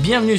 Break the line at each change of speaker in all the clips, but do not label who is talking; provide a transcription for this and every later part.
Bienvenue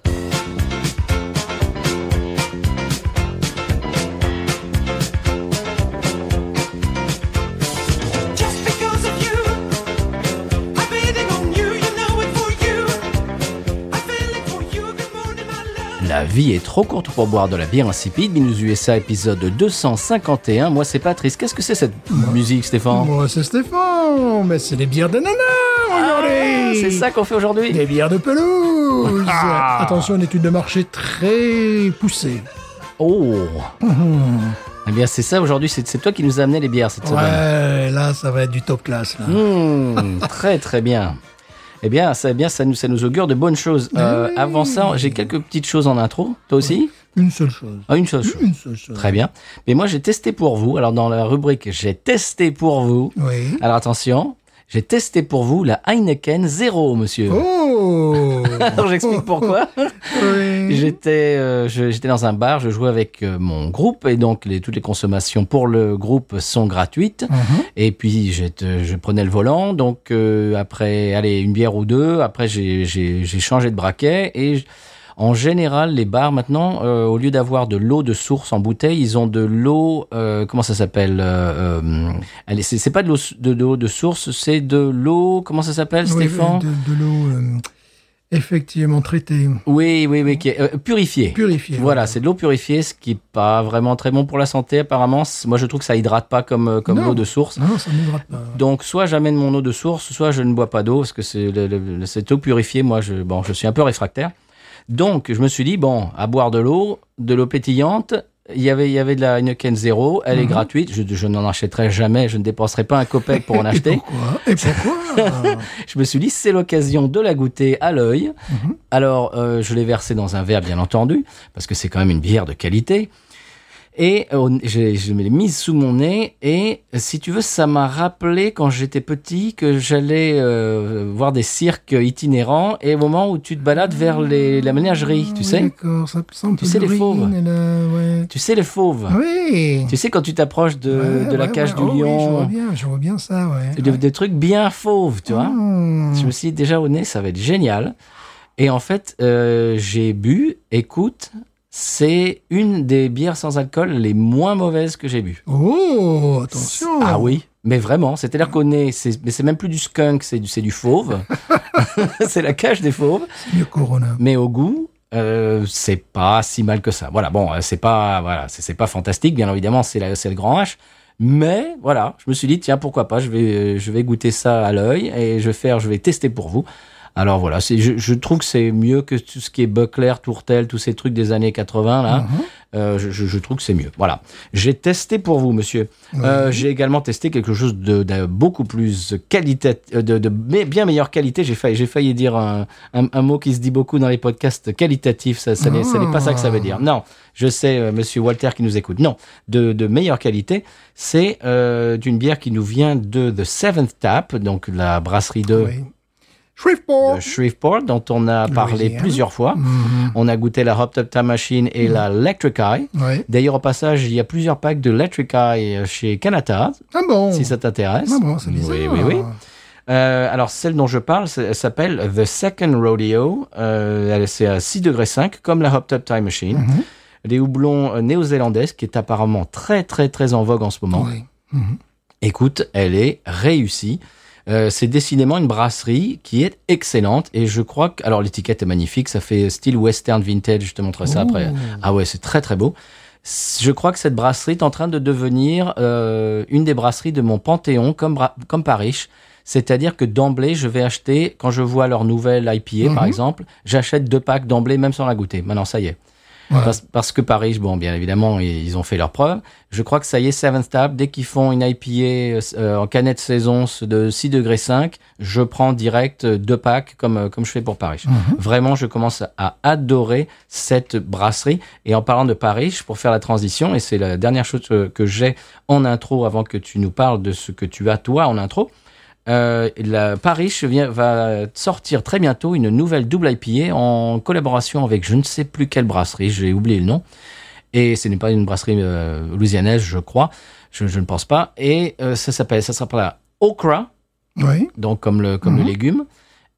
Just because of you, I'm betting on you. You know it for you. I feel it for you. Good morning, my love.
La vie est trop courte pour boire de la bière insipide. Binous USA épisode 251. Moi c'est Patrice. Qu'est-ce que c'est cette musique Stéphane
Moi, c'est Stéphane, mais c'est les bières de nana, regardez
Ah, C'est ça Ah. qu'on fait aujourd'hui
Des bières de pelouse Attention, une étude de marché très poussée.
Oh Eh bien, c'est ça aujourd'hui, c'est c'est toi qui nous as amené les bières cette semaine.
Ouais, là, ça va être du top class, là.
Hmm, très très bien. Eh bien, ça, eh bien ça, nous, ça nous augure de bonnes choses. Euh, Avant ça, j'ai quelques petites choses en intro. Toi aussi
Une seule chose.
Ah, Une seule chose.
Une seule chose.
Très bien. Mais moi, j'ai testé pour vous. Alors, dans la rubrique J'ai testé pour vous.
Oui.
Alors, attention, j'ai testé pour vous la Heineken 0, monsieur.
Oh
Alors, j'explique pourquoi.
Oui.
J'étais euh, je- j'étais dans un bar, je jouais avec euh, mon groupe et donc les, toutes les consommations pour le groupe sont gratuites.
Uh-huh.
Et puis j'étais- je prenais le volant, donc euh, après, allez, une bière ou deux, après j'ai- j'ai j'ai changé de braquet et j- en général, les bars maintenant, euh, au lieu d'avoir de l'eau de source en bouteille, ils ont de l'eau, euh, comment ça s'appelle euh, euh, Allez, c'est c'est pas de l'eau s- de, de l'eau de source, c'est de l'eau, comment ça s'appelle,
Oui,
Stéphane
de, de l'eau, euh, effectivement, traitée,
Oui, oui, oui, qui est euh, purifiée.
purifiée.
Voilà, c'est de l'eau purifiée, ce qui n'est pas vraiment très bon pour la santé apparemment. C- Moi, je trouve que ça hydrate pas comme, euh, comme
Non.
l'eau de source.
Non, ça n'hydrate pas.
Donc, soit j'amène mon eau de source, soit je ne bois pas d'eau, parce que c'est le- le- le- cette eau purifiée, moi, je, bon, je suis un peu réfractaire. Donc, je me suis dit, bon, à boire de l'eau, de l'eau pétillante, il y avait, il y avait de la Heineken Zéro, elle est gratuite, je, je n'en achèterai jamais, je ne dépenserai pas un copec pour en
Et
acheter.
pourquoi Et pourquoi
Je me suis dit, c'est l'occasion de la goûter à l'œil.
Mhm.
Alors, euh, je l'ai versée dans un verre, bien entendu, parce que c'est quand même une bière de qualité. Et euh, j'ai- je me l'ai mise sous mon nez. Et si tu veux, ça m'a rappelé quand j'étais petit que j'allais euh, voir des cirques itinérants. Et au moment où tu te balades vers les- la ménagerie, tu
Ah, Oui,
sais,
D'accord, ça sent un
Tu
peu
sais, les
l'urine,
fauves.
et la- ouais.
tu sais les fauves.
Ah Oui.
Tu sais quand tu t'approches de,
Ouais,
de la
ouais,
cage du
ouais. Oh oui, je vois
lion,
bien, je vois bien ça, ouais.
des,
Ouais.
des trucs bien fauves, tu vois.
Hmm.
Je me suis dit, déjà au nez, ça va être génial. Et en fait, euh, j'ai bu, écoute, c'est une des bières sans alcool les moins mauvaises que j'ai bu.
Oh, attention.
Ah oui, mais vraiment, c'est-à-dire qu'on est, c'est, mais c'est même plus du skunk, c'est du, c'est du fauve. c'est la cage des fauves.
C'est mieux que Corona.
Mais au goût, euh, c'est pas si mal que ça. Voilà, bon, euh, c'est pas, voilà, c'est, c'est pas fantastique, bien évidemment, c'est, la- c'est le grand H. Mais voilà, je me suis dit, tiens, pourquoi pas, je vais, euh, je vais goûter ça à l'œil et je vais faire, je vais tester pour vous. Alors voilà, c'est, je, je trouve que c'est mieux que tout ce qui est Buckler, Tourtel, tous ces trucs des années 80, là. Euh, je, je- je trouve que c'est mieux. Voilà. J'ai testé pour vous, monsieur. Euh, j'ai également testé quelque chose de, de beaucoup plus qualitatif, de, de mais- bien meilleure qualité. J'ai failli, j'ai failli dire un, un- un mot qui se dit beaucoup dans les podcasts qualitatifs. Ça, ça n'est ça n'est pas ça que ça veut dire. Non, je sais, euh, monsieur Walter qui nous écoute. Non, de, de meilleure qualité, c'est euh, d'une bière qui nous vient de The Seventh Tap, donc la brasserie de,
Oui. Shreveport.
de euh, Shreveport, dont on a parlé
Oh. Louisiane. Mm.
plusieurs fois.
Mhm.
On a goûté la Hop Top Time Machine et la Electric Eye.
Ouais.
D'ailleurs, au passage, il y a plusieurs packs de Electric Eye euh, chez Canada,
Ah bon.
si ça t'intéresse.
Ah bon, c'est bizarre.
oui, oui, oui. Euh, alors, celle dont je parle, c'est- elle s'appelle The Second Rodeo. Euh, elle- c'est à 6 degrés 5, comme la Hop Top Time Machine.
Mm. Mhm.
Les houblons euh, néo-zélandais, ce qui est apparemment très, très, très en vogue en ce moment.
Oui.
Écoute, elle est réussie. Euh, c'est décidément une brasserie qui est excellente et je crois que alors l'étiquette est magnifique, ça fait style western vintage, je te montrerai ça après.
Oh.
Ah ouais, c'est très très beau. S- Je crois que cette brasserie est en train de devenir euh, une des brasseries de mon panthéon comme bra- comme Paris. C'est-à-dire que d'emblée, je vais acheter quand je vois leur nouvelle IPA par exemple, j'achète deux packs d'emblée même sans la goûter. Maintenant ça y est.
Voilà.
Parce, parce que Paris, bon, bien évidemment, ils, ils ont fait leurs preuves. Je crois que ça y est, Seventh Tap, dès qu'ils font une IPA euh, en canette saison de 6 degrés 5, je prends direct euh, deux packs comme, euh, comme je fais pour Paris.
Mhm.
Vraiment, je commence à adorer cette brasserie. Et en parlant de Paris, pour faire la transition, et c'est la dernière chose euh, que j'ai en intro avant que tu nous parles de ce que tu as toi en intro, euh, la Paris vient, va sortir très bientôt une nouvelle double IPA en collaboration avec je ne sais plus quelle brasserie, j'ai oublié le nom. Et ce n'est pas une brasserie euh, louisianaise, je crois, je, je ne pense pas. Et euh, ça s'appelle, ça sera pas la Okra,
Oui.
donc comme le, comme le
Mhm.
légume.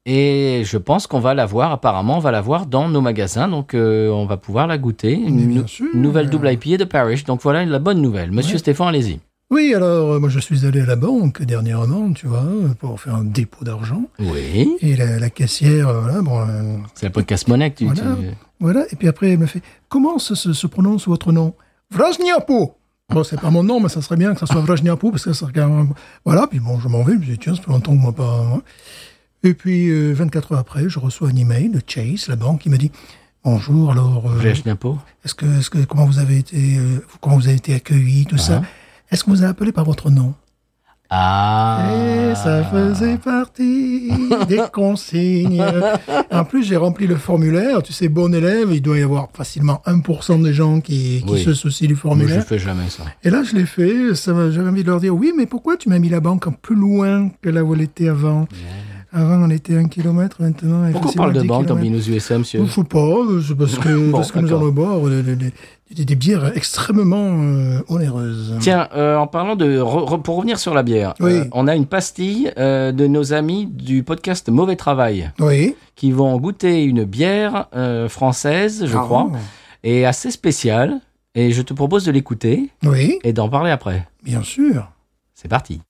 Et je pense qu'on va la voir, apparemment, on va la voir dans nos magasins, donc euh, on va pouvoir la goûter.
Mais
Une
bien
nou-
sûr.
nouvelle double IPA de Paris. Donc voilà la bonne nouvelle. Monsieur
Ouais.
Stéphane, allez-y.
Oui, alors, euh, moi, je suis allé à la banque dernièrement, tu vois, pour faire un dépôt d'argent.
Oui,
Et la, la caissière, euh, voilà, bon, euh,
c'est la podcast monnaie que tu,
Voilà.
tu-
voilà. Et puis après, elle me fait Comment se, se- se prononce votre nom Vrajniapo Bon, c'est pas mon nom, mais ça serait bien que ça soit Vrajniapo, parce que ça serait quand même- Voilà, puis bon, je m'en vais, je me dis Tiens, ça fait longtemps que moi pas. hein. Et puis, euh, 24 heures après, je reçois un email de Chase, la banque, qui me dit Bonjour, alors. euh,
Flèche d'impôt.
Est-ce que, est-ce que comment vous avez été, euh, comment vous avez été accueilli, tout ça Est-ce qu'on vous a appelé par votre nom
Ah.
Et Eh, ça faisait partie des consignes. En plus, j'ai rempli le formulaire. Tu sais, bon élève, il doit y avoir facilement 1% des gens qui, qui
Oui.
se soucient du
Moi, je
formulaire.
fais jamais ça.
Et là, je l'ai fait. Ça m'a- J'avais envie de leur dire oui, mais pourquoi tu m'as mis la banque en plus loin que là où elle était avant Avant, on était à un kilomètre. Maintenant, elle est
Pourquoi on
facilement
parle de
10
banque dans
kilomètres.
Binous USA, monsieur
Je sais pas, euh, c'est parce que,
Bon,
parce que nous
d'accord.
allons boire euh, des, des- des- des bières extrêmement euh, onéreuses.
Tiens, euh, en parlant de. re- re- pour revenir sur la bière,
Oui.
euh, on a une pastille euh, de nos amis du podcast Mauvais Travail
Oui.
qui vont goûter une bière euh, française, je
Ah,
crois, et assez spéciale. Et je te propose de l'écouter
Oui,
et d'en parler après.
bien sûr.
C'est parti.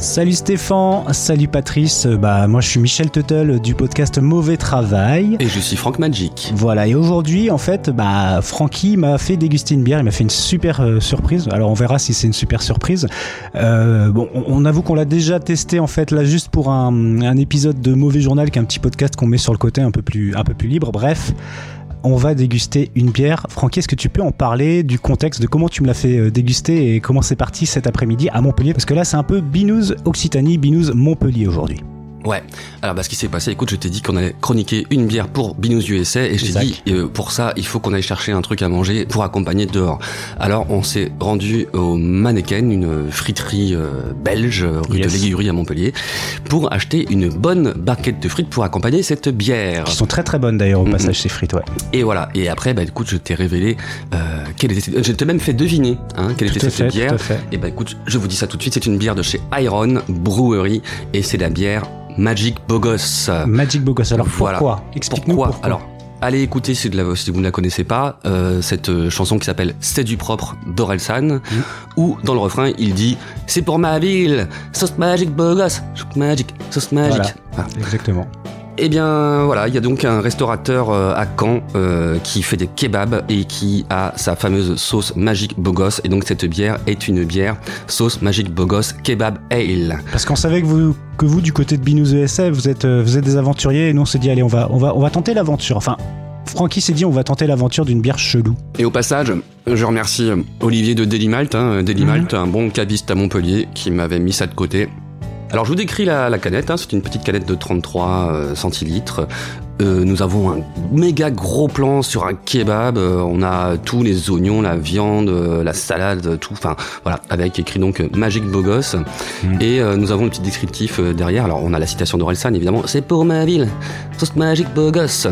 Salut Stéphane, salut Patrice, bah moi je suis Michel Tuttle du podcast Mauvais Travail.
Et je suis Franck Magic.
Voilà, et aujourd'hui en fait, bah Francky m'a fait déguster une bière, il m'a fait une super euh, surprise. Alors on verra si c'est une super surprise. Euh, bon, on, on avoue qu'on l'a déjà testé en fait là juste pour un, un épisode de Mauvais Journal, qui est un petit podcast qu'on met sur le côté un peu plus un peu plus libre. Bref. On va déguster une bière. Francky, est-ce que tu peux en parler du contexte de comment tu me l'as fait euh, déguster et comment c'est parti cet après-midi à Montpellier Parce que là, c'est un peu Binous Occitanie, Binous Montpellier aujourd'hui.
Ah. Ouais. Alors, bah, ce qui s'est passé, écoute, je t'ai dit qu'on allait chroniquer une bière pour Binous USA et je t'ai
Exact.
dit, euh, pour ça, il faut qu'on aille chercher un truc à manger pour accompagner dehors. Alors, on s'est rendu au Mannequin, une friterie euh, belge, rue
Yes.
de l'Aiguillerie à Montpellier, pour acheter une bonne barquette de frites pour accompagner cette bière.
Qui sont très très bonnes d'ailleurs au
Mhm.
passage ces frites, ouais.
Et voilà. Et après, bah, écoute, je t'ai révélé, euh, quelle était, je t'ai même fait deviner, hein, quelle était
Tout à
cette
fait,
bière.
tout à fait.
Et bah écoute, je vous dis ça tout de suite, c'est une bière de chez Iron Brewery et c'est la bière Magic Bogos.
Magic Bogos. Alors
Ah. Voilà.
pourquoi Explique-nous pourquoi.
Alors, allez écouter si, de la- si vous ne la connaissez pas, euh, cette euh, chanson qui s'appelle C'est du propre
Mm.
d'Orelsan, où dans le refrain il dit C'est pour ma ville, sauce Magic Bogos, Magic, sauce Magic.
Voilà.
Voilà.
Exactement.
Eh bien voilà, il y a donc un restaurateur euh, à Caen euh, qui fait des kebabs et qui a sa fameuse sauce magique Bogos. Et donc cette bière est une bière sauce magique Bogos kebab ale.
Parce qu'on savait que vous, que vous du côté de Binous ESF, vous êtes, euh, vous êtes des aventuriers et nous on s'est dit allez on va, on va, on va tenter l'aventure. Enfin, Francky s'est dit on va tenter l'aventure d'une bière chelou.
Et au passage, je remercie Olivier de Daily Malt, hein, Daily
Mhm.
Malt, un bon caviste à Montpellier qui m'avait mis ça de côté. Alors je vous décris la, la canette, hein, c'est une petite canette de 33 euh, centilitres. Euh, nous avons un méga gros plan sur un kebab, Euh, on a tous les oignons, la viande, euh, la salade, tout, enfin voilà, avec écrit donc euh, Magic Bogos.
Mhm.
Et euh, nous avons le petit descriptif euh, derrière, alors on a la citation d'Orelsan évidemment, c'est pour ma ville, sauce Magic Bogos.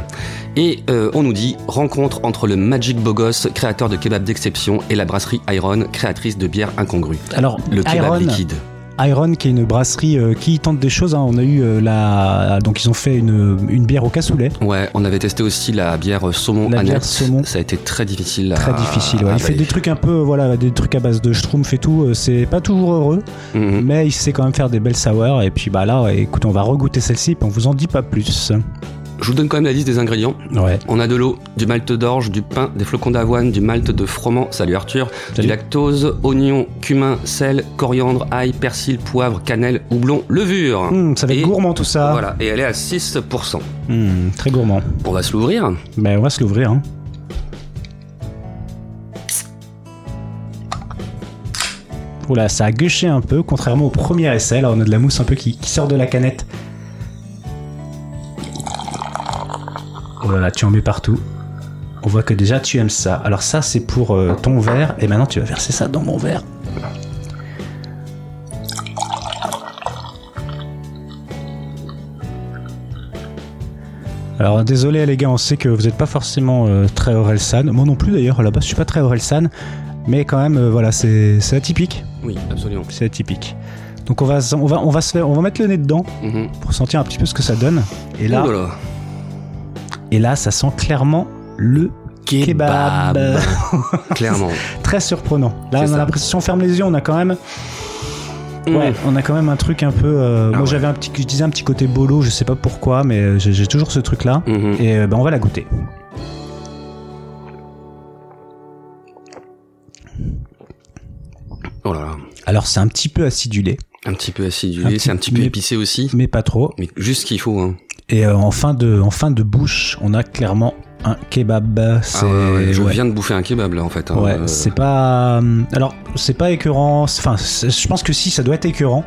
Et euh, on nous dit rencontre entre le Magic Bogos, créateur de kebab d'exception, et la brasserie Iron, créatrice de bières incongrues.
Alors
Le kebab
Iron,
liquide.
Iron qui est une brasserie euh, qui tente des choses. hein. On a eu euh, la, donc ils ont fait une, une bière au cassoulet.
Ouais, on avait testé aussi la bière saumon
La bière
aneth.
saumon.
Ça a été très difficile.
Très
à-
difficile. ouais.
à
Il fait
avaler.
des trucs un peu, voilà, des trucs à base de schtroumpf et tout. euh, C'est pas toujours heureux,
Mhm.
mais il sait quand même faire des belles sours. Et puis bah là, ouais, écoute, on va regoûter celle-ci, puis on vous en dit pas plus.
Je vous donne quand même la liste des ingrédients.
Ouais.
On a de l'eau, du malt d'orge, du pain, des flocons d'avoine, du malt de froment, salut Arthur,
Salut.
du lactose, oignon, cumin, sel, coriandre, ail, persil, poivre, cannelle, houblon, levure.
Hum, ça va être
Et-
gourmand tout ça.
Voilà, et elle est à 6%.
Hum, très gourmand.
On va se l'ouvrir.
Ben on va se l'ouvrir. Hein. Oula, ça a gueuché un peu, contrairement au premier essai. Là, on a de la mousse un peu qui, qui sort de la canette. Oh là là, tu en mets partout. On voit que déjà tu aimes ça. Alors ça, c'est pour euh, ton verre. Et maintenant, tu vas verser ça dans mon verre. Alors désolé les gars, on sait que vous n'êtes pas forcément euh, très Orelsan. Moi non plus d'ailleurs, à la base, je suis pas très Orelsan. Mais quand même, euh, voilà, c'est c'est atypique.
Oui, absolument.
C'est atypique. Donc on va, s- on va, on va se faire- on va mettre le nez dedans
Mhm.
pour sentir un petit peu ce que ça donne. Et là,
Oh là là.
et là, ça sent clairement le kebab.
Clairement.
Très surprenant. Là,
C'est
on
ça. Mm.
a l'impression, si on ferme les yeux, on a quand même, ouais, on a quand même un truc un peu. euh, moi,
Ah ouais.
j'avais un petit, je disais un petit côté bolo, je sais pas pourquoi, mais euh, j'ai j'ai toujours ce truc-là.
Mhm.
Et euh, ben, on va la goûter.
Oh là là.
Alors, c'est un petit peu acidulé,
Un petit peu
Un
acidulé,
petit-
c'est un petit peu
mais-
épicé aussi.
mais pas trop.
Mais juste ce qu'il faut. Hein.
Et euh, en fin de, en fin de bouche, on a clairement un kebab. C'est
Ah ouais, ouais, je
ouais.
viens de bouffer un kebab là en fait. hein.
Ouais,
Euh,
c'est pas. euh, Alors, c'est pas écœurant. c'est- Enfin, c'est- je pense que si, ça doit être écœurant.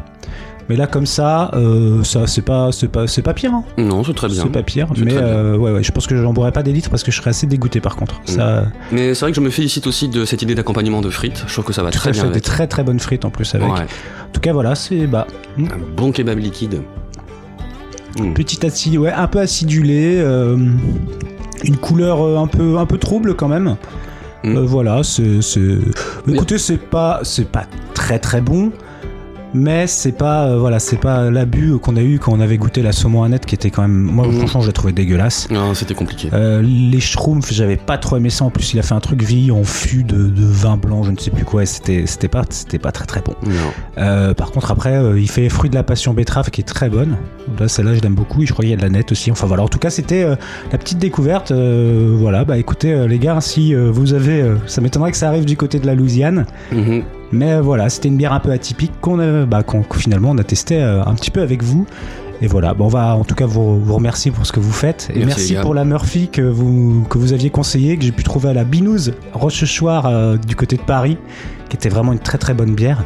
Mais là, comme ça, euh, ça c'est pas, c'est pas, c'est pas pire. hein.
Non, c'est très bien.
C'est pas pire.
C'est
Mais
très bien. Mm.
euh, ouais, ouais, je pense que j'en boirais pas des litres parce que je serais assez dégoûté par contre. Ça,
Mais c'est vrai que je me félicite aussi de cette idée d'accompagnement de frites. Je trouve que ça va
tout
très
à fait,
bien
des
avec.
très très bonnes frites en plus avec.
Ouais.
En tout cas, voilà, c'est bah hmm,
Un bon kebab liquide. Mm.
petit acide, ouais, un peu acidulé, euh, une couleur euh, un peu, un peu trouble quand même.
Mm.
Euh, voilà, c'est, c'est-
Mais-
écoutez, c'est pas, c'est pas très très bon, mais c'est pas, euh, voilà, c'est pas l'abus qu'on a eu quand on avait goûté la saumon à net qui était quand même, moi
Mhm.
franchement, je l'ai trouvé dégueulasse.
Non, c'était compliqué.
Euh, les schtroumpfs, j'avais pas trop aimé ça. En plus, il a fait un truc vieilli en fût de, de vin blanc, je ne sais plus quoi. Et c'était, c'était pas, c'était pas très très bon.
Non.
Euh, par contre, après, euh, il fait fruit de la passion betterave qui est très bonne. Là, celle-là, je l'aime beaucoup. Et je crois qu'il y a de la nette aussi. Enfin voilà. En tout cas, c'était euh, la petite découverte. Euh, voilà. Bah écoutez, euh, les gars, si euh, vous avez, euh, ça m'étonnerait que ça arrive du côté de la Louisiane.
Mhm.
Mais euh, voilà, c'était une bière un peu atypique qu'on a, bah, qu'on- qu'on- finalement on a testé euh, un petit peu avec vous. Et voilà, bon, on va en tout cas vous, vous remercier pour ce que vous faites. Et
Merci,
merci,
les gars.
pour la Murphy que vous, que vous aviez conseillé, que j'ai pu trouver à la Binouze Rochechouart euh, du côté de Paris, qui était vraiment une très très bonne bière.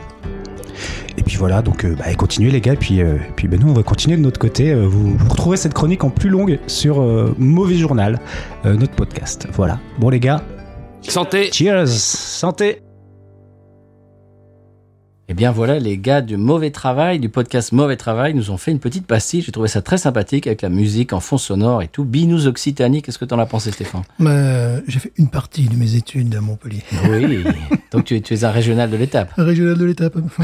Et puis voilà, donc euh, bah, et continuez les gars, puis, euh, puis ben, nous on va continuer de notre côté. Euh, Vous, vous retrouvez cette chronique en plus longue sur euh, Mauvais Journal, euh, notre podcast. Voilà, bon les gars,
Santé.
cheers, santé
Eh bien voilà, les gars du Mauvais Travail, du podcast Mauvais Travail, nous ont fait une petite pastille. J'ai trouvé ça très sympathique avec la musique en fond sonore et tout. Binous Occitanie, qu'est-ce que t'en as pensé, Stéphane
Mais Bah, j'ai fait une partie de mes études à Montpellier.
Oui. Donc tu es, tu es un régional de l'étape.
Régional de l'étape. enfin.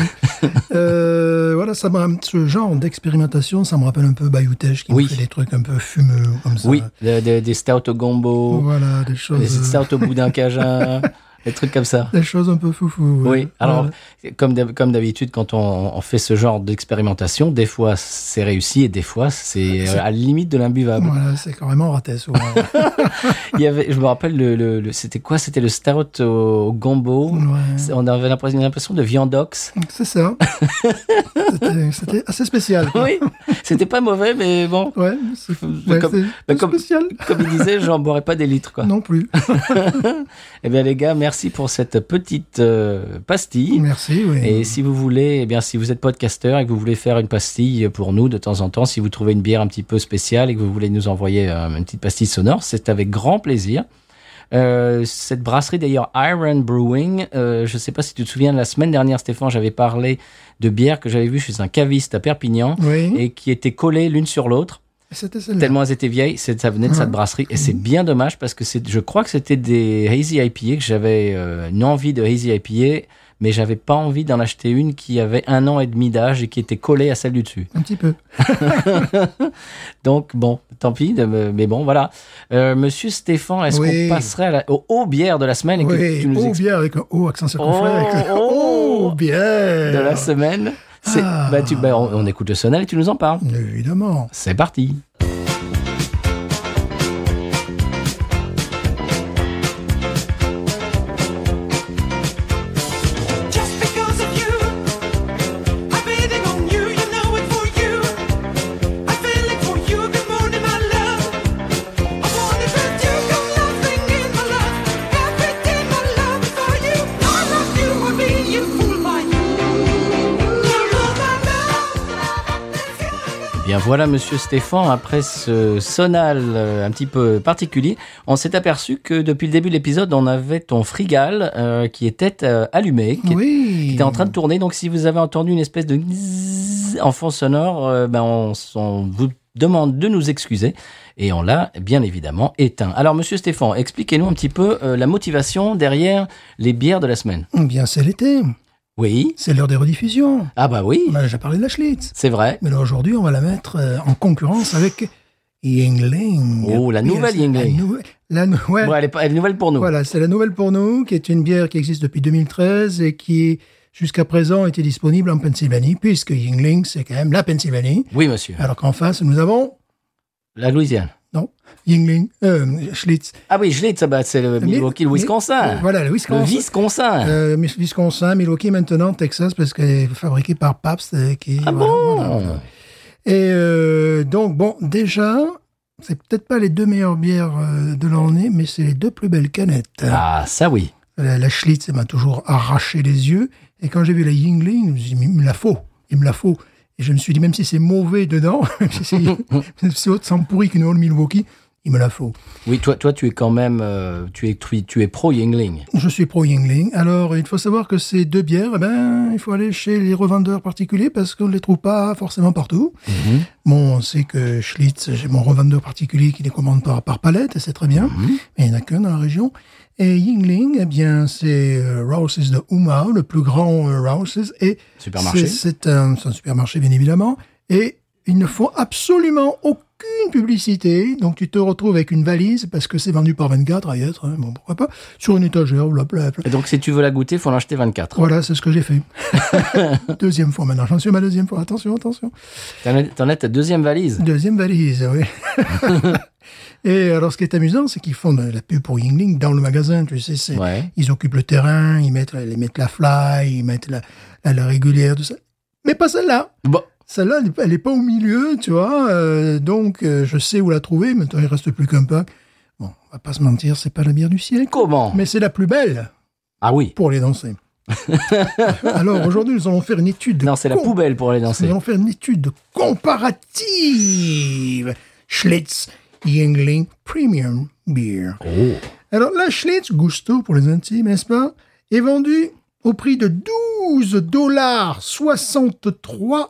Euh, voilà, ça m'a- ce genre d'expérimentation, ça me rappelle un peu Bayoutech qui
Oui.
me fait des trucs un peu fumeux comme ça.
Oui, de- de- des stouts au gombo,
Voilà, des
des
choses, euh,
stouts au boudin cajun, des trucs comme ça.
des choses un peu foufou. ouais.
Oui, alors
Voilà.
comme d'hab- comme d'habitude quand on, on fait ce genre d'expérimentation, des fois c'est réussi et des fois c'est euh, à la limite de l'imbuvable.
Voilà, c'est carrément raté souvent.
Il y avait, je me rappelle le, le- le- c'était quoi C'était le stout au, au gombo.
Ouais.
C'est- On avait l'impression, l'impression de viandox.
C'est ça. C'était- C'était assez spécial. quoi.
Oui, c'était pas mauvais, mais bon,
Ouais, c'est ouais,
comme-
c'est-
mais
c'est
comme-
spécial.
comme il disait, j'en boirais pas des litres, quoi.
Non plus.
Eh bien, les gars, merci pour cette petite euh, pastille.
Merci, oui.
Et si vous voulez, eh bien, si vous êtes podcasteur et que vous voulez faire une pastille pour nous de temps en temps, si vous trouvez une bière un petit peu spéciale et que vous voulez nous envoyer euh, une petite pastille sonore, c'est avec grand plaisir. Euh, cette brasserie d'ailleurs, Iron Brewing, euh, je ne sais pas si tu te souviens, la semaine dernière, Stéphane, j'avais parlé de bières que j'avais vues chez un caviste à Perpignan
Oui,
et qui étaient collées l'une sur l'autre,
c'était celle-là.
tellement elles étaient vieilles, c'est- ça venait de cette brasserie et
Mm.
c'est bien dommage parce que c'est- je crois que c'était des Hazy IPA, que j'avais euh, une envie de Hazy IPA, mais j'avais pas envie d'en acheter une qui avait un an et demi d'âge et qui était collée à celle du dessus.
Un petit peu.
Donc bon, tant pis, de- mais bon, voilà. Euh, Monsieur Stéphane, est-ce
Oui.
qu'on passerait à la, aux, aux bières de la semaine et que
Oui,
tu nous
oh
expliques
bien avec un O accent circonflexe.
Oh, oh.
bien.
de la semaine C'est-
Ah.
bah, tu, bah, on, on écoute le sonal et tu nous en parles.
Évidemment.
C'est parti
Just because of you, I'm bidding on you. You know it for you. I feel it for you. Good morning, my love. I wanna let you go. Nothing in my love. Everything I love is for you. I love you. I'm being fooled by you.
voilà, monsieur Stéphane, après ce sonal euh, un petit peu particulier, on s'est aperçu que depuis le début de l'épisode, on avait ton frigal euh, qui était euh, allumé, qui,
Oui.
qui était en train de tourner. Donc, si vous avez entendu une espèce de zzzz en fond sonore, euh, ben on, s- on vous demande de nous excuser et on l'a bien évidemment éteint. Alors, monsieur Stéphane, expliquez-nous un petit peu euh, la motivation derrière les bières de la semaine.
Eh Bien, c'est l'été.
Oui.
C'est l'heure des rediffusions.
Ah bah oui,
On a déjà parlé de la Schlitz.
c'est vrai.
Mais là, aujourd'hui, on va la mettre euh, en concurrence avec Yingling.
Oh, la nouvelle Yingling.
La, nou- la nou- ouais.
Bon, elle, est, pas- elle est nouvelle pour nous.
Voilà, c'est la nouvelle pour nous, qui est une bière qui existe depuis 2013 et qui, jusqu'à présent, était disponible en Pennsylvanie, puisque Yingling, c'est quand même la Pennsylvanie.
Oui, monsieur.
Alors qu'en face, nous avons,
La Louisiane.
non, Yingling, euh, Schlitz.
Ah oui, je l'ai, ça, bah, c'est le Milwaukee, le
Mais-
Wisconsin.
mais- voilà, le
Le
Wisconsin.
Wisconsin.
Euh, Miss- Wisconsin, Milwaukee maintenant, Texas, parce qu'elle est fabriquée par Pabst. euh, Qui,
ah
voilà,
bon
voilà, voilà. Et euh, donc, bon, déjà, c'est peut-être pas les deux meilleures bières euh, de l'année, mais c'est les deux plus belles canettes.
Ah, ça oui.
La, la Schlitz, elle m'a toujours arraché les yeux. Et quand j'ai vu la Yingling, je me suis dit, mais il me la faut, il me la faut. Et je me suis dit, même si c'est mauvais dedans, même si c'est même si c'est autre sans pourri qu'une Old Milwaukee, il me la faut.
Oui, toi, toi tu es quand même. euh, tu, es, tu, tu es pro Yingling.
Je suis pro Yingling. Alors, il faut savoir que ces deux bières, eh ben, il faut aller chez les revendeurs particuliers parce qu'on ne les trouve pas forcément partout. Bon, on sait que Schlitz, j'ai mon revendeur particulier qui les commande par, par palette, et c'est très bien. Mais il n'y en a qu'un dans la région. Et Yingling, eh bien, c'est euh, Rouse's de Uma, le plus grand euh, Rouse's. Et
Supermarché.
c'est- C'est un, c'est un supermarché, bien évidemment. Et ils ne font absolument aucune publicité. Donc, tu te retrouves avec une valise parce que c'est vendu par 24 ailleurs. hein, bon, pourquoi pas. Sur une étagère, bla, bla, bla.
Et donc, si tu veux la goûter, faut en acheter 24.
Voilà, c'est ce que j'ai fait. deuxième fois maintenant. J'en suis à ma deuxième fois. Attention, attention.
T'en as- T'en as ta deuxième valise.
Deuxième valise, oui. Et alors, ce qui est amusant, c'est qu'ils font de la pub pour Yingling dans le magasin. Tu sais, c'est,
Ouais.
ils occupent le terrain, ils mettent, ils mettent la fly, ils mettent la, la, la régulière, tout ça. Mais pas celle-là.
Bon.
Celle-là, elle est- elle est pas au milieu, tu vois. euh, donc, euh, je sais où la trouver. Maintenant, il reste plus qu'un pack. Bon, on va pas se mentir, c'est pas la bière du siècle.
Comment
Mais c'est la plus belle
Ah oui.
pour les danser. Alors, aujourd'hui, nous allons faire une étude.
Non, c'est la
com-
poubelle pour aller danser.
Nous allons faire une étude comparative. Schlitz Yingling Premium Beer.
Oh.
Alors, la Schlitz Gusto, pour les intimes, n'est-ce pas, est vendue au prix de 12,63$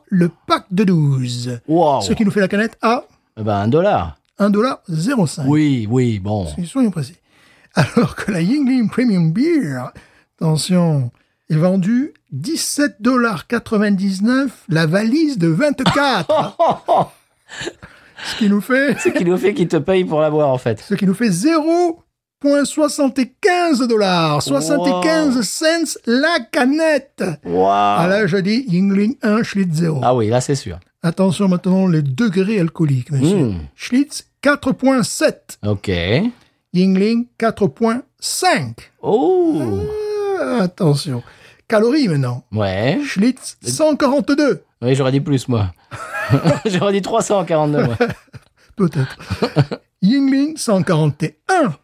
le pack de 12.
Wow.
Ce qui nous fait la canette à
Eh Ben, un dollar.
1,05$.
Oui, oui, bon.
Soyons précis. Alors que la Yingling Premium Beer, attention, est vendue 17,99$ la valise de 24. ce qui nous fait,
Ce qui nous fait qu'il te paye pour la boire, en fait.
ce qui nous fait 0,75 dollars, 75 cents la canette. Ah
Waouh.
là, je dis Yingling 1, Schlitz 0.
Ah oui, là, c'est sûr.
Attention maintenant les degrés alcooliques, monsieur.
Mm.
Schlitz 4.7,
Ok.
Yingling 4.5.
Oh.
Ah, attention. Calories maintenant.
Ouais.
Schlitz 142,
Oui, j'aurais dit plus, moi. j'aurais dit 342, moi.
peut-être. Yingling 141,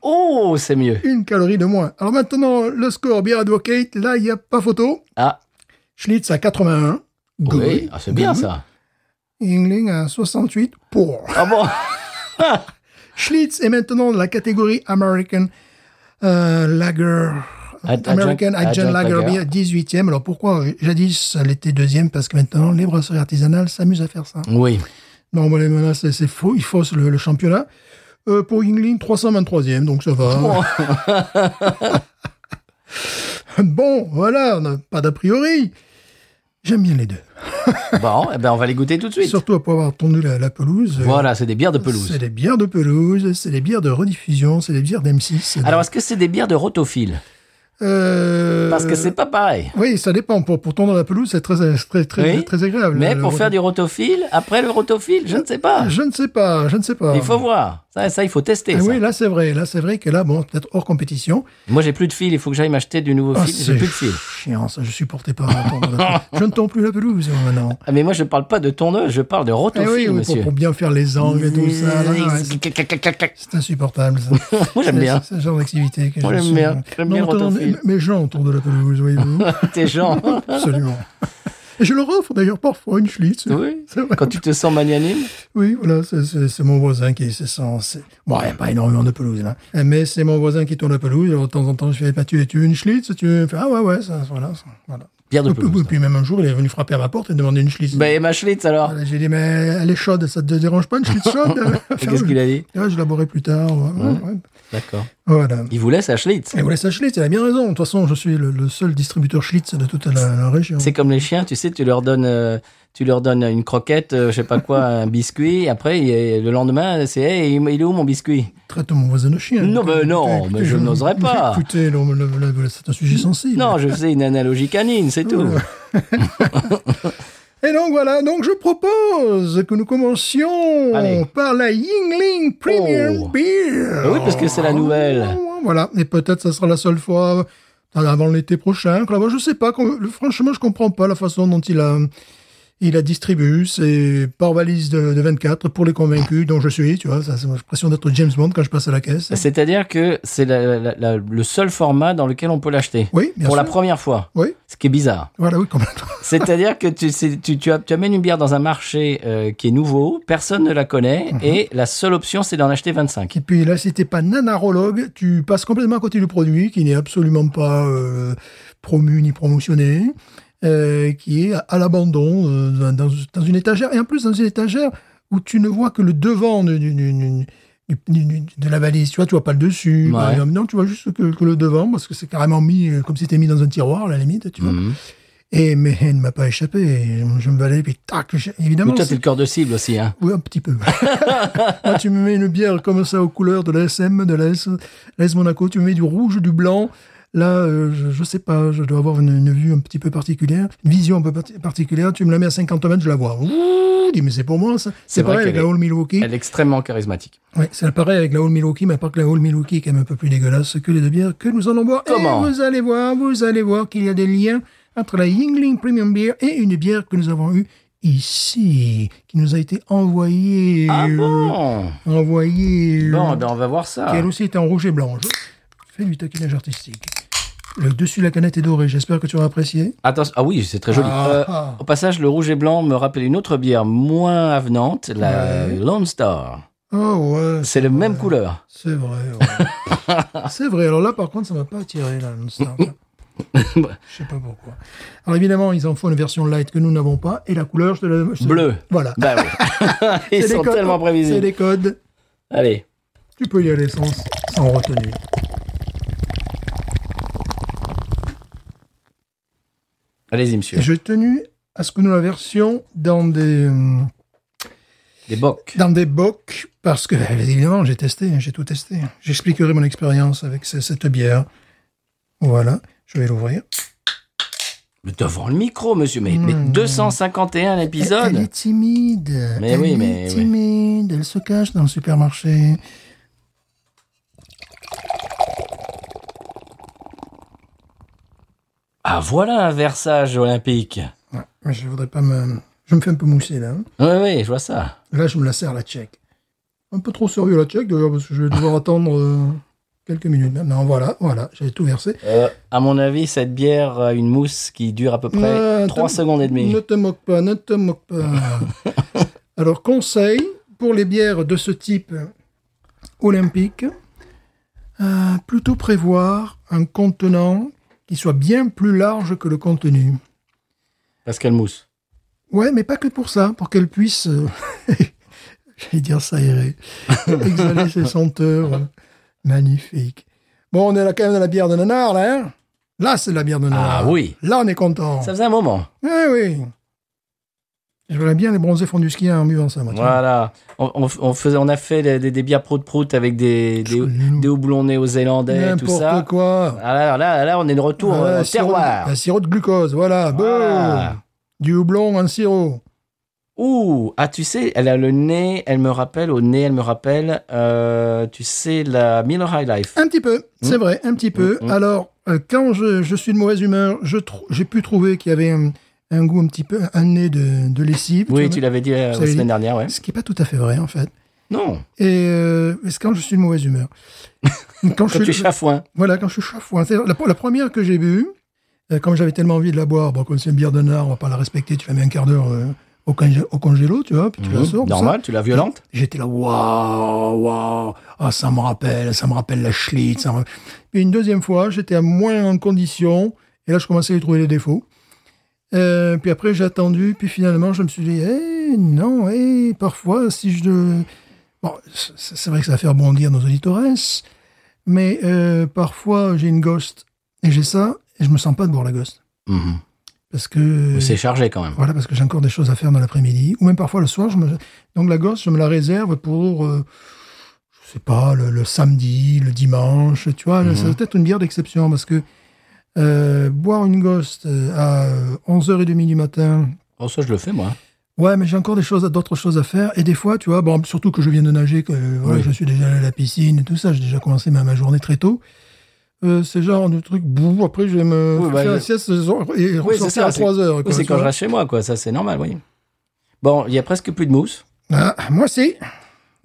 Oh, c'est mieux.
une calorie de moins. Alors maintenant, le score Beer Advocate, là, il n'y a pas photo.
Ah,
Schlitz à 81.
oui.
Goût.
Ah, c'est bien,
Goût.
ça.
Yingling à 68 pour.
Ah bon
Schlitz est maintenant de la catégorie American euh, Lager.
Ad-
American
adjunct-
Agent
adjunct
Lager
lager.
Beer, 18e. Alors pourquoi Jadis, elle était deuxième parce que maintenant, les brasseries artisanales s'amusent à faire ça.
Oui.
Non, mais là, c'est c'est faux. Il fausse le, le championnat. Euh, pour Yingling, 323e, donc ça va. Bon, voilà, on n'a pas d'a priori. J'aime bien les deux.
Bon, eh ben on va les goûter tout de suite.
Surtout après avoir tendu la, la pelouse.
Voilà, c'est des bières de pelouse.
C'est des bières de pelouse, c'est des bières de rediffusion, c'est des bières d'M6. c'est des-
Alors, est-ce que c'est des bières de rotophile
Euh,
Parce que c'est pas pareil.
Oui, ça dépend. Pour, pour tondre la pelouse, c'est très, très, très,
Oui.
très agréable.
Mais
Le-
pour
le-
faire du rotophile, après le rotophile, je ne sais pas.
Je ne sais pas, je ne sais pas.
Il faut voir. Ça, ça il faut tester.
Ah
ça.
oui, là c'est vrai, là c'est vrai que là, bon, peut-être hors compétition,
Moi, j'ai plus de fil. Il faut que j'aille m'acheter du nouveau
Ah,
fil. J'ai
c'est
plus de fil.
Chiant, ça, je supportais pas. entendre la- je ne tends plus la pelouse moi, maintenant.
Ah, mais moi, je parle pas de tondeuse. Je parle de
Eh
rotophile,
oui, oui, pour,
monsieur.
pour bien faire les angles et tout ça. là, ouais, c'est- c'est insupportable. Ça.
Moi, j'aime
C'est-
bien.
C'est ce genre d'activité que
Moi,
je
j'aime
suis- euh,
bien. J'aime
Non,
bien le
autour-
rotophile.
Ah, Mes gens autour de la pelouse, voyez-vous.
Tes gens.
Absolument. Et je leur offre d'ailleurs parfois une Schlitz.
Oui.
C'est vrai.
Quand tu te sens magnanime,
Oui, voilà, c'est- c'est c'est mon voisin qui se sent. c'est- Bon, il n'y a pas énormément de pelouse, là. Mais c'est mon voisin qui tourne la pelouse. Alors, de temps en temps, je fais, bah, tu, tu veux une Schlitz Tu veux... Il fait, Ah, ouais, ouais, ça, voilà. ça, voilà.
Pierre de
Et puis-
Pelouse. hein.
Puis même un jour, il est venu frapper à ma porte et demander une Schlitz.
Bah, et ma Schlitz alors
Voilà, Ah, J'ai dit, mais elle est chaude, ça te dérange pas une Schlitz chaude
Et Qu'est-ce qu'il a dit
Ouais, Ah, Je la boirai plus tard. ouais, ouais, ouais.
D'accord.
Voilà.
Il voulait sa Schlitz.
Et voilà, ça, Schlitz, elle a bien raison. De toute façon, je suis le, le seul distributeur Schlitz de toute la, la région.
C'est comme les chiens, tu sais, tu leur donnes, euh, tu leur donnes une croquette, euh, je sais pas quoi, un biscuit. Après, il est- le lendemain, c'est hey, il il est où mon biscuit
Traite mon voisin de chien.
Non, mais non, mais je n'oserais pas.
Écoutez, le- le- le- le- c'est un sujet sensible.
Non, je faisais une analogie canine, c'est tout.
Et donc voilà, donc je propose que nous commencions
Allez.
par la Yingling Premium
Oh.
Beer.
Ah oui, parce que c'est la nouvelle.
Voilà, et peut-être ça sera la seule fois euh, avant l'été prochain. que là-bas, je sais pas, qu'on- le- franchement, je comprends pas la façon dont il a il la distribue. C'est par valise de, de 24 pour les convaincus dont je suis, tu vois. ça, c'est- J'ai l'impression d'être James Bond quand je passe à la caisse.
C'est-à-dire que c'est la- la- la- le seul format dans lequel on peut l'acheter.
Oui, bien
Pour la
sûr.
première fois.
Oui,
Ce qui est bizarre.
voilà, oui, complètement.
C'est-à-dire que tu, c'est- tu, tu, as- tu amènes une bière dans un marché euh, qui est nouveau, personne ne la connaît,
Mhm.
et la seule option, c'est d'en acheter 25.
Et puis là, si t'es pas nanarologue, tu passes complètement à côté du produit qui n'est absolument pas euh, promu ni promotionné, euh, qui est à, à l'abandon euh, dans, dans une étagère. Et en plus, dans une étagère où tu ne vois que le devant du- du- du- du- du- du- de la valise, tu vois, tu vois pas le dessus.
Ouais.
Par exemple. Non, tu vois juste que, que le devant, parce que c'est carrément mis euh, comme si c'était mis dans un tiroir, à la limite, tu vois.
Mm.
Et mais elle ne m'a pas échappé. Je me valais, puis tac, je- évidemment.
Mais toi,
c'est-
t'es le corps de cible aussi, hein.
oui, un petit peu. Moi, tu me mets une bière comme ça aux couleurs de la SM, de la S, la S Monaco, tu me mets du rouge, du blanc. Là, euh, je, je sais pas, je dois avoir une, une vue un petit peu particulière, une vision un peu parti- particulière. Tu me la mets à 50 mètres, je la vois. Ouh, je dis, mais c'est pour moi ça. C'est
vrai
pareil avec
qu'elle
la
est-
Hall Milwaukee.
Elle est extrêmement charismatique.
Ouais, c'est pareil avec la Hall Milwaukee, mais à part que la Hall Milwaukee est quand même un peu plus dégueulasse que les deux bières que nous allons boire.
Comment
Et vous allez voir, vous allez voir qu'il y a des liens entre la Yingling Premium Beer et une bière que nous avons eue ici, qui nous a été envoyée.
Ah bon
euh, Envoyée.
Bon,
euh,
ben, on va voir ça.
Qui elle aussi était en rouge et blanc. Je fais du taquinage artistique. Le dessus de la canette est doré, j'espère que tu auras apprécié.
Attention, ah oui, c'est très joli.
Ah,
Euh,
ah.
Au passage, le rouge et blanc me rappelle une autre bière moins avenante, la
Ouais.
Lone Star.
Oh ouais.
C'est la même couleur.
C'est vrai. ouais. c'est vrai. Alors là, par contre, ça m'a pas attiré, là, le Star.
Bah.
Je sais pas pourquoi. Alors évidemment, ils en font une version light que nous n'avons pas. Et la couleur, je te la... je te-
Bleu.
Voilà.
Bah oui. Ils
C'est des
sont
codes.
tellement
C'est
prévisibles.
des codes.
Allez.
Tu peux y aller sans, sans retenue.
Allez-y, monsieur.
Et J'ai tenu à ce que nous la versions dans des, euh,
Des bocs.
dans des bocs parce que, bah, évidemment, j'ai testé, hein, j'ai tout testé. J'expliquerai mon expérience avec ce- cette bière. Voilà. Je vais l'ouvrir.
Mais Devant le micro, monsieur. Mais, mais
Mm.
251
Elle, elle
épisodes.
est timide.
Mais
elle
oui,
est
mais oui.
timide. Elle se cache dans le supermarché.
Ah, voilà un versage olympique.
Ouais, mais je voudrais pas me. Je me fais un peu mousser là. hein.
Oui, oui, je vois ça.
Là, je me la sers la tchèque. Un peu trop sérieux la tchèque d'ailleurs, parce que je vais devoir attendre euh, quelques minutes. Non, voilà, voilà, j'ai tout versé.
Euh, à mon avis, cette bière a une mousse qui dure à peu près
Euh,
3
te-
secondes et demie.
Ne te moque pas, ne te moque pas. Alors, conseil pour les bières de ce type olympique, euh, plutôt prévoir un contenant qui soit bien plus large que le contenu.
Parce qu'elle mousse.
Ouais, mais pas que pour ça, pour qu'elle puisse, euh, j'allais dire s'aérer, exhaler ses senteurs euh, magnifiques. Bon, on est là quand même dans la bière de nanar, là, hein Là, c'est de la bière de nanar.
Ah oui.
Là, on est content.
Ça faisait un moment.
Oui, oui. Je voudrais bien les bronzés fondus ski en buvant ça, moi. tu vois.
Voilà. On, on, on faisait, on a fait des, des, des bières prout-prout avec des, des, des houblons néo-zélandais, tout ça.
N'importe quoi. Ah,
Ah, là, là, là, on est de retour
Voilà,
au
sirop-
terroir. Ah.
Un sirop de glucose, voilà.
Voilà.
Boum. Du houblon en sirop.
Ouh, ah, tu sais, elle a le nez, elle me rappelle, au nez, elle me rappelle, euh, tu sais, la Miller High Life.
Un petit peu, c'est vrai, un petit peu.
Mm, mm.
Alors, euh, quand je, je suis de mauvaise humeur, je trou- j'ai pu trouver qu'il y avait un, un goût un petit peu, un nez de, de lessive.
Oui,
vois,
tu l'avais dit euh,
Vous
la
avez
semaine
dit-
dernière, ouais.
Ce qui n'est pas tout à fait vrai, en fait.
Non,
Et euh, mais c'est quand je suis de mauvaise humeur.
quand
quand
tu es chafouin.
Voilà, quand je suis chafouin. C'est la, la première que j'ai bu, Euh, comme j'avais tellement envie de la boire, bon, comme c'est une bière de nard, on va pas la respecter, tu la mets un quart d'heure euh, au, congé- au congélo, tu vois, puis tu la
Mhm.
sors. tout ça.
Normal, tu la violentes
J'étais là, waouh, waouh, ah, ça me rappelle, ça me rappelle la Schlitz. ça me- Puis une deuxième fois, j'étais à moins en condition, et là, je commençais à y trouver les défauts. Euh, puis après, j'ai attendu, puis finalement, je me suis dit, eh, non, eh, parfois, si je. de- Bon, c- c'est vrai que ça va faire bondir nos auditeurs, mais euh, parfois, j'ai une ghost, et j'ai ça, et je me sens pas de boire la ghost.
Mhm.
Parce que.
C'est chargé quand même.
Voilà, parce que j'ai encore des choses à faire dans l'après-midi, ou même parfois le soir. Je me... Donc la gosse, je me la réserve pour, euh, je sais pas, le, le samedi, le dimanche, tu vois.
Mhm.
Ça doit être une bière d'exception, parce que euh, boire une gosse euh, à 11h30 du matin,
Oh, ça, je le fais, moi.
ouais, mais j'ai encore des choses, à- d'autres choses à faire. Et des fois, tu vois, bon, surtout que je viens de nager, que euh, voilà,
Oui.
je suis déjà allé à la piscine et tout ça, j'ai déjà commencé ma, ma journée très tôt. Euh, c'est genre de truc, bouh, après je vais me
Oui, bah,
faire la
je-
sieste et
Oui, c'est
ressortir
ça,
à
c'est-
3h.
Oui, c'est quand je reste chez moi, quoi. Ça, c'est normal, oui. Bon, il y a presque plus de mousse.
Ah, moi, c'est.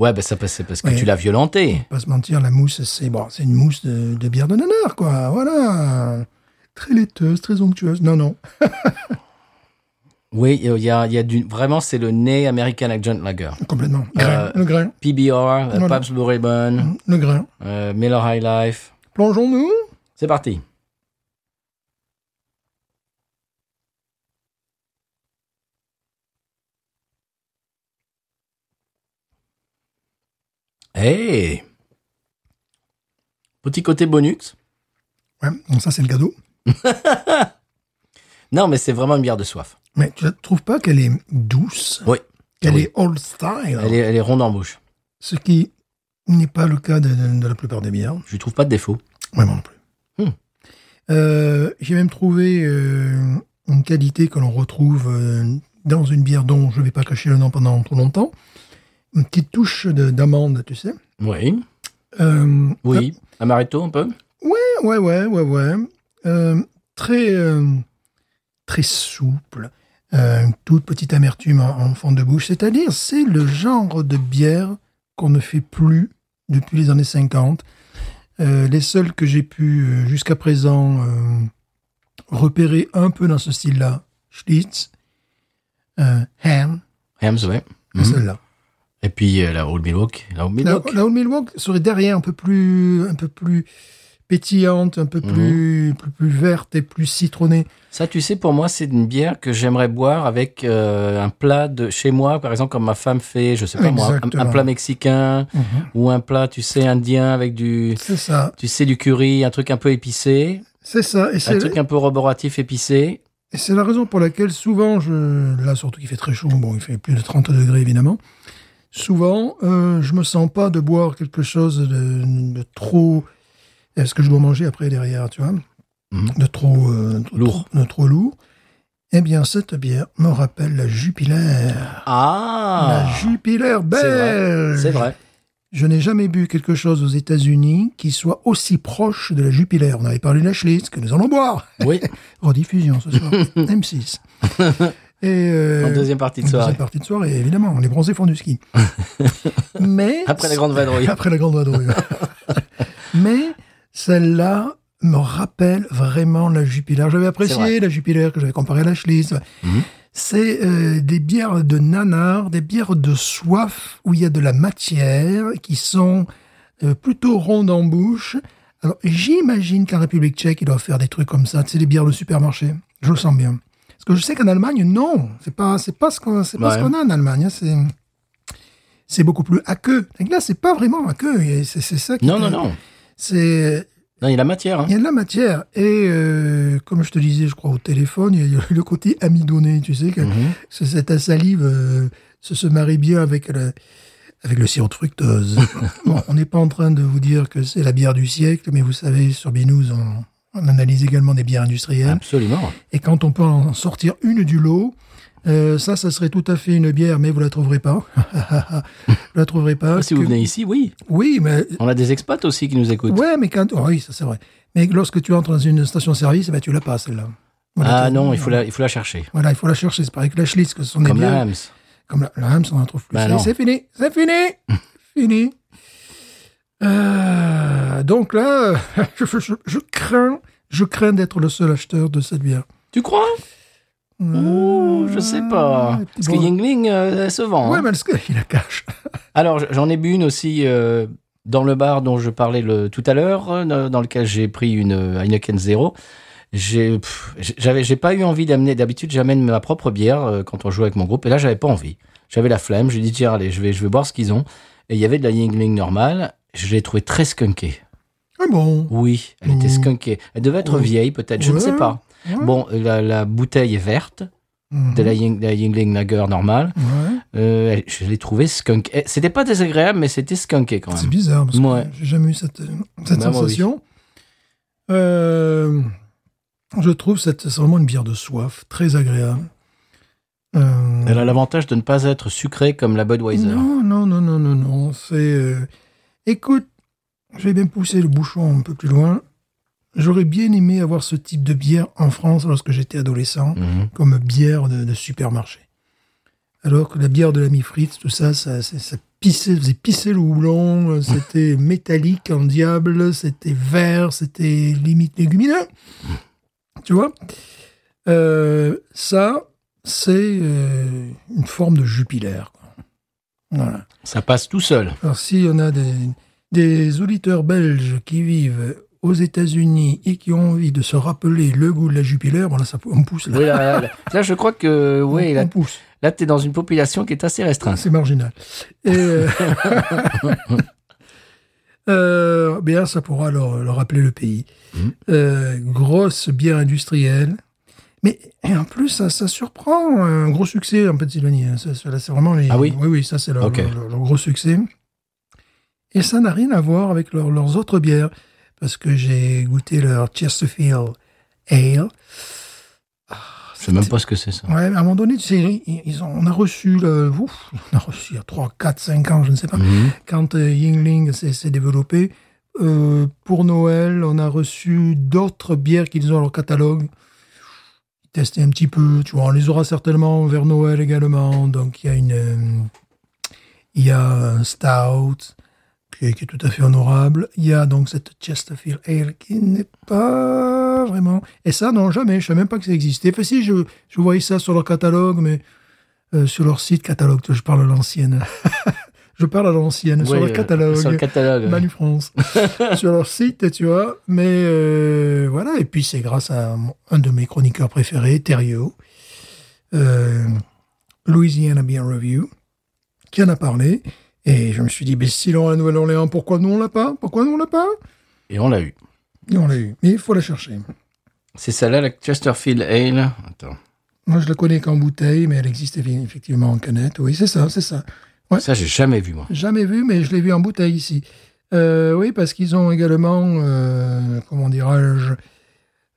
Ouais, ben ça, c'est parce que
Oui.
tu l'as violentée.
pas se mentir, la mousse, c'est bon, c'est une mousse de, de bière de nanar, quoi. Voilà. Très laiteuse, très onctueuse. Non, non.
Oui, il y a, il y a du... vraiment, c'est le nez American Agent Lager.
Complètement. Grain,
Euh, hum.
Le grain.
PBR, euh,
Voilà.
Pabst Blue Ribbon,
Le grain.
euh, Miller High Life.
Plongeons-nous.
C'est parti. Hey Petit côté bonus.
Ouais, donc ça, c'est le cadeau.
Non, mais c'est vraiment une bière de soif.
Mais tu ne trouves pas qu'elle est douce
Oui.
Qu'elle
Oui.
est old style
Elle est, elle est ronde en bouche.
Ce qui n'est pas le cas de, de- de la plupart des bières.
Je lui trouve pas de défaut.
Vraiment non plus.
Hmm.
Euh, J'ai même trouvé euh, une qualité que l'on retrouve euh, dans une bière dont je ne vais pas cacher le nom pendant trop longtemps. Une petite touche de- d'amande, tu sais.
Oui. Ah.
Euh, ah,
Oui. Amaretto un peu
Ouais, ouais, ouais, ouais. Euh, très, euh, très souple. Euh, une toute petite amertume en, en fond de bouche. C'est-à-dire, c'est le genre de bière qu'on ne fait plus depuis les années 50. Euh, les seuls que j'ai pu euh, jusqu'à présent euh, repérer un peu dans ce style-là, Schlitz, euh, Ham,
Hams, ouais.
et
Mhm.
celle-là.
Et puis euh, la Old Milwaukee. La Old
Mm-hmm. La,
Milwaukee.
la Old Milwaukee serait derrière un peu plus, un peu plus pétillante, un
Mhm.
peu plus, plus, plus verte et plus citronnée.
Ça, tu sais, pour moi, c'est une bière que j'aimerais boire avec euh, un plat de chez moi, par exemple, comme ma femme fait, je sais pas moi, un- un,
Exactement.
plat mexicain ou un plat, tu sais, indien avec du,
C'est ça,
tu sais, du curry, un truc un peu épicé,
c'est ça. Et
un
c'est
truc un peu roboratif épicé.
et c'est la raison pour laquelle souvent, je, là surtout qu'il fait très chaud, bon, il fait plus de 30 degrés évidemment, souvent, euh, je me sens pas de boire quelque chose de, de trop... est ce que je dois manger après derrière, tu vois
Mhm.
De trop... euh, de
Lourd.
trop- de trop lourd. Eh bien, cette bière me rappelle la Jupiler.
Ah,
La Jupiler belge.
c'est vrai.
Je n'ai jamais bu quelque chose aux États-Unis qui soit aussi proche de la Jupiler. On avait parlé de la Schlitz, que nous allons boire.
Oui,
Rediffusion ce soir. M6. Et euh,
en deuxième partie de
en deuxième
soirée.
partie de soirée, évidemment. Les bronzés font du ski. Mais.
Après la grande vadrouille.
Après la grande vadrouille. Mais celle-là me rappelle vraiment la Jupiler. J'avais apprécié
C'est vrai. Mhm.
la Jupiler que j'avais comparée à la Schlitz. C'est euh, des bières de nanar, des bières de soif où il y a de la matière qui sont euh, plutôt rondes en bouche. Alors j'imagine qu'en République tchèque, ils doivent faire des trucs comme ça. C'est des bières de supermarché. Je le sens bien. Parce que je sais qu'en Allemagne, non, c'est pas, c'est pas ce qu'on, c'est pas
Ouais.
ce qu'on a en Allemagne. hein. C'est, c'est beaucoup plus aqueux. Donc Là, c'est pas vraiment aqueux. Et C'est, c'est ça qui
Non, non,
est-
non.
C'est,
Non, il y a la matière. hein.
il y a de la matière. Et euh, comme je te disais, je crois, au téléphone, il y a le côté amidonné, tu sais, que
Mhm.
c'est cette salive euh, se, se marie bien avec le, avec le sirop de fructose. bon, on n'est pas en train de vous dire que c'est la bière du siècle, mais vous savez, sur Binous, on, on analyse également des bières industrielles.
Absolument.
Et quand on peut en sortir une du lot, euh, ça, ça serait tout à fait une bière, mais vous la trouverez pas. vous la trouverez pas.
Ah, si vous
que-
venez ici, oui.
Oui, mais
On a des expats aussi qui nous écoutent.
Ouais, mais quand. oh oui, ça c'est vrai. Mais lorsque tu entres dans une station-service, eh ben, tu l'as pas celle-là. Voilà,
ah
tu-
non, il faut la, il faut la chercher.
Voilà, il faut la chercher. C'est pareil que la Schlitz, que ce sont des
Comme
bières.
la Hams.
Comme la, la Hams, on en trouve plus.
Bah
C'est-
non.
c'est fini, c'est fini, fini. Euh, donc là, je, je- je crains, Je crains d'être le seul acheteur de cette bière.
Tu crois Ouh, je sais pas.
Euh,
Parce
bon.
que Yingling euh, elle se vend. hein.
Ouais, mais est-ce qu'il la cache
Alors, j'en ai bu une aussi euh, dans le bar dont je parlais le, tout à l'heure, euh, dans lequel j'ai pris une euh, Heineken Zero. J'ai, pff, j'avais, j'ai pas eu envie d'amener. D'habitude, j'amène ma propre bière euh, quand on joue avec mon groupe. Et là, j'avais pas envie. J'avais la flemme. J'ai dit tiens, allez, je vais, je vais boire ce qu'ils ont. Et il y avait de la Yingling normale. Je l'ai trouvée très skunkée.
Ah bon
Oui, elle était
Mmh.
skunkée. Elle devait être
Ouais.
vieille, peut-être. Je ne
Ouais,
sais pas.
ouais.
Bon, la, la bouteille est verte.
Mhm.
De la, Ying- la Yingling Lager normale.
Ouais.
Euh, je l'ai trouvé skunk. Eh, C'était pas désagréable, mais c'était skunké quand
C'est
même.
bizarre parce
Ouais.
que j'ai jamais eu cette, cette
Bah, moi, oui.
sensation. Euh, je trouve cette c'est vraiment une bière de soif très agréable. Euh,
Elle a l'avantage de ne pas être sucrée comme la Budweiser.
non, non, non, non, non, non. C'est euh, écoute, j'ai bien poussé le bouchon un peu plus loin. J'aurais bien aimé avoir ce type de bière en France lorsque j'étais adolescent,
Mhm.
comme bière de, de supermarché. Alors que la bière de l'ami Fritz, tout ça, ça, ça, ça pissait, faisait pisser le houblon, euh, c'était métallique en diable, c'était vert, c'était limite légumineux. Tu vois Euh, Ça, c'est euh, une forme de jupilaire. quoi. Voilà.
Ça passe tout seul.
Alors, s'il y en a des, des auditeurs belges qui vivent aux États-Unis et qui ont envie de se rappeler le goût de la Jupiler, bon, là, ça, on pousse. Là,
Oui, là, là- là, je crois que oui,
on,
là,
on pousse.
là t'es dans une population qui est assez restreinte.
Mhm. C'est marginal. Et euh, euh, bien, ça pourra leur, leur rappeler le pays.
Mmh.
Euh, grosse bière industrielle. Mais et en plus, ça, ça surprend. euh, Un gros succès en Pennsylvanie. hein. Ça, ça, là, c'est vraiment les-
Ah oui
Oui, oui, ça, c'est leur,
Ok.
leur- leur gros succès. Et ça n'a rien à voir avec leur- leurs autres bières. Parce que j'ai goûté leur Chesterfield Ale.
Je sais même pas ce que c'est ça.
Ouais, mais à un moment donné, tu sais, ils- ils ont- on a reçu, le, ouf, on a reçu il y a 3, 4, 5 ans, je ne sais pas,
Mhm.
quand euh, Yingling s'est s'est développé. Euh, pour Noël, on a reçu d'autres bières qu'ils ont à leur catalogue. Ils testaient un petit peu, tu vois, on les aura certainement vers Noël également. Donc il y a une, euh, il y a un stout qui est, qui est tout à fait honorable. Il y a donc cette Chesterfield Ale qui n'est pas vraiment. Et ça, non, jamais. Je savais même pas que ça existait. Enfin, si, je, je voyais ça sur leur catalogue, mais euh, sur leur site catalogue. Je parle à l'ancienne. je parle à l'ancienne. sur
Oui,
leur
euh,
catalogue.
Sur le catalogue.
Manu France sur leur site, tu vois. Mais euh, voilà, et puis c'est grâce à mon- un de mes chroniqueurs préférés, Thériault, euh, Louisiana Beer Review, qui en a parlé. Et je me suis dit, ben, si l'on a la Nouvelle-Orléans, pourquoi nous on l'a pas Pourquoi nous on l'a pas
Et on l'a eu.
Et on l'a eu. Mais il faut la chercher.
C'est celle-là, la Chesterfield Ale. Attends.
Moi, je la connais qu'en bouteille, mais elle existe effi- effectivement en canette. Oui, c'est ça, c'est ça.
Ça, j'ai jamais vu, moi.
Jamais vu, mais je l'ai vu en bouteille ici. Euh, oui, parce qu'ils ont également, euh, comment dirais-je,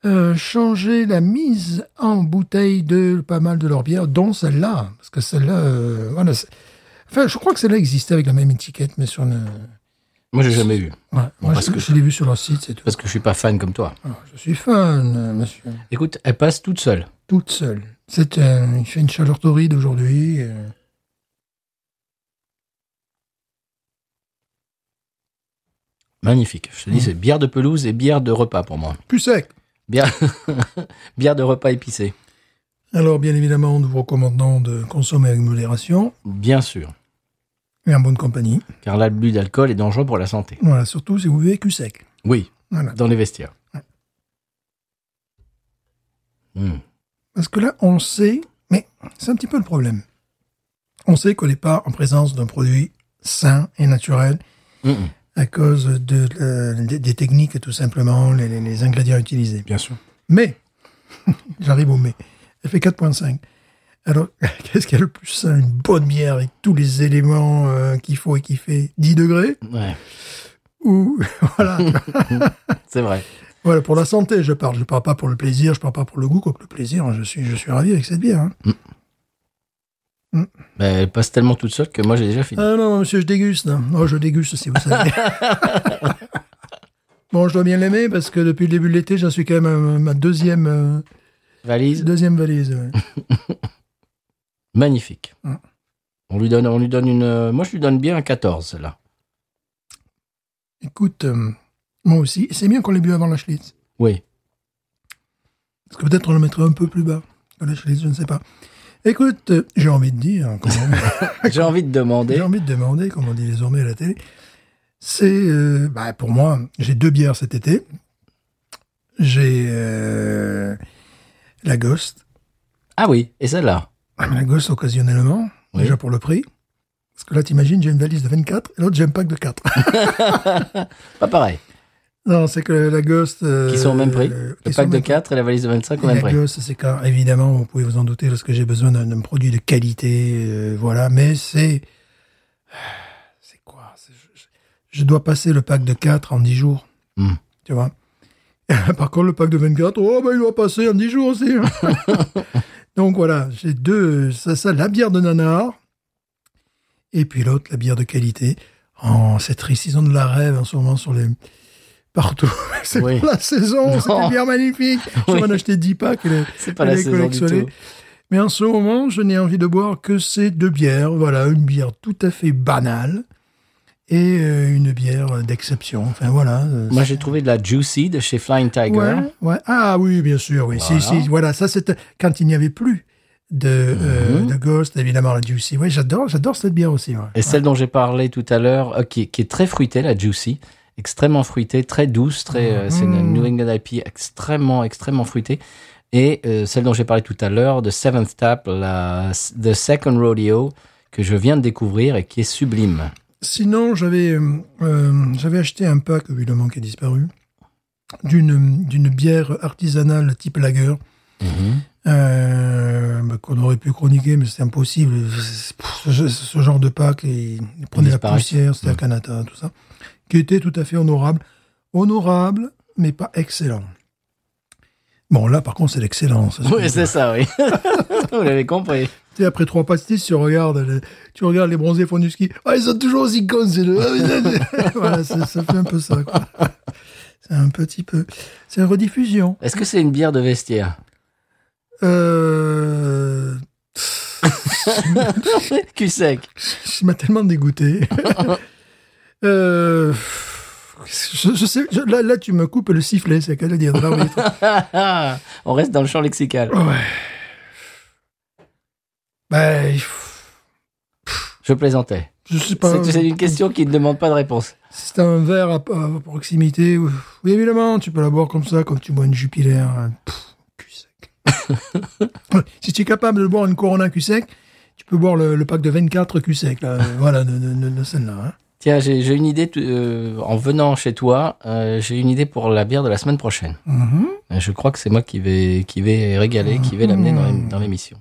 euh, changé la mise en bouteille de pas mal de leurs bières, dont celle-là. Parce que celle-là, euh, voilà. c'est- Enfin, je crois que celle-là existait avec la même étiquette, mais sur une.
Moi, j'ai jamais vu.
Ouais, moi,
parce
je,
que-
je l'ai vu sur leur site, c'est tout.
Parce que je suis pas fan comme toi.
Ah, Je suis fan, euh, monsieur.
Écoute, elle passe toute seule.
Toute seule. C'est, euh, il fait une chaleur torride aujourd'hui. euh.
Magnifique. Je te dis,
Mhm.
c'est bière de pelouse et bière de repas pour moi.
Plus sec.
Bière, bière de repas épicée.
Alors, bien évidemment, nous vous recommandons de consommer avec modération
Bien sûr.
et en bonne compagnie.
car l'abus d'alcool est dangereux pour la santé.
Voilà, surtout si vous buvez cul sec.
Oui,
Voilà.
dans les vestiaires. Hmm.
Parce que là, on sait, mais c'est un petit peu le problème. On sait qu'on n'est pas en présence d'un produit sain et naturel
Mm, mm.
à cause de la- des, des techniques, tout simplement, les, les- les ingrédients utilisés.
Bien sûr.
Mais, j'arrive au mais, elle fait 4.5. Alors, qu'est-ce qu'il y a le plus sain Une bonne bière avec tous les éléments euh, qu'il faut et qui fait 10 degrés
Ouais,
Ou, voilà,
c'est vrai.
Voilà, pour la santé, je parle. Je parle pas pour le plaisir, je parle pas pour le goût, quoique le plaisir, hein, je suis, je suis ravi avec cette bière. hein.
Mais elle passe tellement toute seule que moi j'ai déjà fini.
Ah non, monsieur, je déguste. Oh, je déguste, si vous savez. bon, je dois bien l'aimer parce que depuis le début de l'été, j'en suis quand même à ma deuxième, euh,
Valise,
deuxième valise. ouais.
magnifique.
Mm.
On lui donne, on lui donne une. euh, Moi je lui donne bien un 14 celle-là.
Écoute, euh, moi aussi, Et c'est bien qu'on l'ait bu avant la Schlitz.
Oui.
Parce que peut-être on le mettrait un peu plus bas. Voilà, je, les- je ne sais pas. Écoute, euh, j'ai envie de dire, comme on-
J'ai envie de demander.
j'ai envie de demander, comme on dit désormais à la télé, c'est, euh, bah, pour moi, j'ai deux bières cet été. J'ai euh, la Ghost,
Ah oui, et celle-là
Ah, la Ghost occasionnellement,
Oui.
déjà pour le prix. Parce que là, t'imagines, j'ai une valise de 24 et l'autre, j'ai un pack de 4.
Pas pareil.
non, c'est que la Ghost... euh,
Qui sont au même prix.
euh, qui
Le
sont au
pack de
même prix.
4 et hein. la valise de 25 au
Et
même
la
prix.
Ghost, c'est quand, évidemment, vous pouvez vous en douter, lorsque j'ai besoin d'un d'un produit de qualité, euh, voilà, mais c'est. C'est quoi C'est- je, je- je dois passer le pack de 4 en 10 jours.
Hmm.
Tu vois Par contre, le pack de 24, oh, bah, il doit passer en 10 jours aussi. hein. Donc voilà, j'ai deux. Ça, ça, la bière de nanar, et puis l'autre, la bière de qualité. Oh, En cette saison de la rêve, en ce moment, sur les. Partout. C'est
Oui.
pas la saison, c'est
Non.
une bière magnifique. Je
Oui.
m'en acheter 10 packs. et les-
C'est pas la
les
saison du
collectionner.
tout.
Mais en ce moment, je n'ai envie de boire que ces deux bières. Voilà, une bière tout à fait banale et euh, une bière d'exception. Enfin voilà. euh,
Moi, j'ai trouvé de la Juicy de chez Flying Tiger.
Ouais, ouais. Ah oui, bien sûr, oui. Si,
Voilà.
si, voilà. Ça, c'était quand il n'y avait plus de, euh, de Ghost, évidemment, la Juicy. Oui, j'adore, j'adore cette bière aussi. ouais.
Mhm. Et celle dont j'ai parlé tout à l'heure, euh, qui, qui est très fruitée, la Juicy, extrêmement fruitée, très douce, très, euh, c'est une
Mhm.
New England IP extrêmement, extrêmement fruitée. Et euh, celle dont j'ai parlé tout à l'heure, de Seventh Tap, la, The Second Rodeo, que je viens de découvrir et qui est sublime.
Sinon, j'avais euh, euh, j'avais acheté un pack, évidemment, qui a disparu, d'une d'une bière artisanale type lager. Mmh. Euh, bah, qu'on aurait pu chroniquer, mais c'est impossible. Pff, Ce, ce genre de pack, il prenait la
disparaît.
poussière, c'était à
Mm.
Canada, tout ça, qui était tout à fait honorable. Honorable, mais pas excellent. Bon, là, par contre, c'est l'excellence.
Oui, c'est ça, oui. Vous l'avez compris.
Tu sais, après trois pastilles, tu regardes, le- tu regardes les bronzés font du ski. Ah, ils sont toujours aussi cons, c'est le. voilà, c'est- ça fait un peu ça, quoi. C'est un petit peu. C'est une rediffusion.
Est-ce que c'est une bière de vestiaire
Euh.
Cul sec.
Ça m'a tellement dégoûté. Euh, je, je sais, je- là, là, tu me coupes le sifflet, c'est qu'à le dire. Là, oui.
On reste dans le champ lexical.
Ouais. Ben,
Je plaisantais.
je sais pas.
C'est c'est une question qui ne demande pas de réponse.
C'est un verre à, à proximité. Oui, évidemment, tu peux la boire comme ça, comme tu bois une Jupiler. Pff, cul sec. si tu es capable de boire une Corona cul sec, tu peux boire le, le pack de 24 cul sec, là. voilà, de, de- de- de celle-là. hein.
Tiens, j'ai j'ai une idée, tout- euh, en venant chez toi, euh, j'ai une idée pour la bière de la semaine prochaine.
Mhm.
Euh, Je crois que c'est moi qui vais, qui vais régaler, qui vais l'amener dans l'ém- dans l'émission.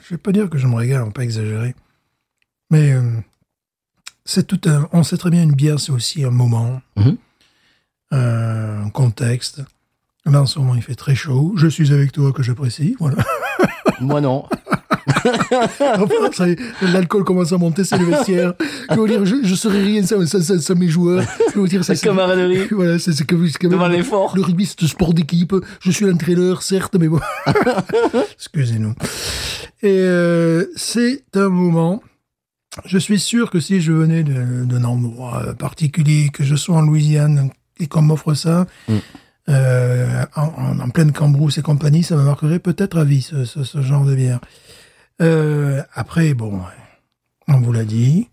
je vais pas dire que je me régale, on va pas exagérer. Mais euh, c'est tout un. On sait très bien, une bière, c'est aussi un moment,
Mhm.
un contexte. Là, en ce moment, il fait très chaud. Je suis avec toi, que j'apprécie. Voilà.
Moi non.
Enfin, ça y est, L'alcool commence à monter, c'est le vestiaire. Je veux dire, je, je serais rien sans, sans, sans- sans mes joueurs. Je veux dire,
La camaraderie
Voilà, c'est c'est comme- c'est quand même-
devant l'effort.
le rugby, c'est un sport d'équipe. Je suis l'entraîneur, certes, mais bon. Excusez-nous. Et euh, c'est un moment. Je suis sûr que si je venais de- d'un endroit euh, particulier, que je sois en Louisiane et qu'on m'offre ça, euh, en, en- en pleine cambrousse et compagnie, ça me marquerait peut-être à vie, ce, ce- ce genre de bière. Euh, après, bon, on vous l'a dit.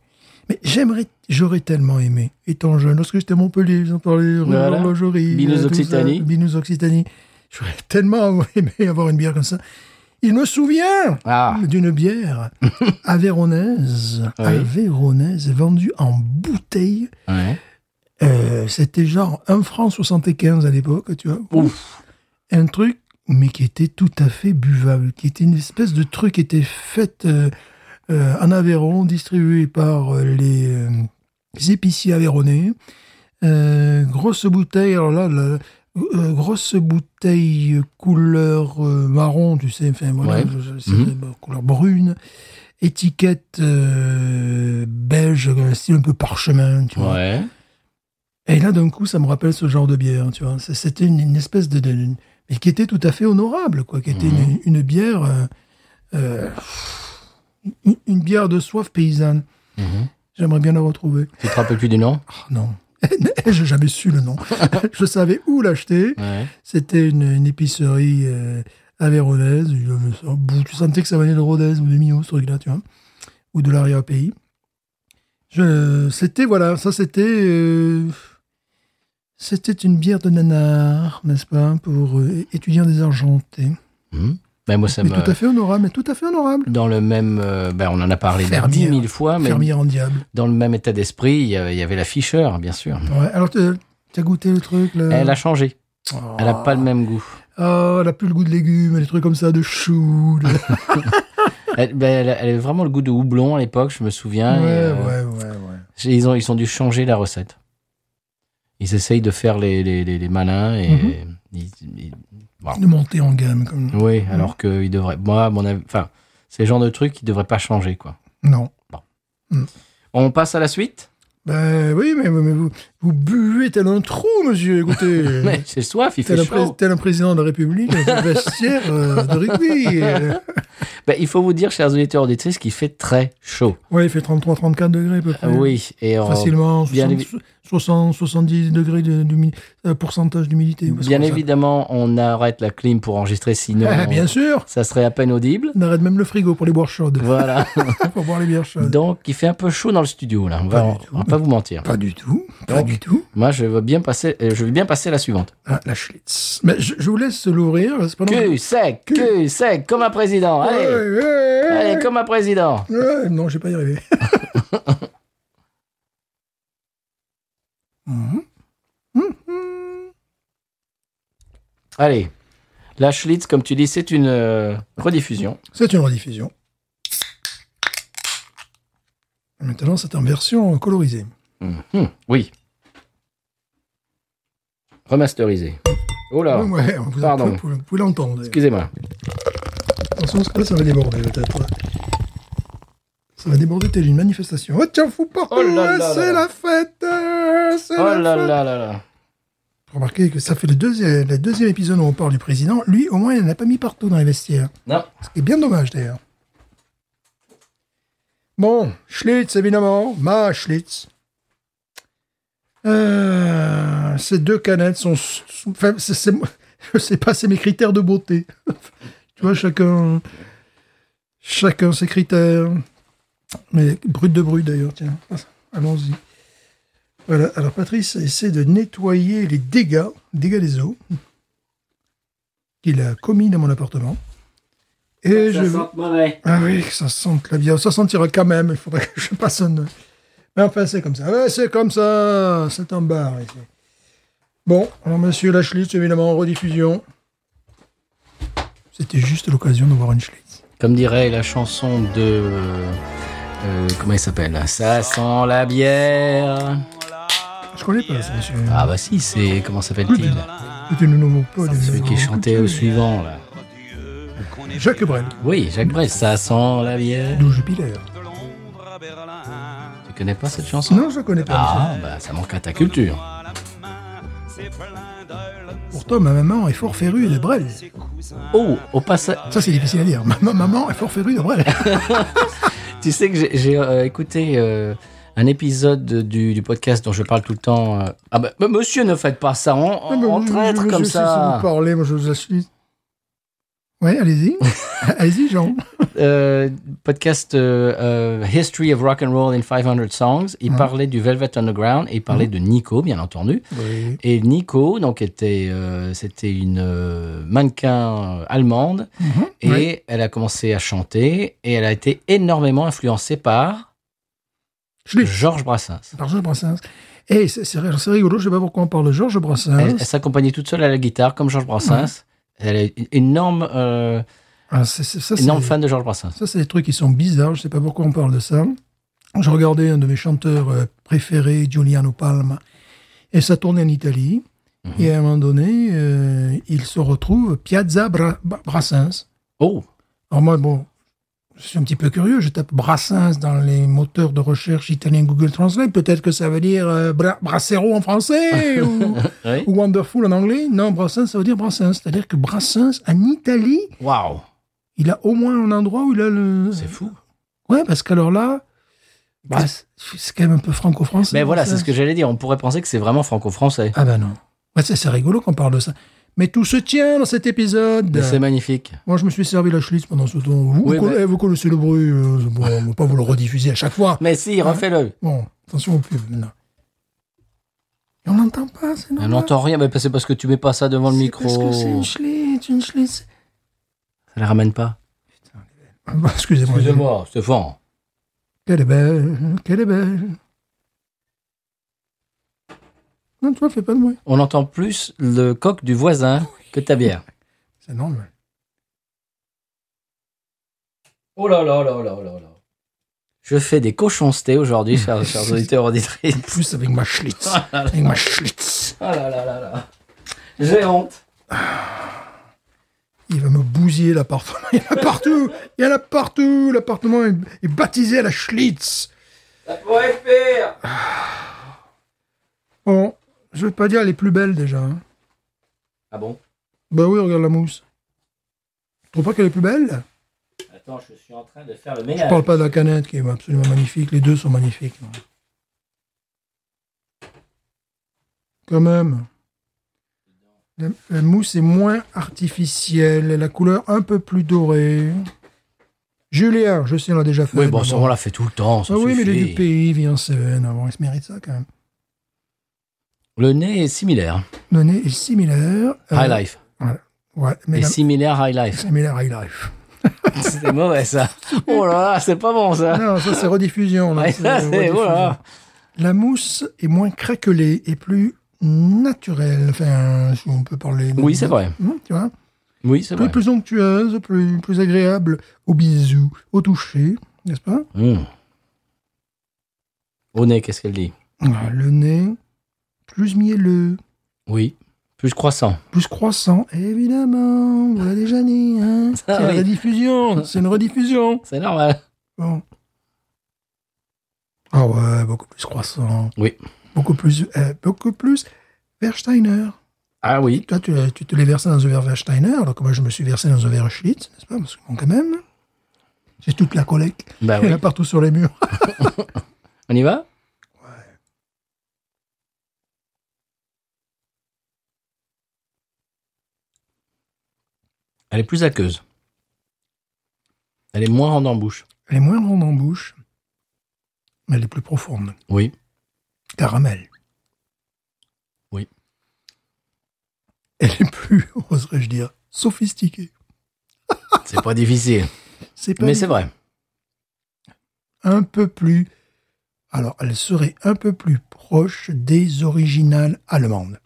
Mais j'aimerais, j'aurais tellement aimé, étant jeune, lorsque j'étais à Montpellier, j'en parlais, rue
Voilà.
de l'horlogerie,
Binous
tout ça,
Occitanie.
Binous Occitanie. J'aurais tellement aimé avoir une bière comme ça. Il me souvient
Ah,
d'une bière avéronaise,
Oui.
avéronaise, vendue en bouteille.
ouais.
Euh, C'était genre 1 franc 75 à l'époque, tu vois. Un truc, mais qui était tout à fait buvable, qui était une espèce de truc qui était fait euh, euh, en Aveyron, distribué par euh, les, euh, les épiciers aveyronnais. Euh, grosse bouteille, alors là, la- euh, grosse bouteille couleur euh, marron, tu sais, enfin voilà,
Ouais.
je- je- c'est
Mhm.
de couleur brune, étiquette euh, beige, un style un peu parchemin, tu vois.
Ouais.
Et là, d'un coup, ça me rappelle ce genre de bière, tu vois. C'est- C'était une, une espèce de, de- de- mais qui était tout à fait honorable, quoi. Qui était une, une bière, euh, euh, une, une bière de soif paysanne.
Mhm.
J'aimerais bien la retrouver.
Tu te rappelles plus du nom
Mhm. Ah, non. J'ai jamais su le nom. je savais où l'acheter.
Ouais.
C'était une, une épicerie euh, avéronaise. Je me sens- bou- Tu sentais que ça venait de Rodez ou de Millau, ce truc-là, tu vois, ou de l'arrière-pays. Je- C'était, voilà, ça c'était. euh, C'était une bière de nanar, n'est-ce pas, pour euh, étudiants désargentés.
Mhm. Ben, moi, ça
mais
me.
tout à fait honorable, mais tout à fait honorable.
Dans le même. euh, ben, on en a parlé dix
Fermière.
mille fois, Ah, mais
Fermière en diable.
dans le même état d'esprit, il y avait il y avait la Fischer, bien sûr.
Ouais, alors, t'as t'as goûté le truc là
Elle a changé. Elle n'a
Ah.
pas le même goût.
Oh, elle a plus le goût de légumes, des trucs comme ça, de choux. de-
Elle, ben, elle, a- elle avait vraiment le goût de houblon à l'époque, je me souviens. et, euh,
ouais, ouais, ouais, ouais.
j'ai- Ils ont, ils ont dû changer la recette. Ils essayent de faire les, les, les, les malins et.
Mhm.
ils- ils-
De monter en gamme, comme.
oui, alors qu'ils devraient. Moi, à mon avis. Enfin, c'est le genre de truc qui ne devrait pas changer, quoi.
Non.
On passe à la suite
Ben oui, mais, mais vous, vous buvez tel un trou, monsieur. Écoutez,
Mais j'ai soif, il fait
tel, un
chaud.
pré- tel un président de la République, dans un vestiaire euh, de rugby. euh.
Ben, il faut vous dire, chers auditeurs auditrices, qu'il fait très chaud.
Ouais, il fait 33-34 degrés, à peu près.
Oui, et en-
Ah Facilement,
Bien
60, 60, 70 degrés de, d'humi- euh, pourcentage d'humidité. parce
bien
qu'on-
évidemment, on arrête la clim pour enregistrer, sinon
Ah, bien sûr.
ça serait à peine audible.
On arrête même le frigo pour les boire chaudes.
Voilà.
pour boire les bières chaudes.
Donc, il fait un peu chaud dans le studio, là. On va,
Pas
on
du tout.
va pas vous mentir.
Pas du tout. Pas
Donc.
du tout.
Moi, je veux bien passer, euh, je veux bien passer à la suivante.
Ah, la Schlitz. Mais je, je vous laisse l'ouvrir. c'est pas
Que sec, que sec, comme un président.
Ouais,
Allez,
ouais,
allez, comme un président.
Ouais, non, j'ai pas y arrivé. Mhm.
Allez. La Schlitz, comme tu dis, c'est une euh, rediffusion.
C'est une rediffusion. Maintenant, c'est en version colorisée.
Hmm, oui. Remasterisée. Oh là,
Ouais, ouais, vous,
pardon.
vous pouvez, vous pouvez l'entendre.
excusez-moi.
Attention, parce que là, ça va déborder peut-être. Ça va déborder telle une manifestation. Oh, tiens, fou partout,
Oh là
ouais,
là là
c'est
là.
la fête euh, c'est
Oh
la
là
fête.
là là là.
Remarquez que ça fait le deuxième, le deuxième épisode où on parle du président. Lui, au moins, il n'a pas mis partout dans les vestiaires.
Non.
Ce qui est bien dommage, d'ailleurs. Bon, Schlitz, évidemment. Ma Schlitz. Euh, ces deux canettes sont... s- s- Enfin, c'est- c'est- je sais pas, c'est mes critères de beauté. tu vois, chacun... Chacun ses critères. Mais brut de brut, d'ailleurs. Tiens, allons-y. Voilà, alors Patrice essaie de nettoyer les dégâts, dégâts des eaux, qu'il a commis dans mon appartement. Et je vous- Ah oui, ça sent la viande. Ça sentira quand même. Il faudrait que je passe un. Mais enfin, c'est comme ça. Ouais, c'est comme ça. C'est un bar ici. Bon, alors monsieur la Schlitz, évidemment, en rediffusion. C'était juste l'occasion de voir une Schlitz.
Comme dirait la chanson de. euh, euh, comment il s'appelle Ça sent la bière.
Je connais pas ça, monsieur.
Ah bah si, c'est. Comment s'appelle-t-il
C'était le nouveau pas.
Celui qui chantait au suivant, là.
Jacques Brel,
Oui, Jacques Brest, ça sent la bière.
d'où Jupiler.
Tu connais pas cette chanson
Non, je connais pas. monsieur.
Ah, bah ça manque à ta culture.
Pourtant, ma maman est fort férue de Brel.
Oh, au passage,
Ça, c'est difficile à dire. Ma ma maman est fort férue de Brel.
tu sais que j'ai- j'ai euh, écouté euh, un épisode du, du podcast dont je parle tout le temps. euh, Ah bah, mais monsieur, ne faites pas ça en, en,
Ah, mais
en
vous-
traître
je- je
comme
sais si
ça.
vous parlez, moi je vous suis. Ouais, allez-y. allez-y, Jean.
Euh, podcast euh, euh, History of Rock and Roll in 500 Songs.
Ah.
Il parlait du Velvet Underground et il parlait de Nico, bien entendu.
Oui.
Et Nico, donc, était, euh, c'était une euh, mannequin euh, allemande.
Mhm.
Et elle a commencé à chanter. Et elle a été énormément influencée par
Je l'ai.
Georges Brassens.
Par Georges Brassens. Et c'est c'est ri- c'est rigolo, je sais pas pourquoi on parle de Georges
Elle,
Brassens.
elle s'accompagnait toute seule à la guitare, comme Georges Brassens. Elle est une énorme, euh,
Ah, c'est- c'est- ça, c'est-
énorme fan de Georges Brassens.
ça, c'est des trucs qui sont bizarres, je sais pas pourquoi on parle de ça. Je regardais un de mes chanteurs euh, préférés, Giuliano Palma, et ça tournait en Italie.
Mhm.
Et à un moment donné, euh, il se retrouve Piazza Bra- Bra- Brassens.
Oh,
Alors moi, bon, je suis un petit peu curieux. Je tape Brassens dans les moteurs de recherche italiens Google Translate. Peut-être que ça veut dire euh, Bra- Bracero en français ou,
oui.
ou Wonderful en anglais. Non, Brassens, ça veut dire Brassens. C'est-à-dire que Brassens, en Italie,
Waouh,
il a au moins un endroit où il a le...
c'est fou.
Ouais, parce qu'alors là, Bah, c'est- c'est quand même un peu franco-français.
Mais voilà,
ça.
c'est ce que j'allais dire. On pourrait penser que c'est vraiment franco-français.
Ah ben non. Ouais, c'est c'est rigolo qu'on parle de ça. Mais tout se tient dans cet épisode.
Mais C'est magnifique.
Moi, je me suis servi la Schlitz pendant ce temps. Vous,
Oui,
vous conna-
mais-
eh, vous connaissez le bruit. euh, bon, on ne va pas vous le rediffuser à chaque fois.
Mais si, refais-le.
Bon, attention au pub maintenant. Et on n'entend pas, c'est
On
normal.
n'entend rien, mais c'est parce que tu mets pas ça devant le
C'est
micro.
Parce que c'est une
Ça
Schlitz, une Schlitz.
la ramène pas.
Ah, bah, Excusez-moi.
Excusez-moi, Stéphane.
Quelle est belle, quelle est belle. Non, toi, fais pas de bruit.
On entend plus le coq du voisin que ta bière.
C'est normal.
Oh là là là là là là. Je fais des cochons sté aujourd'hui, chers, chers auditeurs
En
auditrices.
plus, avec ma Schlitz. avec ma Schlitz.
Ah là là là là. J'ai honte.
Il va me bousiller l'appartement. Il y en a partout. Il y en a partout. L'appartement est, est baptisé à la Schlitz.
Ça pourrait faire.
Bon, je vais pas dire les plus belles déjà. hein.
Ah bon
Bah oui, regarde la mousse. Tu trouves pas qu'elle est plus belle
Attends, je suis en train de faire le
Je
ménage.
parle pas de la canette qui est absolument magnifique. Les deux sont magnifiques. Quand même. La, la mousse est moins artificielle. La couleur un peu plus dorée. Julien, je sais, on l'a déjà fait.
Oui, bon,
mais
ça
bon.
on l'a fait tout le temps. Ça
Ah oui, mais il est
suffit.
du pays, il vit en Seine. Ah bon, il se mérite ça quand même.
Le nez est similaire.
Le nez est similaire. euh,
High Life.
Ouais, mais
Est
la-
similaire High Life.
similaire à High Life.
C'était mauvais ça. Oh là là, c'est pas bon ça.
Non, ça c'est rediffusion. là,
Ouais,
c'est
ça, c'est-
rediffusion.
voilà.
La mousse est moins craquelée et plus naturelle. Enfin, si on peut parler. de-
Oui, c'est vrai.
Mmh, tu vois
Oui, c'est
plus,
vrai.
plus onctueuse, plus, plus agréable au bisou, au toucher, n'est-ce pas
Hmm. Au nez, qu'est-ce qu'elle dit
Ah, Le nez, plus mielleux,
Oui. Plus croissant.
plus croissant, évidemment. On l'a déjà dit. Hein c'est
Ah
la
oui.
rediffusion. C'est une rediffusion.
C'est normal.
Bon. Ah ouais, beaucoup plus croissant.
Oui.
Beaucoup plus, euh, beaucoup plus Versteiner.
Ah oui.
Toi, tu, l'as- tu te l'es versé dans un verre Versteiner, alors que moi, je me suis versé dans un verre Schlitz, n'est-ce pas Parce que bon, quand même, j'ai toute la collecte.
Bah
Il y en
oui.
a partout sur les murs.
On y va Elle est plus aqueuse. Elle est moins ronde en bouche.
Elle est moins ronde en bouche, mais elle est plus profonde.
Oui.
Caramel.
Oui.
Elle est plus, oserais-je dire, sophistiquée.
C'est pas difficile.
C'est pas
Mais c'est vrai.
un peu plus. Alors, elle serait un peu plus proche des originales allemandes.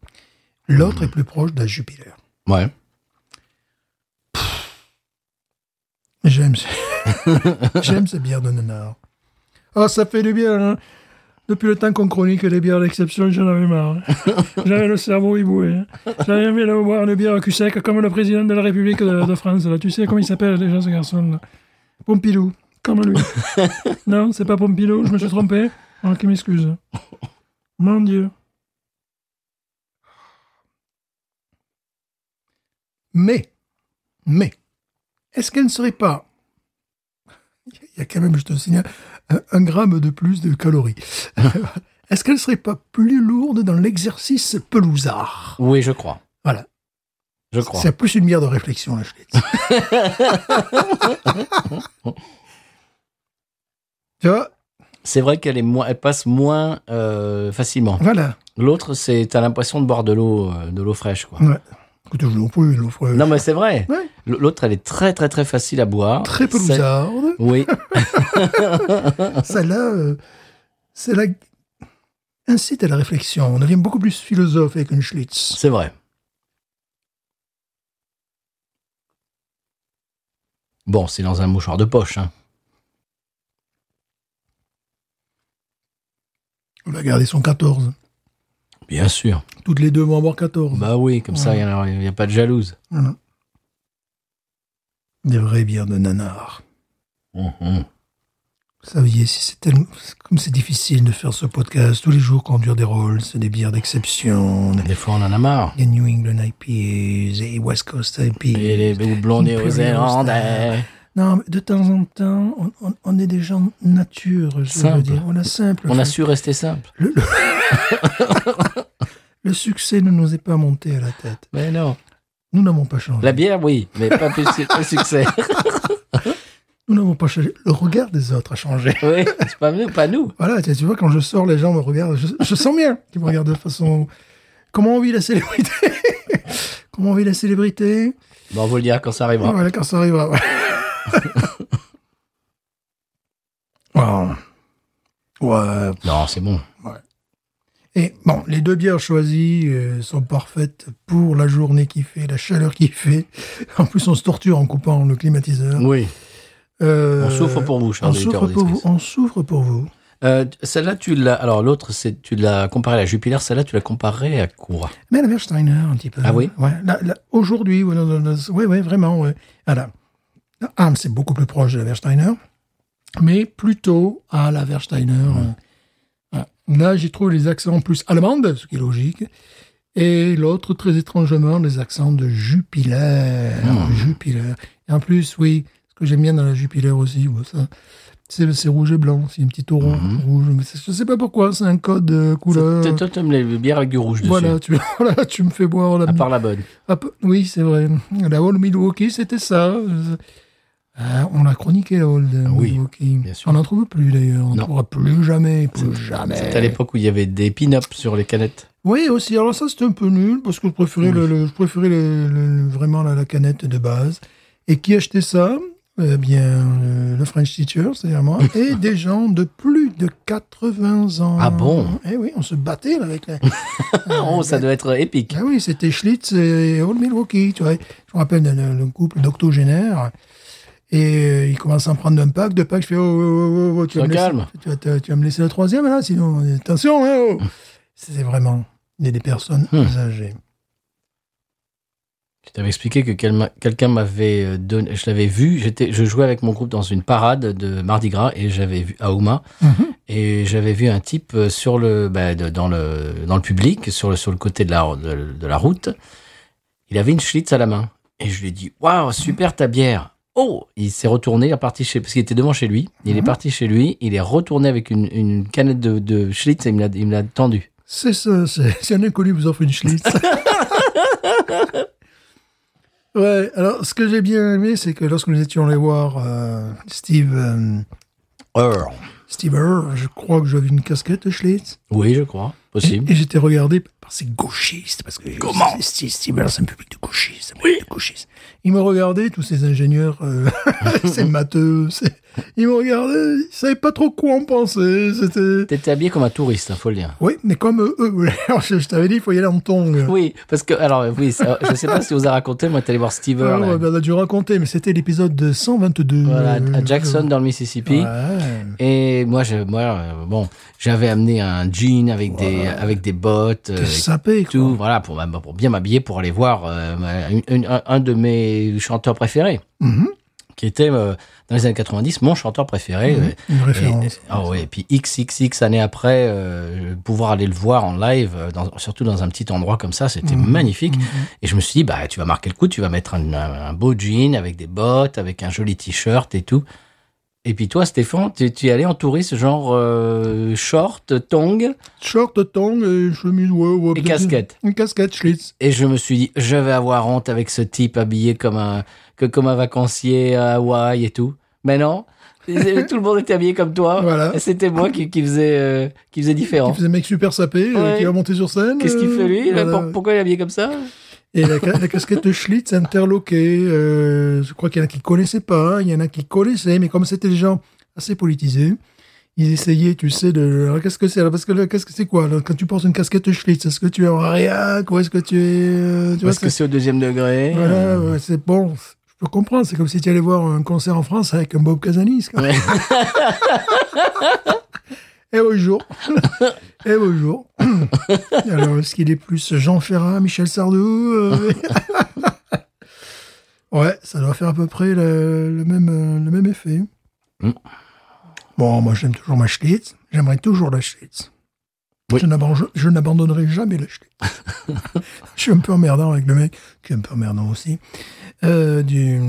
L'autre est plus proche d'un Jupiler.
Ouais.
J'aime ce... J'aime ces bières de nanar. Oh, ça fait du bien, hein. Depuis le temps qu'on chronique les bières d'exception, j'en avais marre. J'avais le cerveau éboué. hein. J'avais envie de boire une bière au cul sec comme le président de la République de, de France. Là. Tu sais comment il s'appelle déjà ce garçon là Pompidou, comme lui. non, c'est pas Pompidou, je me suis trompé. Alors qu'il m'excuse. Mon Dieu. Mais, mais, est-ce qu'elle ne serait pas il y a quand même, je te signale, un, un gramme de plus de calories. Est-ce qu'elle serait pas plus lourde dans l'exercice pelousard
Oui, je crois.
Voilà.
Je crois.
C'est plus une bière de réflexion, la Schlitz. tu vois
C'est vrai qu'elle est moins, elle passe moins euh, facilement.
Voilà.
L'autre, c'est t'as l'impression de boire de l'eau, euh, de l'eau fraîche, quoi.
Ouais. Écoute, je l'en prie, je l'en prie.
Non, mais c'est vrai.
Euh, Ouais.
L- L'autre, elle est très, très, très facile à boire.
Très
C'est-
pelousarde.
Oui.
Celle-là, euh, celle-là incite à la réflexion. On devient beaucoup plus philosophe avec une Schlitz.
C'est vrai. Bon, c'est dans un mouchoir de poche. Hein.
On va garder son 14.
Bien sûr.
Toutes les deux vont avoir 14.
Bah oui, comme ça, il n'y a, pas de jalouse.
Voilà. Des vraies bières de nanar.
Mhm.
Vous saviez, si c'est tellement- comme c'est difficile de faire ce podcast, tous les jours conduire des rôles, c'est des bières d'exception,
Des fois, on en a marre.
des New England IPAs, des West Coast IPAs.
Et les houblons
Imperial Star.
néo-zélandais.
Non, mais de temps en temps, on, on- on est des gens nature, je
Simple.
veux dire. On a simple.
On a
fait.
su rester simple.
Le, le- Le succès ne nous est pas monté à la tête.
Mais non.
Nous n'avons pas changé.
La bière, oui, mais pas plus pas succès.
Nous n'avons pas changé. Le regard des autres a changé.
Oui, c'est pas nous, pas nous.
Voilà, tu tu vois, quand je sors, les gens me regardent. Je, je sens bien qu'ils me regardent de façon. Comment on vit la célébrité Comment on vit la célébrité
Bon, on vous le dira quand ça arrivera.
Voilà, quand ça arrivera. Wow. Ouais.
Non, c'est bon.
Et bon, les deux bières choisies euh, sont parfaites pour la journée qui fait, la chaleur qui fait. En plus, on se torture en coupant le climatiseur.
Oui.
Euh,
On souffre pour vous, chers
on
auditeurs,
souffre pour vous.
auditrices.
On souffre pour vous.
Euh, celle-là, tu l'as. Alors, l'autre, c'est tu l'as comparée à la Jupiler. Celle-là, tu l'as comparée à quoi
Mais la Versteiner, un petit peu.
Ah oui
ouais, là- là, Aujourd'hui, voilà, là, là, ouais, ouais, vraiment. Ouais. Voilà. La Ham, c'est beaucoup plus proche de la Versteiner, mais plutôt à la Versteiner. euh, voilà. Là, j'y trouve les accents plus allemandes, ce qui est logique, et l'autre, très étrangement, les accents de Jupiler.
Ah.
Jupiler. Et en plus, oui, ce que j'aime bien dans la Jupiler aussi, bon, ça, c'est c'est rouge et blanc, c'est un petit taureau rouge. mais c'est- Je sais pas pourquoi, c'est un code euh, couleur.
Mhm. C'est- Toi, tu aimes les bières avec du rouge dessus.
Voilà, tu, voilà, tu me fais boire la
À part la bonne.
ah, peu- oui, c'est vrai. La Hall Milwaukee, c'était ça. Euh, on l'a chroniqué, la Hall de
Ah oui,
Milwaukee.
bien sûr.
On n'en trouve plus, d'ailleurs. On
Non.
n'en trouvera plus jamais, plus jamais.
C'était à l'époque où il y avait des pin-ups sur les canettes.
Oui, aussi. Alors ça, c'était un peu nul parce que je préférais, le, le- je préférais le- le- le- vraiment la, la canette de base. Et qui achetait ça Eh bien, euh, le French Teacher, c'est-à-dire moi, et des gens de plus de 80 ans.
Ah bon
Eh oui, on se battait là, avec la...
Oh, ça doit être épique.
Ah oui, c'était Schlitz et Old Milwaukee, tu vois. Je me rappelle le, le couple d'octogénaires. Et euh, ils commencent à en prendre un pack, deux packs. Je fais, oh, oh, oh, oh, oh, tu, vas
Sois
me laisser-
calme.
tu vas te- tu vas me laisser le troisième, là, sinon, euh, attention, hein, oh. C'est vraiment des, des personnes
Hmm.
âgées.
Tu t'avais expliqué que quel- quelqu'un m'avait euh, donné. Je l'avais vu. J'étais, je jouais avec mon groupe dans une parade de Mardi Gras et j'avais vu à Houma. Et j'avais vu un type euh, sur le, bah, de- dans le, dans le public, sur le, sur le côté de la, de, de la route. Il avait une Schlitz à la main. Et je lui ai dit, waouh, super ta bière. Oh, il s'est retourné, il est reparti chez, parce qu'il était devant chez lui. Il est
Mhm.
parti chez lui, il est retourné avec une, une canette de, de Schlitz et il me l'a- il me l'a tendu.
C'est ça, c'est si un inconnu vous offre une Schlitz. ouais, alors ce que j'ai bien aimé, c'est que lorsque nous étions allés voir euh, Steve. euh, Steve Earle, je crois que j'avais une casquette Schlitz.
Oui, je crois. Possible.
Et j'étais regardé par ces gauchistes, parce que comment Steve Stevens, c'est un public de gauchistes, un public de gauchistes. Ils me regardaient, tous ces ingénieurs, euh, ces matheux, ces- ils me regardaient, ils savaient pas trop quoi en penser, c'était...
T'étais habillé comme un touriste, hein, faut le dire.
Oui, mais comme eux, eux. Alors, je, je t'avais dit, il faut y aller en tongs.
Oui, parce que, alors, oui, ça- je sais pas si vous a raconté, moi, t'es allé voir Steve
Ah,
Earle,
ouais, ben, on a dû raconter, mais c'était l'épisode de 122.
voilà,
euh,
à Jackson, dans le Mississippi.
Ouais.
Et moi, je, moi, euh, bon, j'avais amené un jean avec des, avec des bottes, euh,
T'es sapé,
et
quoi.
tout, voilà, pour, ma- pour bien m'habiller, pour aller voir euh, ma- une- une- un, un de mes chanteurs préférés,
Mhm.
qui était euh, dans les années 90 mon chanteur préféré. euh,
Une
et-
Mhm. référence.
et- ah ouais, et puis XXX années après, euh, pouvoir aller le voir en live, euh, dans- surtout dans un petit endroit comme ça, c'était
Mhm.
magnifique. Et je me suis dit, bah, tu vas marquer le coup, tu vas mettre un, un- un beau jean avec des bottes, avec un joli t-shirt et tout. Et puis toi, Stéphane, tu, tu es allé en touriste, genre euh, short, tongue,
Short, tongs, et chemise, ouais, ouais,
Et
peut-être
casquette.
Une, une casquette, Schlitz.
et je me suis dit, je vais avoir honte avec ce type habillé comme un, que, comme un vacancier à Hawaï et tout. Mais non, tout le monde était habillé comme toi.
Voilà.
Oh, Et C'était moi qui, qui faisais, euh, qui faisais différent.
Qui faisait mec super sapé, euh,
Ouais.
qui va monter sur scène.
Qu'est-ce qu'il
euh,
fait lui
voilà.
Pour- Pourquoi il est habillé comme ça
Et la, ca- la casquette de Schlitz interloquée, euh, je crois qu'il y en a qui connaissaient pas, hein, il y en a qui connaissaient, mais comme c'était des gens assez politisés, ils essayaient, tu sais, de... alors, Qu'est-ce que c'est alors, Parce que là, qu'est-ce que c'est quoi là, Quand tu portes une casquette de Schlitz, est-ce que tu es en réac ou est-ce que tu es... euh, tu vois,
Parce que c'est au deuxième degré.
Voilà, ouais, c'est bon, je peux comprendre, c'est comme si tu allais voir un concert en France avec un Bob Casanis. quoi.
Ouais.
Et bonjour. Et bonjour. Alors, est-ce qu'il est plus Jean Ferrat, Michel Sardou euh, Ouais, ça doit faire à peu près le, le même, euh, le même effet.
Mm.
Bon, moi j'aime toujours ma Schlitz. J'aimerais toujours la Schlitz.
Oui.
Je n'aban- Je je n'abandonnerai jamais la Schlitz. je suis un peu emmerdant avec le mec, qui est un peu emmerdant aussi. Euh, du,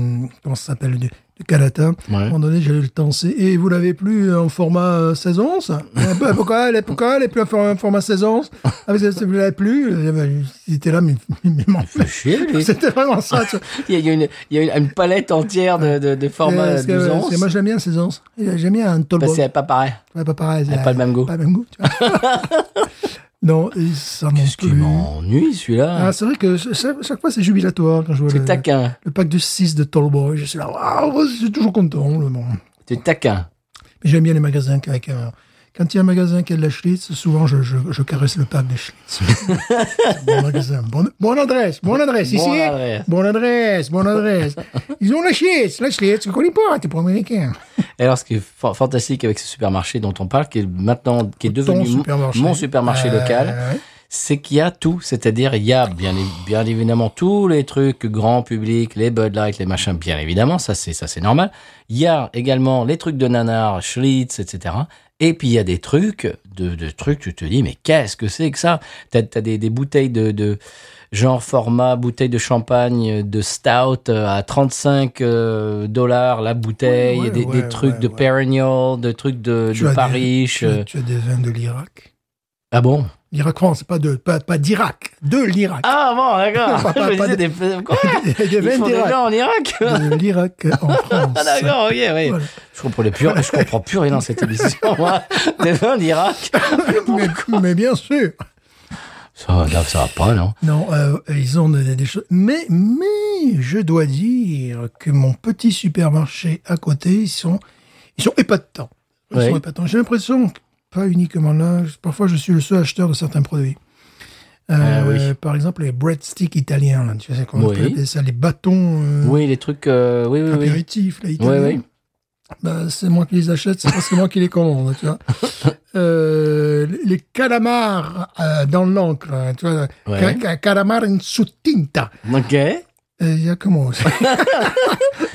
comment ça s'appelle du, de Calatin. À un
Ouais.
moment donné, j'allais le tenser. Et vous l'avez plus en format euh, 16 onces Un peu, Pourquoi elle est, pourquoi elle est plus en format- format 16 onces Ah, vous vous l'avez plus Eh ben, Il était là, mais mais il m'en
Fait chier, lui.
C'était vraiment ça. tu vois.
Il y a, il y a une, il y a une, une palette entière de, de, de formats
Parce que,
12
parce que
onces.
moi, j'aime bien 16 onces. J'aime bien un tall
Bah,
boy.
c'est pas pareil.
Ouais, pas pareil.
a
c'est- euh,
pas le même goût.
Pas le même goût, tu vois. non, et ça m'en
Qu'est-ce qui
plut.
m'ennuie, celui-là
Ah, c'est vrai que ch- chaque, chaque fois, c'est jubilatoire quand je vois
Tu
le,
es taquin.
le pack de 6 de Tallboy. Je suis là, waouh, je suis toujours content. le bon.
Tu es taquin.
Mais j'aime bien les magasins avec un- Quand il y a un magasin qui a de la Schlitz, souvent je, je, je caresse le pack de Schlitz. C'est un bon magasin, bonne bonne adresse, bonne adresse.
Bonne
Ici,
adresse.
bonne adresse, bonne adresse. Ils ont la Schlitz, la Schlitz, tu connais pas, t'es pas américain.
Et alors, ce qui est fa- fantastique avec ce supermarché dont on parle, qui est maintenant, qui est
Ton
devenu mon-
supermarché.
mon supermarché
Euh,
local,
ouais.
c'est qu'il y a tout. C'est-à-dire, il y a bien, é- bien évidemment tous les trucs grand public, les Bud Light, les machins, bien évidemment, ça c'est, ça c'est normal. Il y a également les trucs de nanar, Schlitz, etc. Et puis il y a des trucs, de, de trucs, tu te dis, mais qu'est-ce que c'est que ça T'as, t'as des, des bouteilles de, de genre format, bouteille de champagne, de stout euh, à 35 euh, dollars la bouteille,
Ouais, ouais,
des, des
ouais,
trucs
ouais,
de
ouais.
Perignol, de trucs de,
Tu
de
as des-
Paris. euh.
tu, as- tu as des vins de l'Irak.
Ah bon
L'Irak, France, pas de, pas, pas d'Irak, de l'Irak.
Ah bon, d'accord.
Pas- pas-
Je me
pas
disais des... Quoi
Des- des
Ils
vins
font des
d'Irak.
gens en Irak
De l'Irak en France.
Ah d'accord, ok, oui.
Voilà.
Je comprends plus, je comprends plus rien dans cette émission, moi. Des vins d'Irak.
Mais, mais bien sûr.
Ça, va, là, ça va pas, non
Non, euh, ils ont des, des choses. Mais, mais, je dois dire que mon petit supermarché à côté, ils sont, ils sont épatants. Ils
Ouais.
sont épatants. J'ai l'impression, que pas uniquement là, je- parfois je suis le seul acheteur de certains produits.
Ah
Euh, Par exemple, les breadsticks italiens, là, tu sais qu'on
Oui.
appelle ça, les bâtons euh,
Oui, les trucs... euh, oui, oui, oui.
apéritifs, là,
Oui,
italiens.
oui.
Bah, c'est moi qui les achète, c'est parce que moi qui les commande, tu vois. Euh, les calamars euh, dans l'encre, hein, tu vois.
Ouais.
Ca- ca- calamar in su tinta.
Ok.
Euh, Il y a comment aussi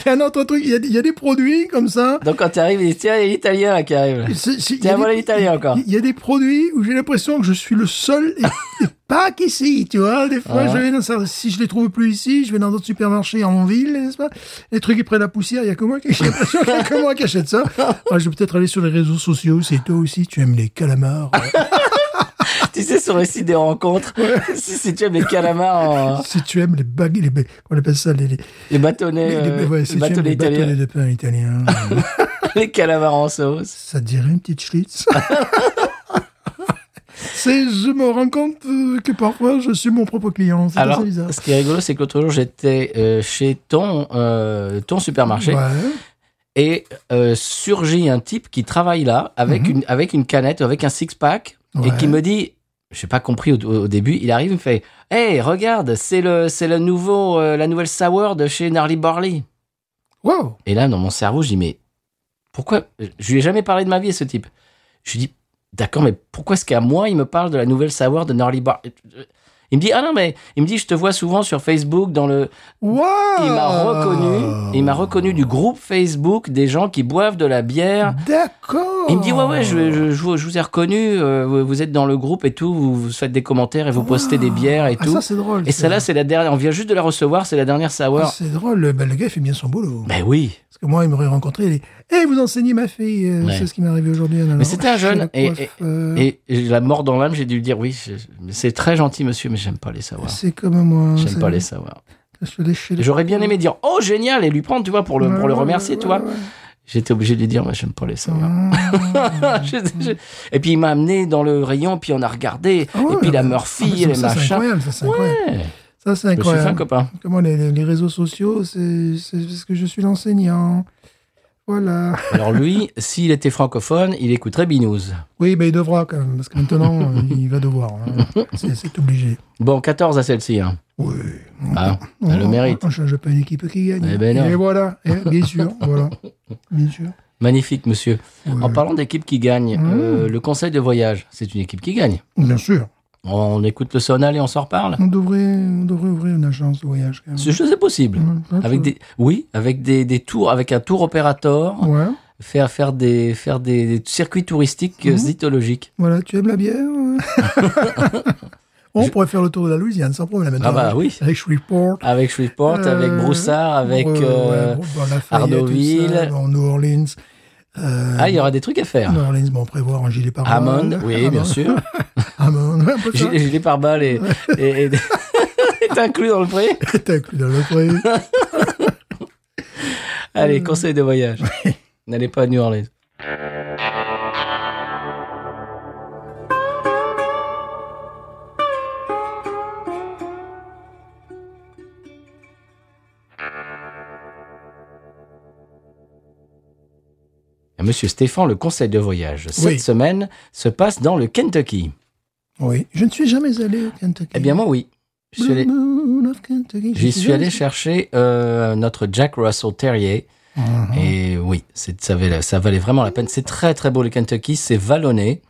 Il y a un autre truc, il y a- il y, a des produits comme ça.
Donc quand t'arrives, ils disent, tiens, il y a l'Italien là, qui arrive. là.
C'est- c'est- il y a
Tiens,
des-
voilà l'Italien encore.
Il y a des produits où j'ai l'impression que je suis le seul et, et pas qu'ici, tu vois. Des fois,
Ouais.
je vais dans ça- si je les trouve plus ici, je vais dans d'autres supermarchés en ville, n'est-ce pas Les trucs qui prennent la poussière, il y a que moi qui, j'ai l'impression qu'il y a que moi qui achète ça. Ah, je vais peut-être aller sur les réseaux sociaux. C'est toi aussi, tu aimes les calamars.
Ah. tu sais, sur le site des rencontres, si, si tu aimes les calamars, en-
si tu aimes les bagues, les, ba- qu'on appelle ça les, les,
les bâtonnets,
les-
euh,
ouais, si
les
tu aimes
bâtonnets
les
italiens,
bâtonnets de pain euh, italiens,
les calamars en sauce.
ça te dirait une petite schlitz C'est, je me rends compte euh, que parfois je suis mon propre client. C'est
Alors,
assez bizarre.
ce qui est rigolo, c'est que l'autre jour, j'étais euh, chez ton, euh, ton supermarché.
Ouais.
et euh, surgit un type qui travaille là avec une avec une canette avec un six pack et
Ouais.
qui me dit j'ai pas compris au, au début il arrive il me fait hey regarde c'est le c'est le nouveau euh, la nouvelle sour de chez Gnarly Barley
Wow
et là dans mon cerveau je dis mais pourquoi je lui ai jamais parlé de ma vie à ce type je lui dis d'accord mais pourquoi est-ce qu'à moi il me parle de la nouvelle sour de Gnarly Barley il me dit ah non mais il me dit je te vois souvent sur Facebook dans le
Wow
il m'a reconnu, il m'a reconnu du groupe Facebook des gens qui boivent de la bière.
D'accord
Il me dit ouais ouais, je, je, je vous- je vous ai reconnu, euh, vous- vous êtes dans le groupe et tout, vous, vous faites des commentaires et vous postez des bières et
Ah,
tout.
ça, c'est drôle.
et celle-là c'est la dernière, on vient juste de la recevoir, c'est la dernière
Ah,
sour.
c'est drôle, le, bah, le gars il fait bien son boulot.
Ben oui,
Parce que moi, il m'aurait rencontré, il est Eh, vous enseignez ma fille euh,
Ouais.
C'est ce qui m'est arrivé aujourd'hui. alors,
Mais c'était un
chez
jeune,
la
et-
coiffe, euh,
et j'ai la mort dans l'âme, j'ai dû lui dire oui, je- mais c'est très gentil monsieur, mais j'aime pas les savoirs.
C'est comme moi.
J'aime
c'est-
pas les savoirs.
Je suis allé chez les-
J'aurais bien aimé dire oh génial et lui prendre tu vois pour le
Ouais,
pour le
ouais,
remercier
ouais,
tu vois.
ouais.
J'étais obligé de lui dire mais j'aime pas les savoirs.
Ah.
Je- je- Et puis il m'a amené dans le rayon, puis on a regardé,
Ah ouais,
et puis la
bah, ah, mais
Murphy,
ça,
les
ça, C'est
machins.
incroyable, ça, c'est incroyable.
Ouais,
Ça, c'est
je me suis fait un
incroyable.
copain.
Comment les, les- les réseaux sociaux, c'est c'est parce que je suis l'enseignant. Voilà.
Alors lui, s'il était francophone, il écouterait Binous.
Oui, mais il devra quand même, parce que maintenant, euh, il va devoir. hein. C'est c'est obligé.
Bon, 14 à celle-ci. hein.
Oui. Oh,
Ah, elle le mérite.
On ne change pas une équipe qui gagne.
Eh ben non.
Et voilà, Eh, bien sûr, voilà. Bien sûr.
Magnifique, monsieur.
Ouais. Mmh.
En parlant d'équipe qui gagne, euh, le conseil de voyage, c'est une équipe qui gagne.
Bien sûr.
On écoute le sonal et on s'en reparle.
On devrait, on devrait ouvrir une agence de voyage. Quand même.
C'est c'est possible.
Ouais,
Avec des, oui, avec des, des tours, avec un tour opérateur,
Ouais.
faire, faire, des, faire
Mmh.
des circuits touristiques euh,
Mhm.
zytologiques.
Voilà, tu aimes la bière On
Je-
pourrait faire le tour de la Louisiane sans problème. maintenant,
Ah bah
avec-
oui.
Avec Shreveport.
Avec Shreveport,
euh,
avec Broussard, avec.
ouais,
euh,
ouais, bon, dans Lafayette,
Hardoville.
tout ça, dans New Orleans. euh,
Ah, il y aura des trucs à faire.
New Orleans, bon, on prévoit un gilet par
Hammond, oui, bien sûr.
Hammond, ouais, on peut
J'ai
faire.
les pare-balles et, et, et- est inclus dans le prix.
T'as cru dans le pré.
Allez, conseil de voyage. N'allez pas à New Orleans. Ah, Monsieur Stéphane, le conseil de voyage cette
Oui.
semaine se passe dans le Kentucky.
Oui, je ne suis jamais allé au Kentucky.
Eh bien, moi, oui. Je suis allé- J'y suis allé chercher euh, notre Jack Russell Terrier.
Ah. Uh-huh,
Et oui, c'est- ça valait, ça valait vraiment la peine. C'est très très beau le Kentucky, c'est vallonné.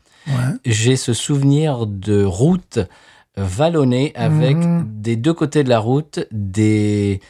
J'ai ce souvenir de route vallonnée avec
Mhm.
des deux côtés de la route des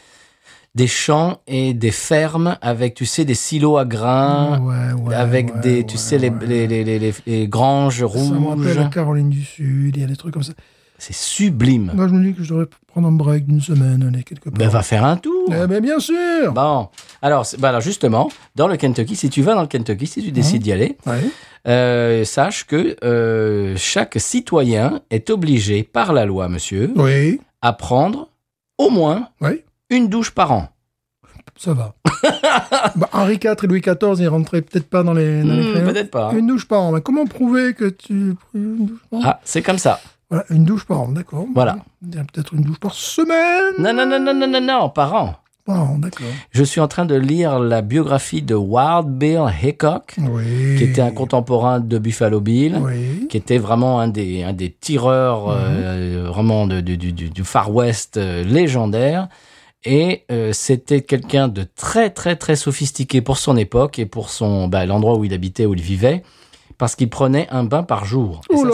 des champs et des fermes avec tu sais des silos à grains
Mhm.
avec des tu sais les, les, les, les, les- les granges
Ça me rappelle
rouges.
la Caroline du Sud, il y a des trucs comme ça.
C'est sublime.
Ah. Moi, je me dis que je devrais prendre un break d'une semaine, aller quelque part.
Ben va faire un tour.
Eh ben, bien sûr
Bon, alors, c'est- bah alors justement, dans le Kentucky, si tu vas dans le Kentucky, si tu décides
Mhm.
d'y aller,
Ouais.
euh, sache que euh, chaque citoyen est obligé par la loi, monsieur,
Oui,
à prendre au moins
oui,
une douche par an.
ça va. Bah, Henri IV et Louis XIV, ils rentraient peut-être pas dans les, dans les
Hmm,
crayons.
Peut-être pas. hein.
Une douche par an. Mais comment prouver que tu... Une douche par an
Ah, c'est comme ça.
Voilà, une douche par an, d'accord.
Voilà.
Il y a Peut-être une douche par semaine.
Non, non, non, non, non, non, non, par an.
Par an, d'accord.
Je suis en train de lire la biographie de Wild Bill Hickok,
Oui.
qui était un contemporain de Buffalo Bill.
Oui.
qui était vraiment un des, un des tireurs
Mhm.
euh, vraiment de- du, du- du- du Far West euh, légendaire. Et euh, c'était quelqu'un de très très très sophistiqué pour son époque et pour son bah, l'endroit où il habitait, où il vivait, parce qu'il prenait un bain par jour. Et ça,
Oula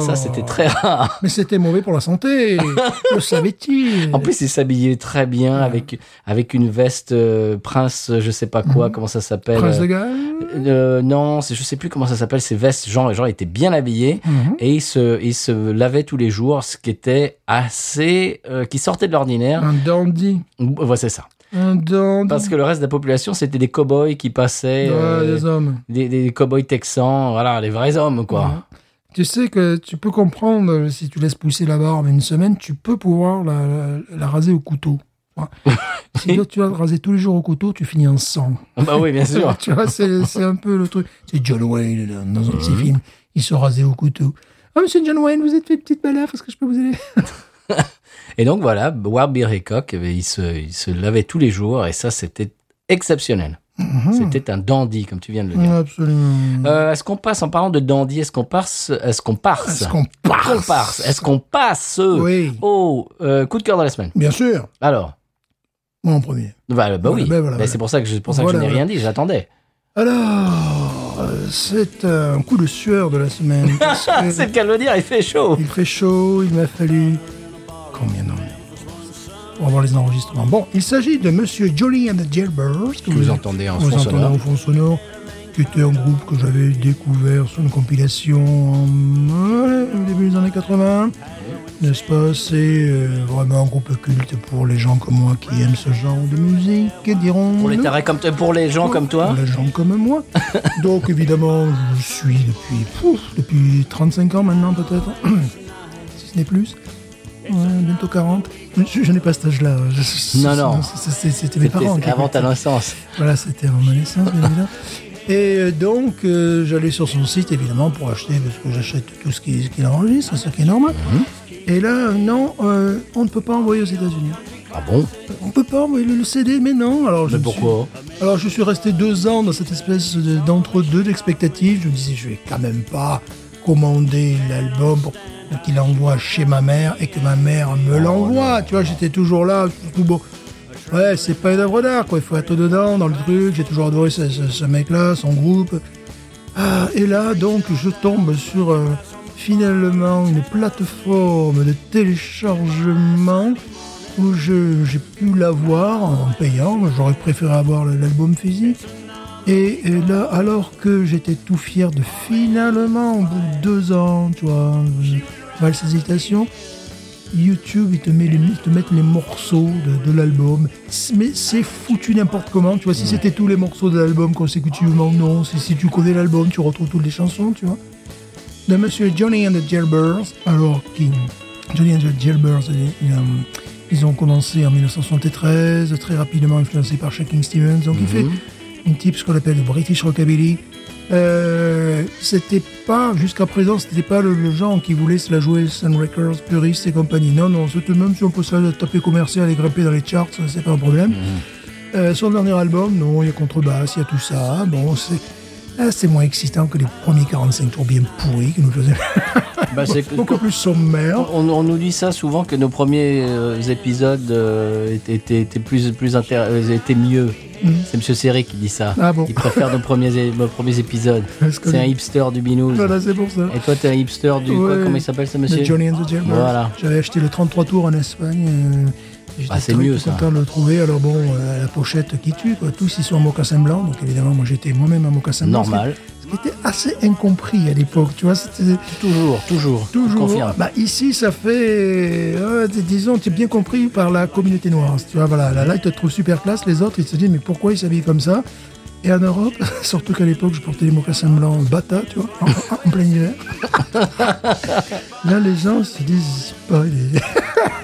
c'est- ça c'était très rare.
Mais c'était mauvais pour la santé. le savait-il
En plus, il s'habillait très bien avec avec une veste euh, prince, je sais pas quoi, comment ça s'appelle.
Mhm. Prince de Galles
Euh, non, c'est- je sais plus comment ça s'appelle ces vestes. Genre, genre, il était bien habillé
Mhm.
et il se, il se lavait tous les jours, ce qui était assez, euh, qui sortait de l'ordinaire.
Un dandy.
Ouais, c'est ça.
Un dandy.
Parce que le reste de la population, c'était des cow-boys qui passaient,
Ouais,
euh,
les hommes.
des, des cow-boys texans, voilà, les vrais hommes,
Ouais.
quoi.
Tu sais que tu peux comprendre, euh, si tu laisses pousser la barbe une semaine, tu peux pouvoir la, la- la raser au couteau. Ouais. si toi, tu vas te raser tous les jours au couteau, tu finis en sang.
bah oui, bien sûr.
tu vois, c'est c'est un peu le truc. C'est John Wayne là, dans un
Mhm.
petit film. Il se rasait au couteau. Ah, monsieur John Wayne, vous êtes fait une petite balafre, est-ce que je peux vous aider
Et donc, voilà, Warbeer Hickok, eh bien, il se, il se lavait tous les jours et ça, c'était exceptionnel.
Ah.
C'était un dandy, comme tu viens de le dire.
Absolument.
Mhm. Euh, est-ce qu'on passe, en parlant de dandy, est-ce qu'on passe, est-ce qu'on parse
Est-ce qu'on
Qu'on
passe
parse Est-ce qu'on passe
Oui.
Oh, euh, coup de cœur de la semaine.
Bien sûr,
Alors
moi en premier.
Bah, bah
Voilà,
oui,
ben voilà,
Mais
voilà.
c'est pour ça que je, pour ça que
Voilà,
je n'ai
voilà.
rien dit, j'attendais.
Alors, euh, c'est un coup de sueur de la semaine. parce que-
c'est le cas de le dire, il fait chaud.
Il fait chaud, il m'a fallu combien d'années pour avoir les enregistrements Bon, il s'agit de Monsieur Jolly and the Jailbirds que
vous entendez en
vous
fond
entendez
sonore.
en fond sonore, qui était un groupe que j'avais découvert sur une compilation en euh, au début des années 80. N'est-ce pas C'est euh, vraiment un groupe culte pour les gens comme moi qui aiment ce genre de musique, diront
Pour les tarés comme toi- pour les gens comme toi.
pour les gens comme moi. Donc évidemment, je suis depuis, pouf, depuis 35 ans maintenant peut-être, si ce n'est plus. Ouais, bientôt 40. Je, je n'ai pas cet âge-là. Je- je-
Non, non.
c'est- c'est- C'était mes parents.
C'était
qui-
avant ta naissance.
Voilà, c'était avant ma naissance, bien évidemment. Et euh, donc, euh, j'allais sur son site, évidemment, pour acheter, parce que j'achète tout ce qu'il qu'il enregistre, ce qui est normal.
Mhm.
Et là, euh, non, euh, on ne peut pas envoyer aux États-Unis.
Ah bon
On peut pas envoyer le, le CD, mais non. Alors, je
Mais
me
pourquoi
suis- Alors, je suis resté deux ans dans cette espèce de- d'entre-deux d'expectative. Je me disais, je vais quand même pas commander l'album pour qu'il envoie chez ma mère et que ma mère me l'envoie. Tu vois, j'étais toujours là, tout bon. Ouais, c'est pas une œuvre d'art, quoi. Il faut être dedans, dans le truc. J'ai toujours adoré ce, ce- ce mec-là, son groupe. Ah, et là, donc, je tombe sur euh, finalement une plateforme de téléchargement où je- j'ai pu l'avoir en payant. J'aurais préféré avoir le- l'album physique. Et, et là, alors que j'étais tout fier de finalement, au bout de deux ans, tu vois, valse hésitation. YouTube, ils te, met les- ils te mettent les morceaux de, de l'album. C'est- Mais c'est foutu n'importe comment. Tu vois, si c'était tous les morceaux de l'album consécutivement, non. Si, si tu connais l'album, tu retrouves toutes les chansons, tu vois. De Monsieur Johnny and the Jailbirds, alors qui, Johnny and the Jailbirds, euh, euh, ils ont commencé en 1973, très rapidement influencés par Shaking Stevens. Donc il fait une type ce qu'on appelle le British Rockabilly. Euh, c'était pas, jusqu'à présent, c'était pas le, le genre qui voulait se la jouer Sun Records, Purist et compagnie. Non, non, c'était même si on peut se la taper commercial et grimper dans les charts, ça, c'est pas un problème.
Mhm.
Euh, son dernier album, non, il y a contrebasse, il y a tout ça. Bon, c'est. ah, c'est moins excitant que les premiers 45 tours bien pourris qui nous faisaient
Bah, c'est que-
beaucoup plus sommaire.
On, on nous dit ça souvent que nos premiers euh, épisodes euh, étaient, étaient- étaient plus, plus intér- euh, étaient mieux. C'est Monsieur Serré qui dit ça.
Hmm. Ah bon
Il préfère nos premiers, é- nos premiers épisodes.
Parce que-
C'est un hipster du binouze.
Voilà, c'est pour ça.
Et toi, t'es un hipster du. quoi,
Ouais.
comment il s'appelle ce
Le
monsieur
Johnny and the Jailbirds.
Voilà.
J'avais acheté le 33 tours en Espagne. euh, et J'étais
Ah, c'est
très
mieux,
tout
ça.
content de le trouver. Alors bon, euh, la pochette qui tue, quoi. tous ils sont en mocassin blanc. Donc évidemment, moi j'étais moi-même en mocassin blanc.
Normal.
Ce qui, ce qui était assez incompris à l'époque, tu vois. C'était
Toujours, toujours.
toujours...
Confirme.
Bah, ici, ça fait... euh, dis- disons, tu es bien compris par la communauté noire. Tu vois, voilà, là, là, ils te trouvent super classe. Les autres, ils se disent, mais pourquoi ils s'habillent comme ça et en Europe, surtout qu'à l'époque, je portais des mocassins blancs bata, tu vois, en, en plein hiver. Là, les gens se disent, pas, il est-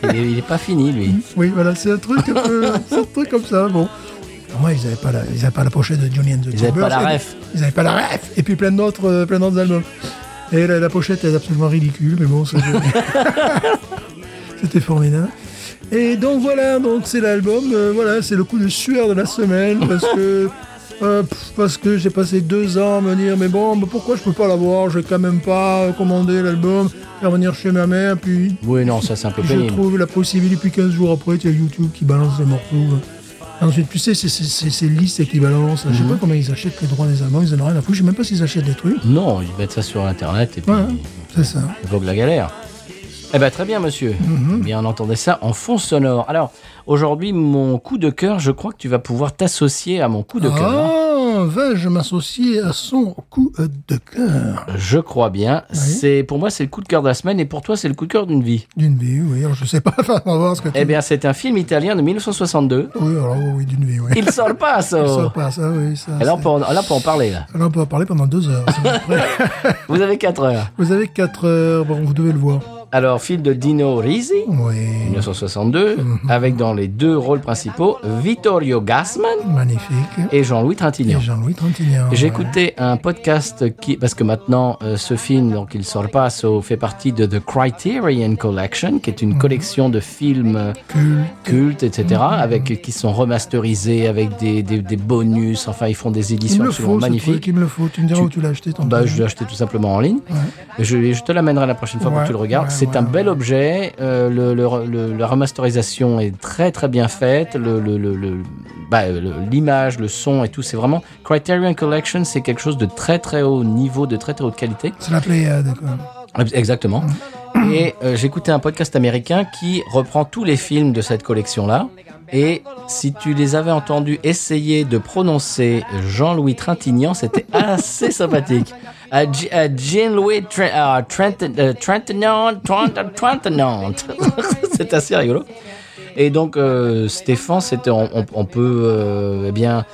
Il est, il est pas fini, lui.
oui, voilà, c'est un truc un peu- c'est un truc comme ça, bon. Pour Moi, ils n'avaient pas, la- ils avaient pas la pochette de Johnny and the
Ils avaient pas la
Jailbirds.
ref.
Ils n'avaient pas la ref. Et puis plein d'autres, euh, plein d'autres albums. Et la, la pochette est absolument ridicule, mais bon, ça- c'était formidable. Et donc voilà, donc c'est l'album, euh, voilà, c'est le coup de sueur de la semaine parce que euh, pff, parce que j'ai passé deux ans à me dire mais bon, mais pourquoi je peux pas l'avoir Je vais quand même pas euh, commander l'album, faire venir chez ma mère, puis
Oui, non, ça, c'est un peu
je
pénible.
trouve la possibilité, puis 15 jours après, tu as YouTube qui balance les morceaux. euh. Ensuite, tu sais, c'est- c'est c'est- c'est listes qui balancent. Je sais pas combien ils achètent les droits des Allemands, ils en ont rien à foutre. Je sais même pas s'ils achètent des trucs.
Non, ils mettent ça sur Internet et puis.
Ouais, hein, c'est ça.
Il vogue la galère. Eh ben, très bien, monsieur.
Mhm.
Eh Bien, on entendait ça en fond sonore. Alors, aujourd'hui, mon coup de cœur, je crois que tu vas pouvoir t'associer à mon coup de cœur.
Ah, vais-je m'associer à son coup euh, de cœur
hein. Je crois bien. C'est Pour moi, c'est le coup de cœur de la semaine et pour toi, c'est le coup de cœur d'une vie.
D'une vie, oui. Alors, je sais pas, enfin, on va voir ce que tu
Eh bien, c'est un film italien de 1962.
Oui, alors, oui, d'une vie, oui.
Il sort pas, ça.
Ça passe, ah oui, ça.
Et là, on
c'est-
peut en, là, on peut en parler. Là.
Alors, on peut en parler pendant deux heures. c'est à peu près.
Vous avez 4 heures.
vous avez quatre heures, bon, vous devez le voir.
Alors, film de Dino Risi,
Oui,
1962,
Mhm.
avec dans les deux rôles principaux Vittorio Gassman
magnifique.
et Jean-Louis Trintignant.
Et Jean-Louis Trintignant. ouais.
J'écoutais un podcast qui, parce que maintenant, euh, ce film, donc il sort pas, so- fait partie de The Criterion Collection, qui
Mhm.
est une collection de films euh, cultes, etc.,
Mhm.
avec, qui sont remasterisés avec des, des- des bonus, enfin, ils font des
Il
éditions
me le
absolument
faut, ce truc,
magnifiques.
il me le faut. Tu me diras
Tu-
où tu l'as acheté ton
Bah,
truc.
je l'ai acheté tout simplement en ligne. Je, je te l'amènerai la prochaine fois
Ouais,
pour que tu le regardes.
ouais,
C'est
ouais,
un
ouais.
bel objet. euh, le, le- le- la remasterisation est très très bien faite. Le- le- le- le- bah, le- l'image, le, son et tout, c'est vraiment Criterion Collection. C'est quelque chose de très très haut niveau, de très très haute qualité.
C'est la Pléiade, quoi.
Exactement. Et euh, j'écoutais un podcast américain qui reprend tous les films de cette collection-là. Et si tu les avais entendus essayer de prononcer Jean-Louis Trintignant, c'était assez sympathique. À J- à Jean-Louis Trin- à Trintin- euh, Trintignant, Trint- Trintignant. C'est assez rigolo. Et donc, euh, Stéphane, c'était, on, on- on peut, euh, eh bien,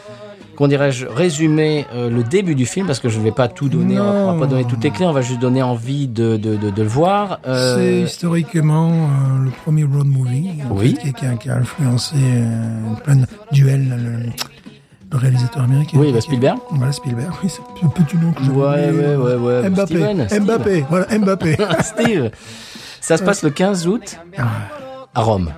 qu'on dirais-je, résumer euh, le début du film parce que je ne vais pas tout donner, on va- on ne va pas
Non.
donner toutes les clés, on va juste donner envie de, de, de, de le voir. Euh,
C'est historiquement euh, le premier road movie en
Oui.
fait, qui, qui a, qui a influencé euh, plein de duels. Le, le réalisateur américain.
Oui,
Qui-
bah,
qui-
Spielberg.
Voilà, Spielberg, oui, c'est un petit nom que je euh,
Ouais, ouais, ouais, ouais.
Mbappé.
Steven, Steve.
Mbappé, voilà, Mbappé.
Steve, ça se passe le 15 août à Rome.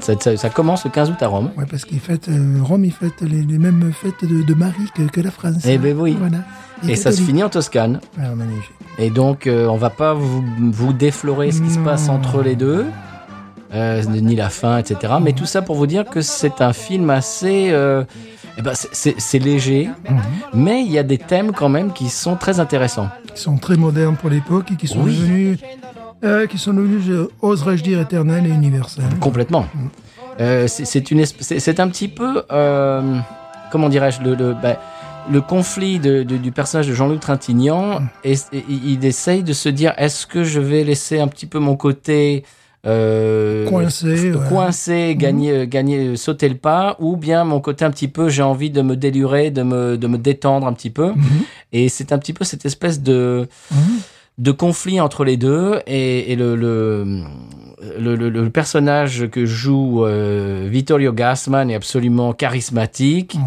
Ça, ça- ça commence le 15 août à Rome.
Mm. ouais, parce qu'il fête, euh, Rome, il fête les, les mêmes fêtes de, de Marie que, que la France.
Eh ben oui.
Voilà.
Et ça se
catholique.
finit en Toscane.
Ah, magnifique.
Et donc, euh, on va pas vous, vous déflorer ce qui se
Non.
passe entre les deux, euh, ni la fin, etc. Mais tout ça pour vous dire que c'est un film assez... euh, eh ben, c'est- c'est c'est léger, mais il y a des thèmes quand même qui sont très intéressants.
qui sont très modernes pour l'époque et qui sont
Oui.
devenus, euh, qui sont devenus, je- oserais-je dire, éternels et universels.
Complètement. Euh, c'est- c'est une esp- c'est c'est un petit peu euh, comment dirais-je le, le- bah, le conflit de- de- du personnage de Jean-Luc Trintignant,
Mm.
et, et- il essaye de se dire est-ce que je vais laisser un petit peu mon côté euh,
Coincé, ouais. Mm.
coincé, gagner, euh, gagner, euh, sauter le pas, ou bien mon côté un petit peu j'ai envie de me délurer, de me, de me détendre un petit peu.
Mhm.
Et c'est un petit peu cette espèce de
Mhm.
de conflit entre les deux et, et le, le, le, le- le personnage que joue euh, Vittorio Gassman est absolument charismatique
Mhm.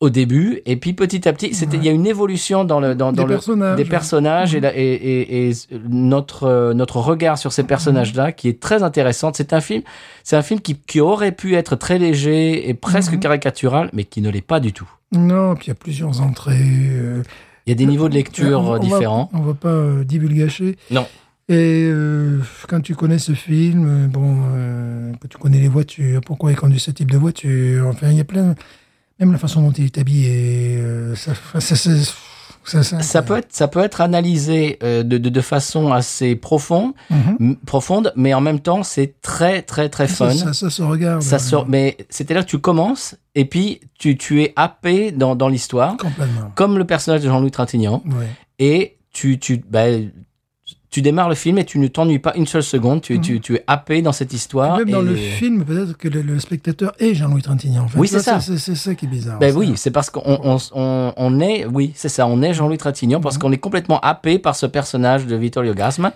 au début et puis petit à petit c'était il y a une évolution dans le dans,
Des
dans le
personnages.
des personnages et, la- et, et, et notre euh, notre regard sur ces personnages là qui est très intéressant c'est un film c'est un film qui, qui aurait pu être très léger et presque
Mhm.
caricatural mais qui ne l'est pas du tout
Non, puis il y a plusieurs entrées. euh,
il y a des niveaux de lecture
on-
euh,
on va-
différents
on va pas euh, divulgacher.
Non.
Et euh, quand tu connais ce film, euh, bon, euh, que tu connais les voitures, pourquoi il conduit ce type de voiture, enfin, il y a plein. Même la façon dont il est habillé, euh, ça, enfin, ça, ça, ça, ça-
Ça peut être, ça peut être analysé euh, de, de, de façon assez profonde,
Mhm.
m- profonde, mais en même temps, c'est très, très, très
Ça,
fun.
ça- ça se regarde. euh,
Ça sort, mais c'est-à-dire que tu commences et puis tu, tu es happé dans, dans l'histoire,
Complètement.
comme le personnage de Jean-Louis Trintignant,
Ouais.
et tu, tu, bah, tu démarres le film et tu ne t'ennuies pas une seule seconde, tu, tu, tu es happé dans cette histoire.
Mhm. Même dans
et- euh,
le film, peut-être que le, le spectateur est Jean-Louis Trintignant. En fait.
Oui, c'est ça.
C'est c'est ça qui est bizarre.
Ben
ça.
oui, c'est parce qu'on on, on, on est, oui, c'est ça, on est Jean-Louis Trintignant
Mhm.
parce qu'on est complètement happé par ce personnage de Vittorio Gassman.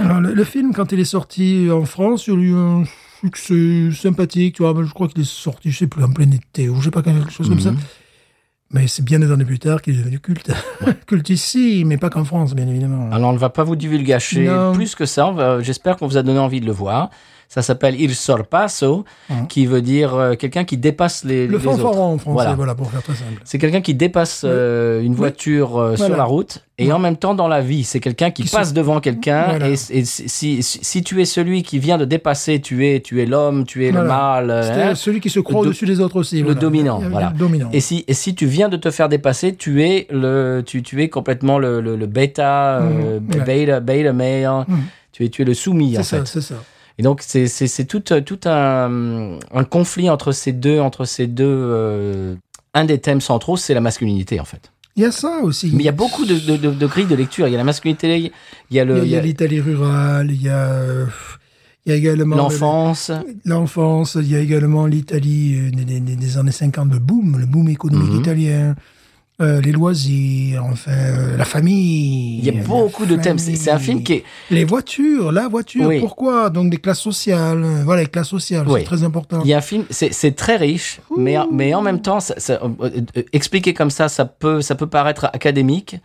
Alors, le, le film, quand il est sorti en France, il a eu un succès sympathique. Tu vois, Ben, je crois qu'il est sorti, je sais plus, en plein été ou je sais pas, quelque chose comme ça.
Mhm.
Mais c'est bien des années plus tard qu'il est devenu culte. culte ici, mais pas qu'en France, bien évidemment.
Alors, on ne va pas vous divulgacher
Non.
plus que ça. On va- J'espère qu'on vous a donné envie de le voir. Ça s'appelle Il Sorpasso,
Mhm.
qui veut dire euh, quelqu'un qui dépasse les,
le
les autres.
fanfaron en français,
Voilà.
voilà. pour faire très simple.
C'est quelqu'un qui dépasse euh, une voiture euh, sur
Voilà.
la route et en même temps dans la vie. C'est quelqu'un qui,
Qui se-
passe devant quelqu'un
Voilà.
et, et si, si, si tu es celui qui vient de dépasser, tu es, tu es l'homme, tu es le
Voilà.
mâle. euh,
C'était
hein.
celui qui se croit
do-
au-dessus des autres aussi.
le
voilà.
dominant,
Il y avait
voilà.
Le dominant.
Et si, et si tu viens de te faire dépasser, tu es le, tu, tu es complètement le, le, le bêta, euh,
Mhm. Ouais.
bêta, bêta male.
Mhm.
Tu es, tu es le soumis, en
c'est
fait.
ça, c'est ça.
Et donc c'est c'est c'est tout euh, tout un, euh, un conflit entre ces deux entre ces deux euh, un des thèmes centraux c'est la masculinité en fait.
Il y a ça aussi.
Mais il y a beaucoup de de, de, de grilles de lecture. Il y a la masculinité, il y a le
Il y a
il y a
l'Italie rurale, il y a, euh, il y a également le-
l'enfance.
l'enfance, il y a également l'Italie euh, des, des- des années 50, le boom, le boom économique
Mhm.
italien, euh, les loisirs, enfin, euh, la famille.
Il y a
la
beaucoup de thèmes. C'est c'est un film
famille.
qui est
Les voitures, la voiture,
Oui.
pourquoi Donc des classes sociales, euh, voilà, les classes sociales,
Oui.
c'est très important.
il y a un film c'est c'est très riche, mais en- mais en même temps ça, ça, euh, euh, expliqué comme ça ça peut ça peut paraître académique,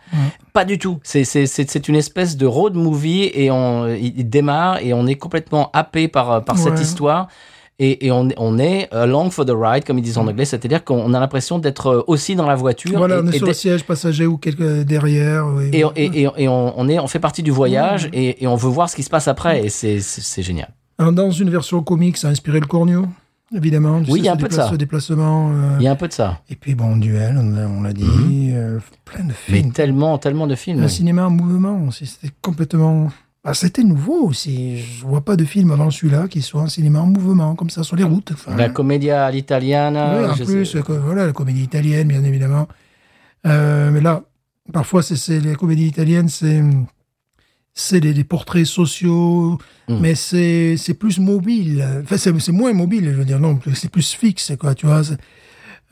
pas du tout. C'est c'est c'est c'est une espèce de road movie et on il il démarre et on est complètement happé par euh, par cette
Ouais.
histoire. Et, et on, on est along for the ride, comme ils disent en anglais, c'est-à-dire qu'on a l'impression d'être euh, aussi dans la voiture.
Mm. Voilà,
et-
on est
et
sur
d'être-
le siège passager ou quelque derrière. oui,
et,
oui.
et- et- et on, on est, on fait partie du voyage
Mm.
et, et on veut voir ce qui se passe après et c'est c'est- c'est génial.
Alors, Dans une version comique, ça a inspiré le Cornio, évidemment. tu
Oui,
sais,
il y a un
ce
peu de
déplace-
ça.
ce déplacement. euh,
Il y a un peu de ça,
Et puis bon, duel, on l'a- on l'a dit,
Mhm.
euh, plein de
mais
films.
tellement, tellement de films.
Le cinéma en mouvement aussi, c'était complètement. Ah, c'était nouveau aussi. Je vois pas de film avant celui-là qui soit un cinéma en mouvement, comme ça, sur les routes. Enfin,
La commedia all'italiana.
Hein oui, en
Ah, je
plus,
sais-
euh, co- voilà, la comédie italienne, bien évidemment. Euh, mais là, parfois, c'est, c'est- les comédies italiennes, c'est, c'est des, des portraits sociaux,
Mm.
mais c'est, c'est plus mobile. Enfin, c'est, c'est moins mobile, je veux dire, non, c'est plus fixe, quoi, tu vois. c'est-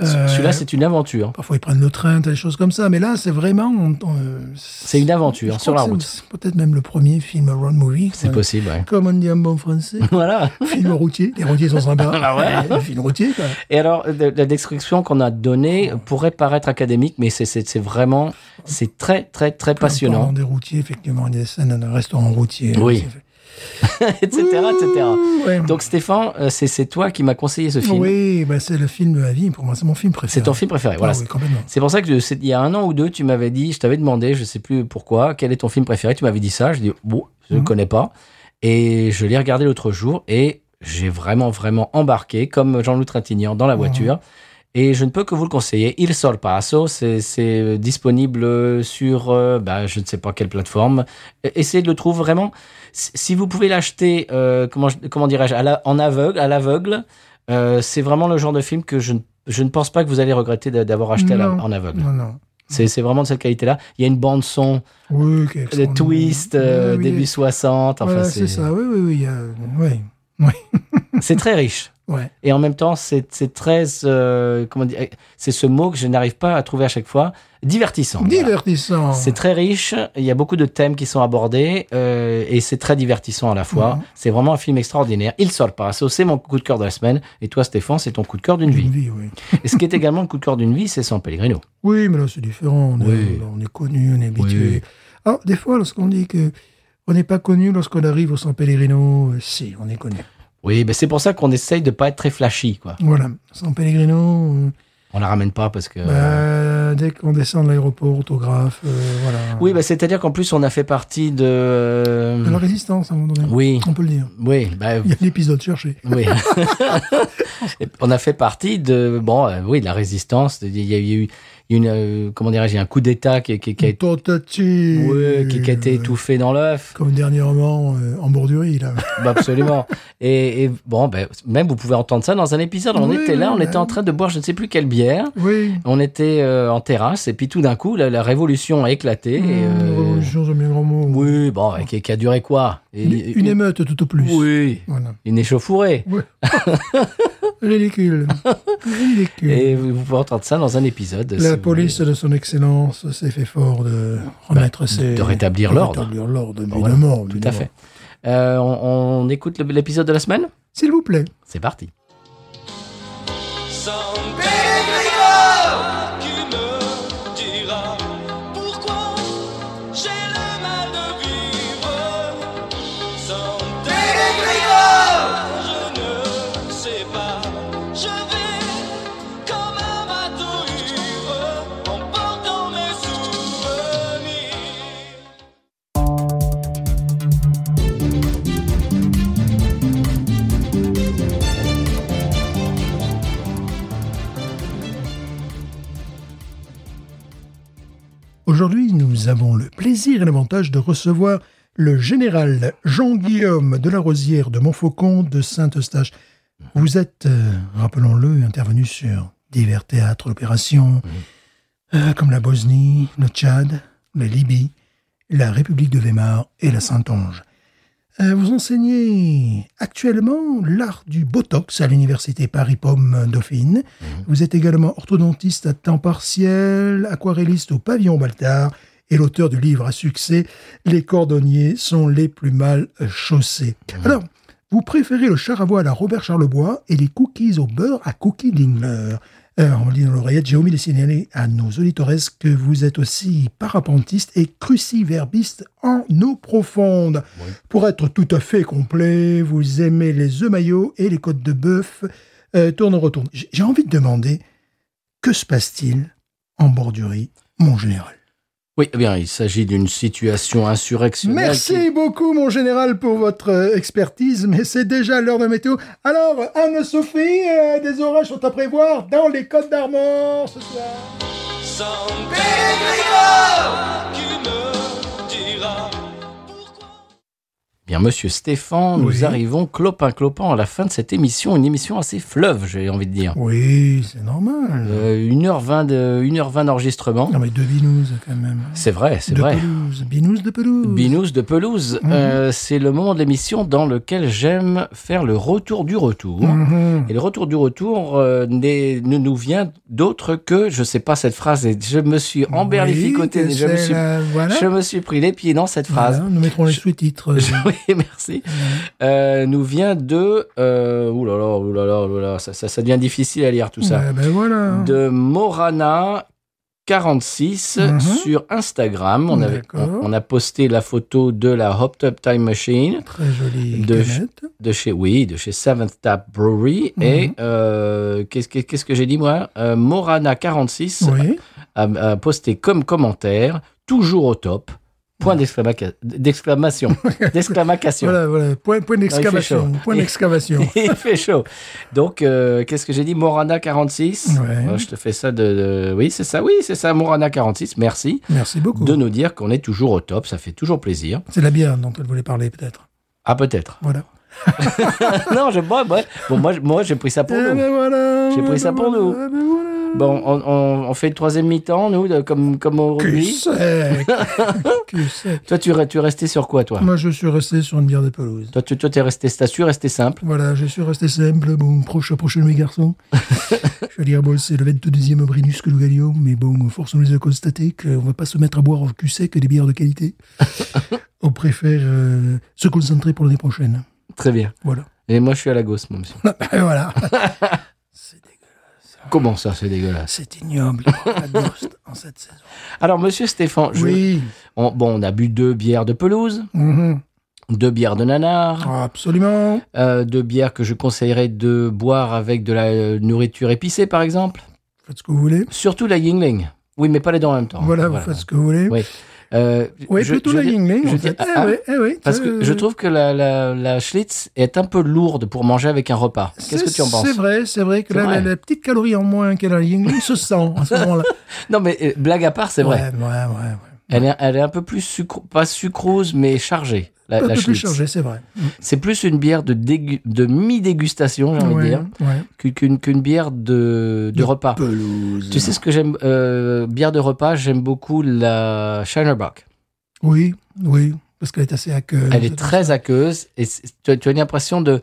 euh,
Celui-là, c'est une aventure.
Parfois, ils prennent le train, t'as des choses comme ça. Mais là, c'est vraiment. on- on, euh,
C'est une aventure
je
sur la
crois que
route.
c'est- c'est Peut-être même le premier film road movie.
C'est
quoi.
possible. ouais.
Comme on dit en bon français.
voilà.
film routier. Les routiers sont sympas.
Ah
ouais. Film routier, quoi.
Et alors, de- la description qu'on a donnée pourrait paraître académique, mais c'est- c'est c'est vraiment, c'est très, très, très
En parlant
passionnant,
des routiers, effectivement, il y a des scènes dans un restaurant routier.
Oui. etc., etc.
Ouh, ouais.
Donc, Stéphane, euh, c'est c'est toi qui m'as conseillé ce film.
Oui, bah, c'est le film de ma vie pour moi. C'est mon film préféré.
C'est ton film préféré.
Ah
Voilà.
oui, complètement.
C'est pour ça que je- c'est- il y a un an ou deux, tu m'avais dit, je t'avais demandé, je sais plus pourquoi, quel est ton film préféré. Tu m'avais dit ça. Je dis, bon, je ne
Mhm.
connais pas. Et je l'ai regardé l'autre jour et j'ai vraiment, vraiment embarqué, comme Jean-Louis Trintignant, dans la voiture. Et je ne peux que vous le conseiller. Il sort passo, c'est c'est disponible sur, euh, bah, je ne sais pas quelle plateforme. Et- Essayez de le trouver vraiment. Si si vous pouvez l'acheter, euh, comment, je- comment dirais-je, à la- en aveugle, à l'aveugle, euh, c'est vraiment le genre de film que je ne je ne pense pas que vous allez regretter d'a- d'avoir acheté à la-
Non.
en aveugle.
Non, non.
C'est c'est vraiment de cette qualité-là. Il y a une bande son,
Oui, qui
le
est extraordinaire.
twist, euh,
Ah Oui, oui,
début 60. Enfin,
voilà,
c'est-
c'est ça. Oui, oui, oui. il y a- oui.
c'est très riche.
Ouais.
Et en même temps, c'est c'est très. euh, comment dire C'est ce mot que je n'arrive pas à trouver à chaque fois. Divertissant. voilà.
Divertissant.
C'est très riche. Il y a beaucoup de thèmes qui sont abordés euh, et c'est très divertissant à la fois.
Mhm.
C'est vraiment un film extraordinaire. Il sort pas. C'est mon coup de cœur de la semaine. Et toi, Stéphane, c'est ton coup de cœur d'une vie.
Une vie, oui.
Et ce qui est également le coup de cœur d'une vie, c'est San Pellegrino.
Oui, mais là, c'est différent. On, est-
Oui.
on est, connu, on est habitué. Alors, des fois, lorsqu'on dit que on n'est pas connu lorsqu'on arrive au San Pellegrino, euh, si, on est connu.
Oui, ben c'est pour ça qu'on essaye de pas être très flashy, quoi.
Voilà. San Pellegrino, euh,
On la ramène pas parce que.
bah, dès qu'on descend de l'aéroport, autographe, euh, voilà.
Oui, ben c'est-à-dire qu'en plus on a fait partie de.
De la résistance, à un moment donné.
Oui.
On peut le dire.
Oui, ben
Il y a l'épisode cherché.
Oui. Et on a fait partie de bon, euh, oui, de la résistance. Il y a eu une euh, comment dirais-je, un coup d'État qui, qui, qui a
Une
été,
tentative.
ouais, qui, qui a été étouffé dans l'œuf.
Comme dernièrement, euh, en bordurie, là.
Bah, absolument. Et, et bon, ben, même vous pouvez entendre ça dans un épisode. On
Oui,
était là,
oui,
on
bah
était en
oui.
train de boire, je ne sais plus quelle bière.
Oui.
On était euh, en terrasse et puis tout d'un coup, la, la révolution a éclaté.
Une
et, euh,
révolution, c'est bien grand mot.
oui, bon, et qui, qui a duré quoi Et-
Une, une émeute, tout au plus.
Oui,
Voilà.
une échauffourée.
Ridicule. Ridicule.
Et vous vous pouvez entendre ça dans un épisode. si
Mmh. La
vous
police de son excellence s'est fait fort de remettre ses...
Bah, de rétablir
de
l'ordre.
rétablir l'ordre,
Bon, voilà.
évidemment,
Tout à
évidemment.
fait. Euh, on, on écoute le- l'épisode de la semaine
S'il vous plaît.
C'est parti.
San Pellegrino Tu me diras pourquoi j'ai le mal de vivre San Pellegrino Je ne sais pas Je vais comme un bateau ivre En portant mes souvenirs
Aujourd'hui, nous avons le plaisir et l'avantage de recevoir le général Jean-Guillaume de la Rosière de Montfaucon de Saint-Eustache. Vous êtes, euh, rappelons-le, intervenu sur divers théâtres d'opération, euh, comme la Bosnie, le Tchad, la Libye, la République de Weimar et la Saintonge. Euh, vous enseignez actuellement l'art du Botox à l'université Paris-Pomme Dauphine. Vous êtes également orthodontiste à temps partiel, aquarelliste au pavillon Baltard et l'auteur du livre à succès Les cordonniers sont les plus mal chaussés. Alors, vous préférez le char à voile à Robert Charlebois et les cookies au beurre à Cookie Dingler. Euh, on lit dans l'oreillette, j'ai omis de signaler à nos auditeurs que vous êtes aussi parapentiste et cruciverbiste en eau profonde. Pour être tout à fait complet, vous aimez les œufs maillots et les côtes de bœuf. Euh, tourne, retourne. J- J'ai envie de demander, que se passe-t-il en bordurie, mon général
Oui, eh bien, il s'agit d'une situation insurrectionnelle.
Merci beaucoup, mon général, pour votre euh, expertise, mais c'est déjà l'heure de météo. Alors, Anne-Sophie, euh, des orages sont à prévoir dans les Côtes d'Armor ce soir.
San Pellegrino Tu me diras
qui- Bien, monsieur Stéphane, nous
Oui.
arrivons clopin clopin à la fin de cette émission, une émission assez fleuve, j'ai envie de dire.
Oui, c'est normal.
Euh, 1h20 de 1h20 d'enregistrement.
Non, mais deux binous, quand même.
C'est vrai, c'est
de
vrai.
pelouse, binous de pelouse. Mhm.
Binous de pelouse, euh, c'est le moment de l'émission dans lequel j'aime faire le retour du retour.
Mhm.
Et le retour du retour euh, n'est- ne nous vient d'autre que, je sais pas cette phrase, et je me suis emberlificoté,
Oui,
je, me
c'est
suis-
la- Voilà.
je me suis pris les pieds dans cette
Voilà,
phrase.
nous mettrons les
Je-
sous-titres.
oui, merci. Euh, nous vient de... Euh, oulala, oulala, oulala, ça, ça, ça devient difficile à lire tout ça.
Ouais, ben voilà.
De Morana... 46
Mhm.
sur Instagram. On, avait,
D'accord.
on, on a posté la photo de la Hop Top Time Machine
Très jolie
de-
canette.
de chez oui de chez Seventh Tap Brewery
Mhm.
et euh, qu'est-ce que- qu'est-ce que j'ai dit moi Euh, Morana 46
Oui.
a, a posté comme commentaire toujours au top point d'exclama- d'exclamation d'exclamation
Voilà, voilà. Point, point
Non,
d'excavation.
il fait chaud.
Point d'excavation.
il fait chaud donc euh, qu'est-ce que j'ai dit Morana 46
Ouais.
Euh, je te fais ça de, de- oui c'est ça oui c'est ça Morana 46 merci
Merci beaucoup.
de nous dire qu'on est toujours au top ça fait toujours plaisir
C'est la bière dont elle voulait parler, peut-être.
ah peut-être
Voilà.
non, je bois, ouais. Bon, moi, je- moi, j'ai pris ça pour
Eh
nous.
ben voilà,
J'ai pris ça pour nous.
eh ben voilà.
Bon, on, on- on fait le troisième mi-temps, nous, de- comme, comme au
Que
rugby.
sec Que sec
Toi, tu, re- tu es resté sur quoi, toi
Moi, je suis resté sur une bière de pelouse.
Toi, tu toi, t'es resté, t'as su rester simple.
Voilà, je suis resté simple. Bon, proche, proche de mes garçons. je veux dire, bon, c'est le 22e Brinus que nous gagnons, mais bon, force nous de constater qu'on va pas se mettre à boire au cul sec des bières de qualité. On préfère euh, se concentrer pour l'année prochaine.
Très bien.
Voilà.
Et moi, je suis à la gosse, moi, monsieur.
Et voilà.
Comment ça, c'est dégueulasse
C'est ignoble. La Ghost en cette saison.
Alors, monsieur Stéphane, je-
Oui.
on- bon, on a bu deux bières de pelouse,
Mhm.
deux bières de nanar,
Ah, Absolument.
euh, deux bières que je conseillerais de boire avec de la euh, nourriture épicée, par exemple.
Faites ce que vous voulez.
Surtout la Yingling. Oui, mais pas les deux en même temps.
Voilà, vous faites ce que vous voulez.
Oui. Euh,
Oui,
je-
plutôt
je
la
dis-
Yingling,
je
en
dis-
fait.
ah,
Eh
ah,
oui, eh oui.
Parce
ça,
que
euh,
je trouve que la, la, la Schlitz est un peu lourde pour manger avec un repas. Qu'est-ce que tu en
c'est-
penses
C'est vrai, c'est vrai que
C'est
là,
vrai.
La, la petite calorie en moins qu'elle a la Yingling se sent à ce moment-là.
Non, mais euh, blague à part, c'est vrai.
Ouais, ouais, ouais. ouais.
Elle est, elle est un peu plus sucre, pas sucrose, mais chargée. La,
Un
la
peu plus
Schlitz.
chargée, c'est vrai.
C'est plus une bière de, dégu- de mi-dégustation, j'ai envie de
Ouais,
dire,
ouais.
que- qu'une qu'une bière de, de
De
repas.
Pelouse.
Tu sais ce que j'aime, euh, bière de repas, j'aime beaucoup la Shinerbach.
Oui, oui, parce qu'elle est assez aqueuse.
Elle est très aqueuse et c'est- tu as, tu as l'impression de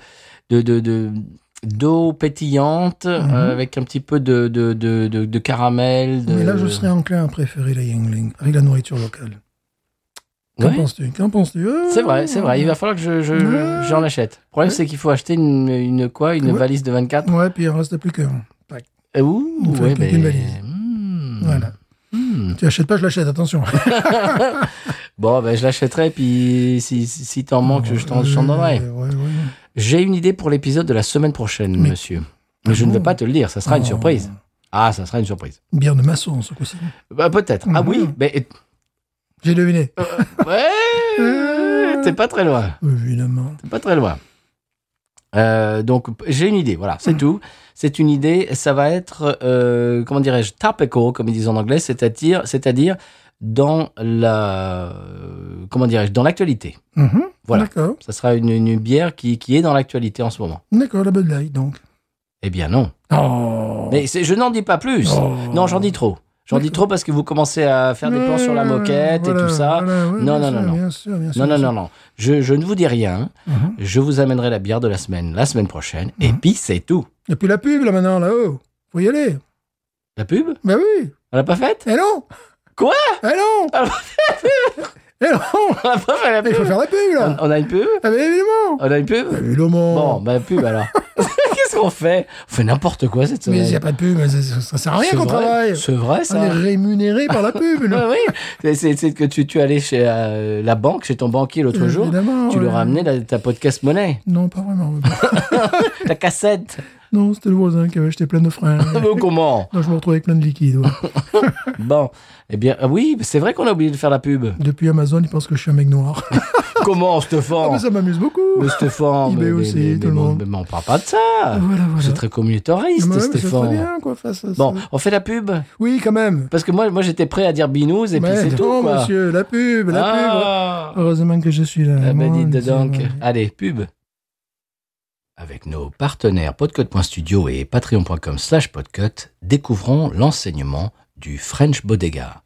de de- de- d'eau pétillante
Mhm.
euh, avec un petit peu de de, de, de, de caramel. De...
Mais là, je serais enclin à préférer la Yingling avec la nourriture locale. Qu'en
Ouais.
penses-tu Qu'en penses-tu Euh,
C'est vrai, c'est vrai. Il va falloir que je, je,
Ouais.
j'en achète. Le problème,
Ouais.
c'est qu'il faut acheter une, une quoi Une
Ouais.
valise de 24
Ouais, puis il reste plus qu'un.
Euh, Ouh,
Il faut
ouais,
acheter
ben,
une valise.
hmm.
Voilà.
Hmm.
Tu achètes pas, je l'achète, attention.
Bon, ben, je l'achèterai, puis si, si, si t'en manques, je t'en je t'en donnerai.
Ouais, ouais.
J'ai une idée pour l'épisode de la semaine prochaine,
Mais-
monsieur. Mais je ne
bon
vais pas te le dire, ça sera une
Oh.
surprise. Ah, ça sera une surprise.
Bière de maçon, ce coup-ci.
Bah, peut-être. Ah
Mhm.
oui, mais
J'ai deviné.
Ouais, t'es pas très loin.
Évidemment.
T'es pas très loin. Euh, donc j'ai une idée, voilà,
Mm.
c'est tout. C'est une idée, ça va être, euh, comment dirais-je, topical, comme ils disent en anglais, c'est-à-dire, c'est-à-dire dans la, euh, comment dirais-je, dans l'actualité.
Mhm.
Voilà.
D'accord.
Ça sera une, une bière qui, qui est dans l'actualité en ce moment.
D'accord, la Bud Light, donc.
Eh bien non.
Oh.
Mais c'est- je n'en dis pas plus.
Oh.
Non, j'en dis trop. J'en dis trop parce que vous commencez à faire des plans sur
Euh,
la moquette et tout ça. Non, non, non, non.
Bien sûr, bien sûr.
Non, non,
bien
non, non. Je, je ne vous dis rien.
sûr. Mhm.
Je vous amènerai la bière de la semaine, la semaine prochaine. Et
Mhm.
puis, c'est tout.
Et puis la pub, là, maintenant, là-haut. Faut y aller.
La pub
Ben oui.
On l'a pas faite
Eh non
Quoi
Eh non
Ah,
Eh non
On l'a pas fait la
Il faut
pub
faire la pub,
on,
là
on a une pub
Eh ben, évidemment
On a une pub
Évidemment
Ah, Bon, bah pub alors. Qu'est-ce qu'on fait On fait n'importe quoi cette
Mais
semaine.
il n'y a pas de pub, ça, ça- ça sert à rien
C'est
qu'on
vrai,
travaille
C'est vrai
On est
ça.
rémunéré par la pub, nous.
Ouais, oui, C'est- c'est c'est que tu, tu allais chez euh, la banque, chez ton banquier l'autre jour.
Euh, Évidemment,
Tu
ouais.
leur as amené la- ta podcast monnaie,
Non, pas vraiment. mais bon.
ta cassette.
non, c'était le voisin qui avait acheté plein de fringues.
Mais comment
non, je me retrouve avec plein de liquide. ouais.
Bon, eh bien, ah oui, c'est vrai qu'on a oublié de faire la pub.
Depuis Amazon, ils pensent que je suis un mec noir.
Comment,
Ah,
Stéphane
mais ça m'amuse beaucoup.
Oh. Mais Stéphane,
eBay
mais, mais-
aussi,
mais-
tout
mais
le
bon,
monde.
mais on parle pas de ça.
Voilà, voilà. Ah,
C'est très communautariste,
Mais ouais, mais c'est très
Stéphane.
bien, quoi. face à ça.
Bon, on fait la pub
Oui, quand même.
Parce que moi, moi j'étais prêt à dire binous et puis
Mais
c'est
non,
tout, quoi.
monsieur, la pub, la pub.
ah,
Heureusement que je suis là.
Ah ben,
Mon
dites
Dieu,
donc.
ouais.
Allez, pub. Avec nos partenaires podcut.studio et patreon.com slash podcut, découvrons l'enseignement du French Bodega.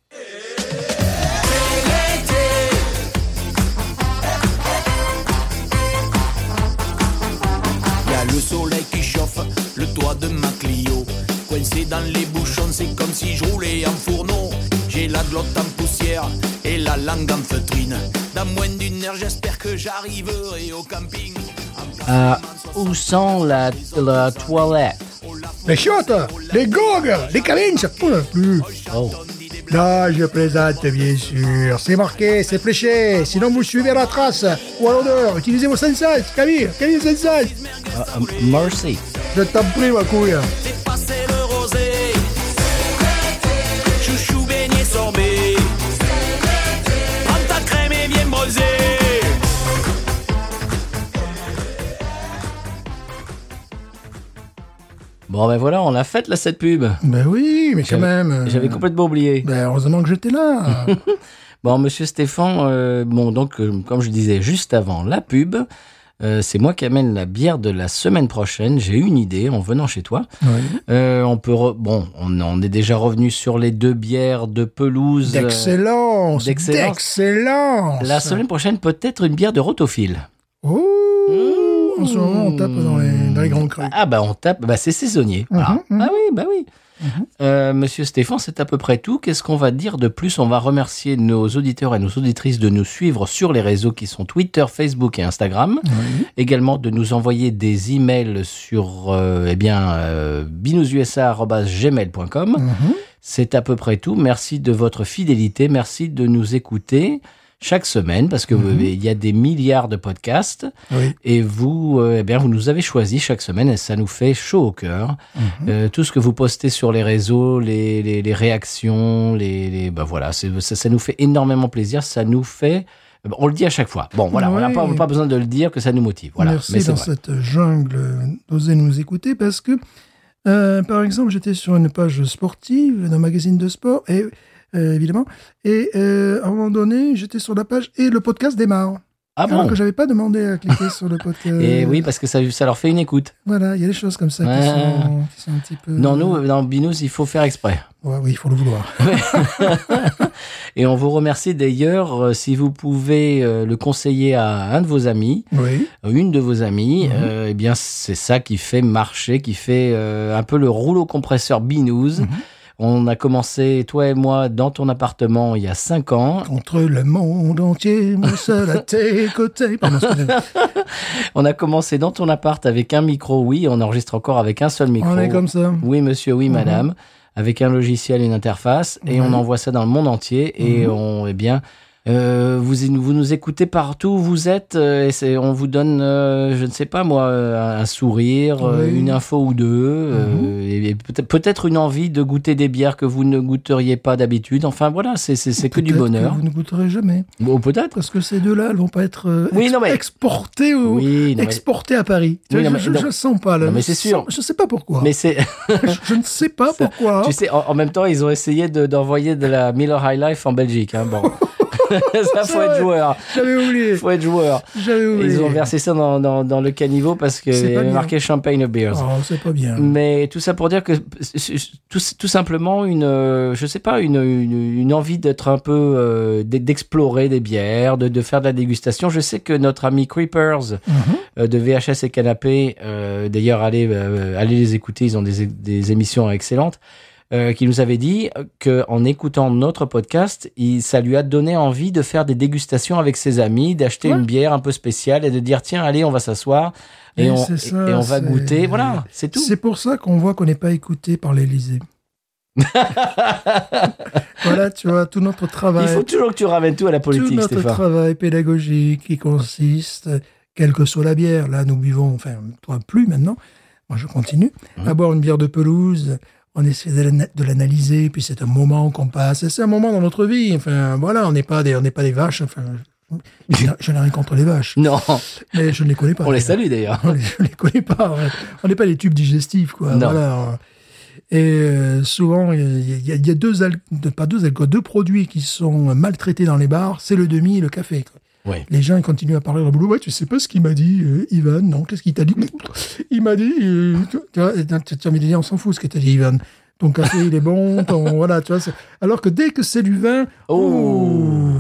Y a le soleil qui chauffe le toit de ma Clio. Coincé dans les bouchons, c'est comme si je roulais en fourneau. J'ai la glotte en poussière et la langue en feutrine. Dans moins d'une heure, j'espère que j'arriverai au camping.
Ah, où sont la, la toilette
Les chiottes, les gogues, les calinches. On n'a plus.
Oh,
Là, e je plaisante, bien sûr. C'est marqué, c'est fléché. Sinon, vous suivez la trace ou à l'odeur. Utilisez vos sensats, Camille. Camille, sensats.
ah, ah, mercy.
Je t'en prie, ma couille.
J'ai passé le rosé. Chouchou beignet sorbet. Prends ta crème et viens broser.
Bon, ben voilà, on a fait la cette pub.
Ben oui, mais quand même. euh,
J'avais complètement oublié.
Ben, heureusement que j'étais là.
Bon, monsieur Stéphane, euh, bon, donc, euh, comme je disais juste avant la pub, Euh, c'est moi qui amène la bière de la semaine prochaine. J'ai eu une idée en venant chez toi.
Oui.
Euh, on peut re- bon, on en est déjà revenu sur les deux bières de pelouse. Euh,
D'excellence.
d'excellence.
D'excellence.
La semaine prochaine, peut-être une bière de rotophile.
Oh. Ouh, En ce moment, on tape dans les, dans les grands crus.
Ah bah on tape, bah c'est saisonnier.
Mhm,
ah.
mhm.
Ah oui, bah oui. Euh, Monsieur Stéphane, c'est à peu près tout. Qu'est-ce qu'on va dire de plus On va remercier nos auditeurs et nos auditrices de nous suivre sur les réseaux qui sont Twitter, Facebook et Instagram. Également de nous envoyer des emails sur euh, eh bien euh, binoususa@gmail.com.
Mhm.
C'est à peu près tout. Merci de votre fidélité. Merci de nous écouter chaque semaine parce que
Mhm.
vous- il y a des milliards de podcasts.
Oui.
Et vous, euh, eh bien, vous nous avez choisi chaque semaine et ça nous fait chaud au cœur.
Mhm.
Euh, tout ce que vous postez sur les réseaux, les, les, les réactions, les, les bah voilà, c'est- ça, ça nous fait énormément plaisir. Ça nous fait, on le dit à chaque fois. Bon, voilà, on n'a
Ouais.
pas, on n'a pas besoin de le dire que ça nous motive. Voilà,
Merci
mais c'est
dans
vrai.
cette jungle euh, d'oser nous écouter parce que, euh, par exemple, j'étais sur une page sportive d'un magazine de sport, et, euh, évidemment, et euh, à un moment donné, j'étais sur la page et le podcast démarre.
Ah
alors
bon
que j'avais pas demandé à cliquer sur le podcast.
Et oui, parce que ça, ça leur fait une écoute.
Voilà, il y a des choses comme ça qui,
Ouais.
sont, qui sont un petit peu.
Non, nous, euh, dans Binous, il faut faire exprès.
Ouais, oui, il faut le vouloir.
Et on vous remercie d'ailleurs euh, si vous pouvez euh, le conseiller à un de vos amis,
Oui.
euh, une de vos amies.
Mhm.
euh, eh bien, c'est ça qui fait marcher, qui fait euh, un peu le rouleau compresseur binouze.
Mhm.
On a commencé, toi et moi, dans ton appartement il y a cinq ans.
Contre le monde entier, mon seul à tes côtés. Pardon, excusez-moi.
On a commencé dans ton appart avec un micro, oui, on enregistre encore avec un seul micro.
on est comme ça.
Oui, monsieur,
Mhm.
oui, madame, avec un logiciel et une interface, et on envoie ça dans le monde entier,
Mhm.
et on, eh bien, euh, vous, vous nous écoutez partout où vous êtes, euh, et c'est- on vous donne, euh, je ne sais pas moi, euh, un sourire, euh,
Oui. Mhm.
une info ou deux, euh, et, et peut-être peut-être une envie de goûter des bières que vous ne goûteriez pas d'habitude. Enfin voilà, c'est- c'est c'est que du
Peut-être
bonheur.
Vous ne goûterez jamais.
Bon, peut-être.
Parce que ces deux-là, elles vont pas être euh,
Oui,
ex-
non, mais-
exportées ou
Oui, non, mais-
exportées à Paris. Tu
Oui,
vois,
non,
je,
mais-
je- je
non.
sens pas là.
Non, mais c'est
Je sens-
sûr.
Je sais pas pourquoi.
mais c'est,
je, je ne sais pas
Ça-
pourquoi.
tu sais, en, en même temps, ils ont essayé de- d'envoyer de, la Miller High Life en Belgique. Hein, bon, ça
C'est
faut être
vrai.
joueur,
J'avais oublié.
faut être joueur.
J'avais
Et
oublié.
Ils ont versé ça dans, dans, dans le caniveau parce que
C'est
il y
pas
avait
bien.
marqué Champagne Beers.
Oh, c'est pas bien.
Mais tout ça pour dire que c'est- c'est- tout, tout simplement une, euh, je sais pas, une, une, une envie d'être un peu, euh, d'e- d'explorer des bières, de, de faire de la dégustation. Je sais que notre ami Creepers
Mhm.
euh, de VHS et Canapé, euh, d'ailleurs allez, euh, allez les écouter, ils ont des, é- des émissions excellentes, euh, qui nous avait dit qu'en écoutant notre podcast, il, ça lui a donné envie de faire des dégustations avec ses amis, d'acheter
Ouais.
une bière un peu spéciale et de dire tiens allez on va s'asseoir et,
Mais
on,
c'est ça,
et on va
c'est-
goûter. Voilà, c'est tout.
C'est pour ça qu'on voit qu'on n'est pas écouté par l'Élysée. voilà, tu vois, tout notre travail.
Il faut toujours que tu ramènes tout à la
tout
politique,
notre
Stéphane.
travail pédagogique qui consiste, euh, quelle que soit la bière, là nous buvons, enfin toi plus maintenant, moi je continue, à boire une bière de pelouse, on essaie de l'ana- de l'analyser, puis c'est un moment qu'on passe, et c'est un moment dans notre vie, enfin voilà, on n'est pas, des- on n'est pas des vaches, enfin je je n'ai rien contre les vaches,
Non,
mais je ne les connais pas.
on les salue d'ailleurs.
On les, je les connais pas. en fait. On n'est pas des tubes digestifs, quoi.
Non.
Voilà. hein. Et euh, souvent, il y, a- il y a deux, al- de- pas deux alcools, deux produits qui sont maltraités dans les bars, c'est le demi et le café. quoi.
Oui.
Les gens ils continuent à parler au boulot. Ouais, tu sais pas ce qu'il m'a dit, euh, Ivan Non, qu'est-ce qu'il t'a dit Il m'a dit. euh, tu tu vois, et t'as- t'as mis des liens, on s'en fout ce que t'a dit, Ivan. Ton café, il est bon. ton- voilà, tu vois. c'est- Alors que dès que c'est du vin,
Oh,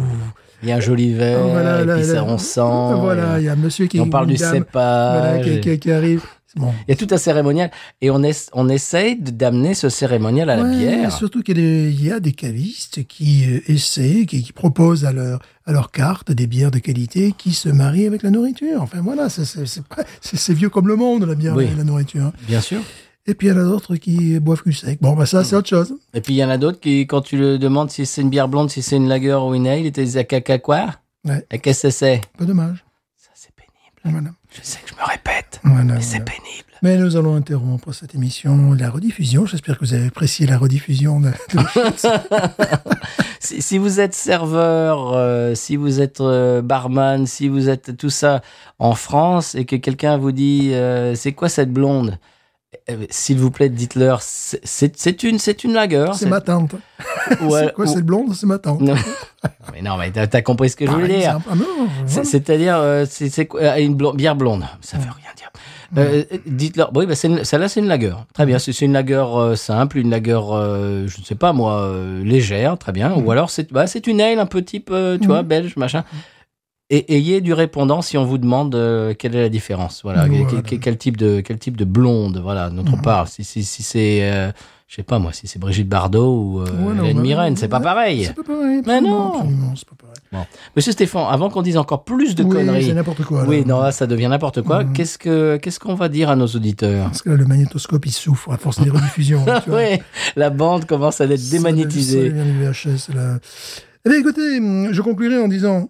il y a un joli verre,
Oh, voilà,
et
là,
puis
là.
ça on sent.
Voilà, il y a un monsieur qui.
et on parle
une
du
dame, voilà,
cépage.
qui, qui- qui arrive. Bon,
Il y a tout un cérémonial. Et on, es- on essaye de- d'amener ce cérémonial à la
Ouais,
bière.
Surtout qu'il y a des- il y a des cavistes qui euh, essaient, qui, qui proposent à leur, à leur carte des bières de qualité qui se marient avec la nourriture. Enfin voilà, c'est- c'est c'est pas- c'est- c'est vieux comme le monde, la bière
Oui.
et la nourriture.
Bien sûr.
Et puis il y en a d'autres qui boivent cul sec. Bon, bah
Mm.
ça, c'est autre chose.
Et puis il y en a d'autres qui, quand tu le demandes si c'est une bière blonde, si c'est une lager ou une ale, ils te disent à caca quoi
Ouais.
À qu'est-ce que c'est
Pas dommage.
Ça c'est pénible.
Voilà.
Je sais que je me répète,
Voilà,
mais Mm. c'est
voilà.
pénible.
Mais nous allons interrompre cette émission, la rediffusion. J'espère que vous avez apprécié la rediffusion. De...
Si, si vous êtes serveur, euh, si vous êtes euh, barman, si vous êtes tout ça en France et que quelqu'un vous dit euh, c'est quoi cette blonde euh, s'il vous plaît, dites-leur, c'est- c'est c'est une, c'est une lagueur.
C'est ma tante.
Ouais, oh.
c'est quoi,
ou-
c'est le blonde, c'est ma tante.
Non. mais non, mais t'as t'as compris ce que je
Par
voulais dire.
exemple. Ah non,
C'est-
voilà.
C'est-à-dire, euh, c'est c'est quoi euh, une blon- bière blonde Ça veut rien dire. Euh, Dites-leur, oui, bah, c'est une- celle-là, c'est une lagueur. Très bien, c'est c'est une lagueur euh, simple, une lagueur, euh, je ne sais pas moi, euh, légère, très bien. Ou alors, c'est bah, c'est une ale un peu type, euh, tu
Mhm.
vois, belge, machin. Et ayez du répondant si on vous demande euh, quelle est la différence. Voilà,
Voilà.
Quel, quel- quel type de, quel type de blonde, voilà, dont on parle. Si, si, si c'est, euh, je sais pas moi, si c'est Brigitte Bardot ou euh,
Ouais, non,
Hélène
bah,
Mirren, c'est pas
ouais,
pareil.
C'est pas pareil.
Mais
absolument,
non.
absolument, c'est pas pareil.
Monsieur Stéphane, avant qu'on dise encore plus de
oui,
conneries.
C'est n'importe quoi. là.
Oui, non, là, ça devient n'importe quoi.
Mhm.
Qu'est-ce que qu'est-ce qu'on va dire à nos auditeurs
Parce que là, le magnétoscope, il souffre à force des rediffusions. tu vois.
Oui, la bande commence à être
Ça,
démagnétisée.
ça vient du VHS, là. Eh bien, écoutez, je conclurai en disant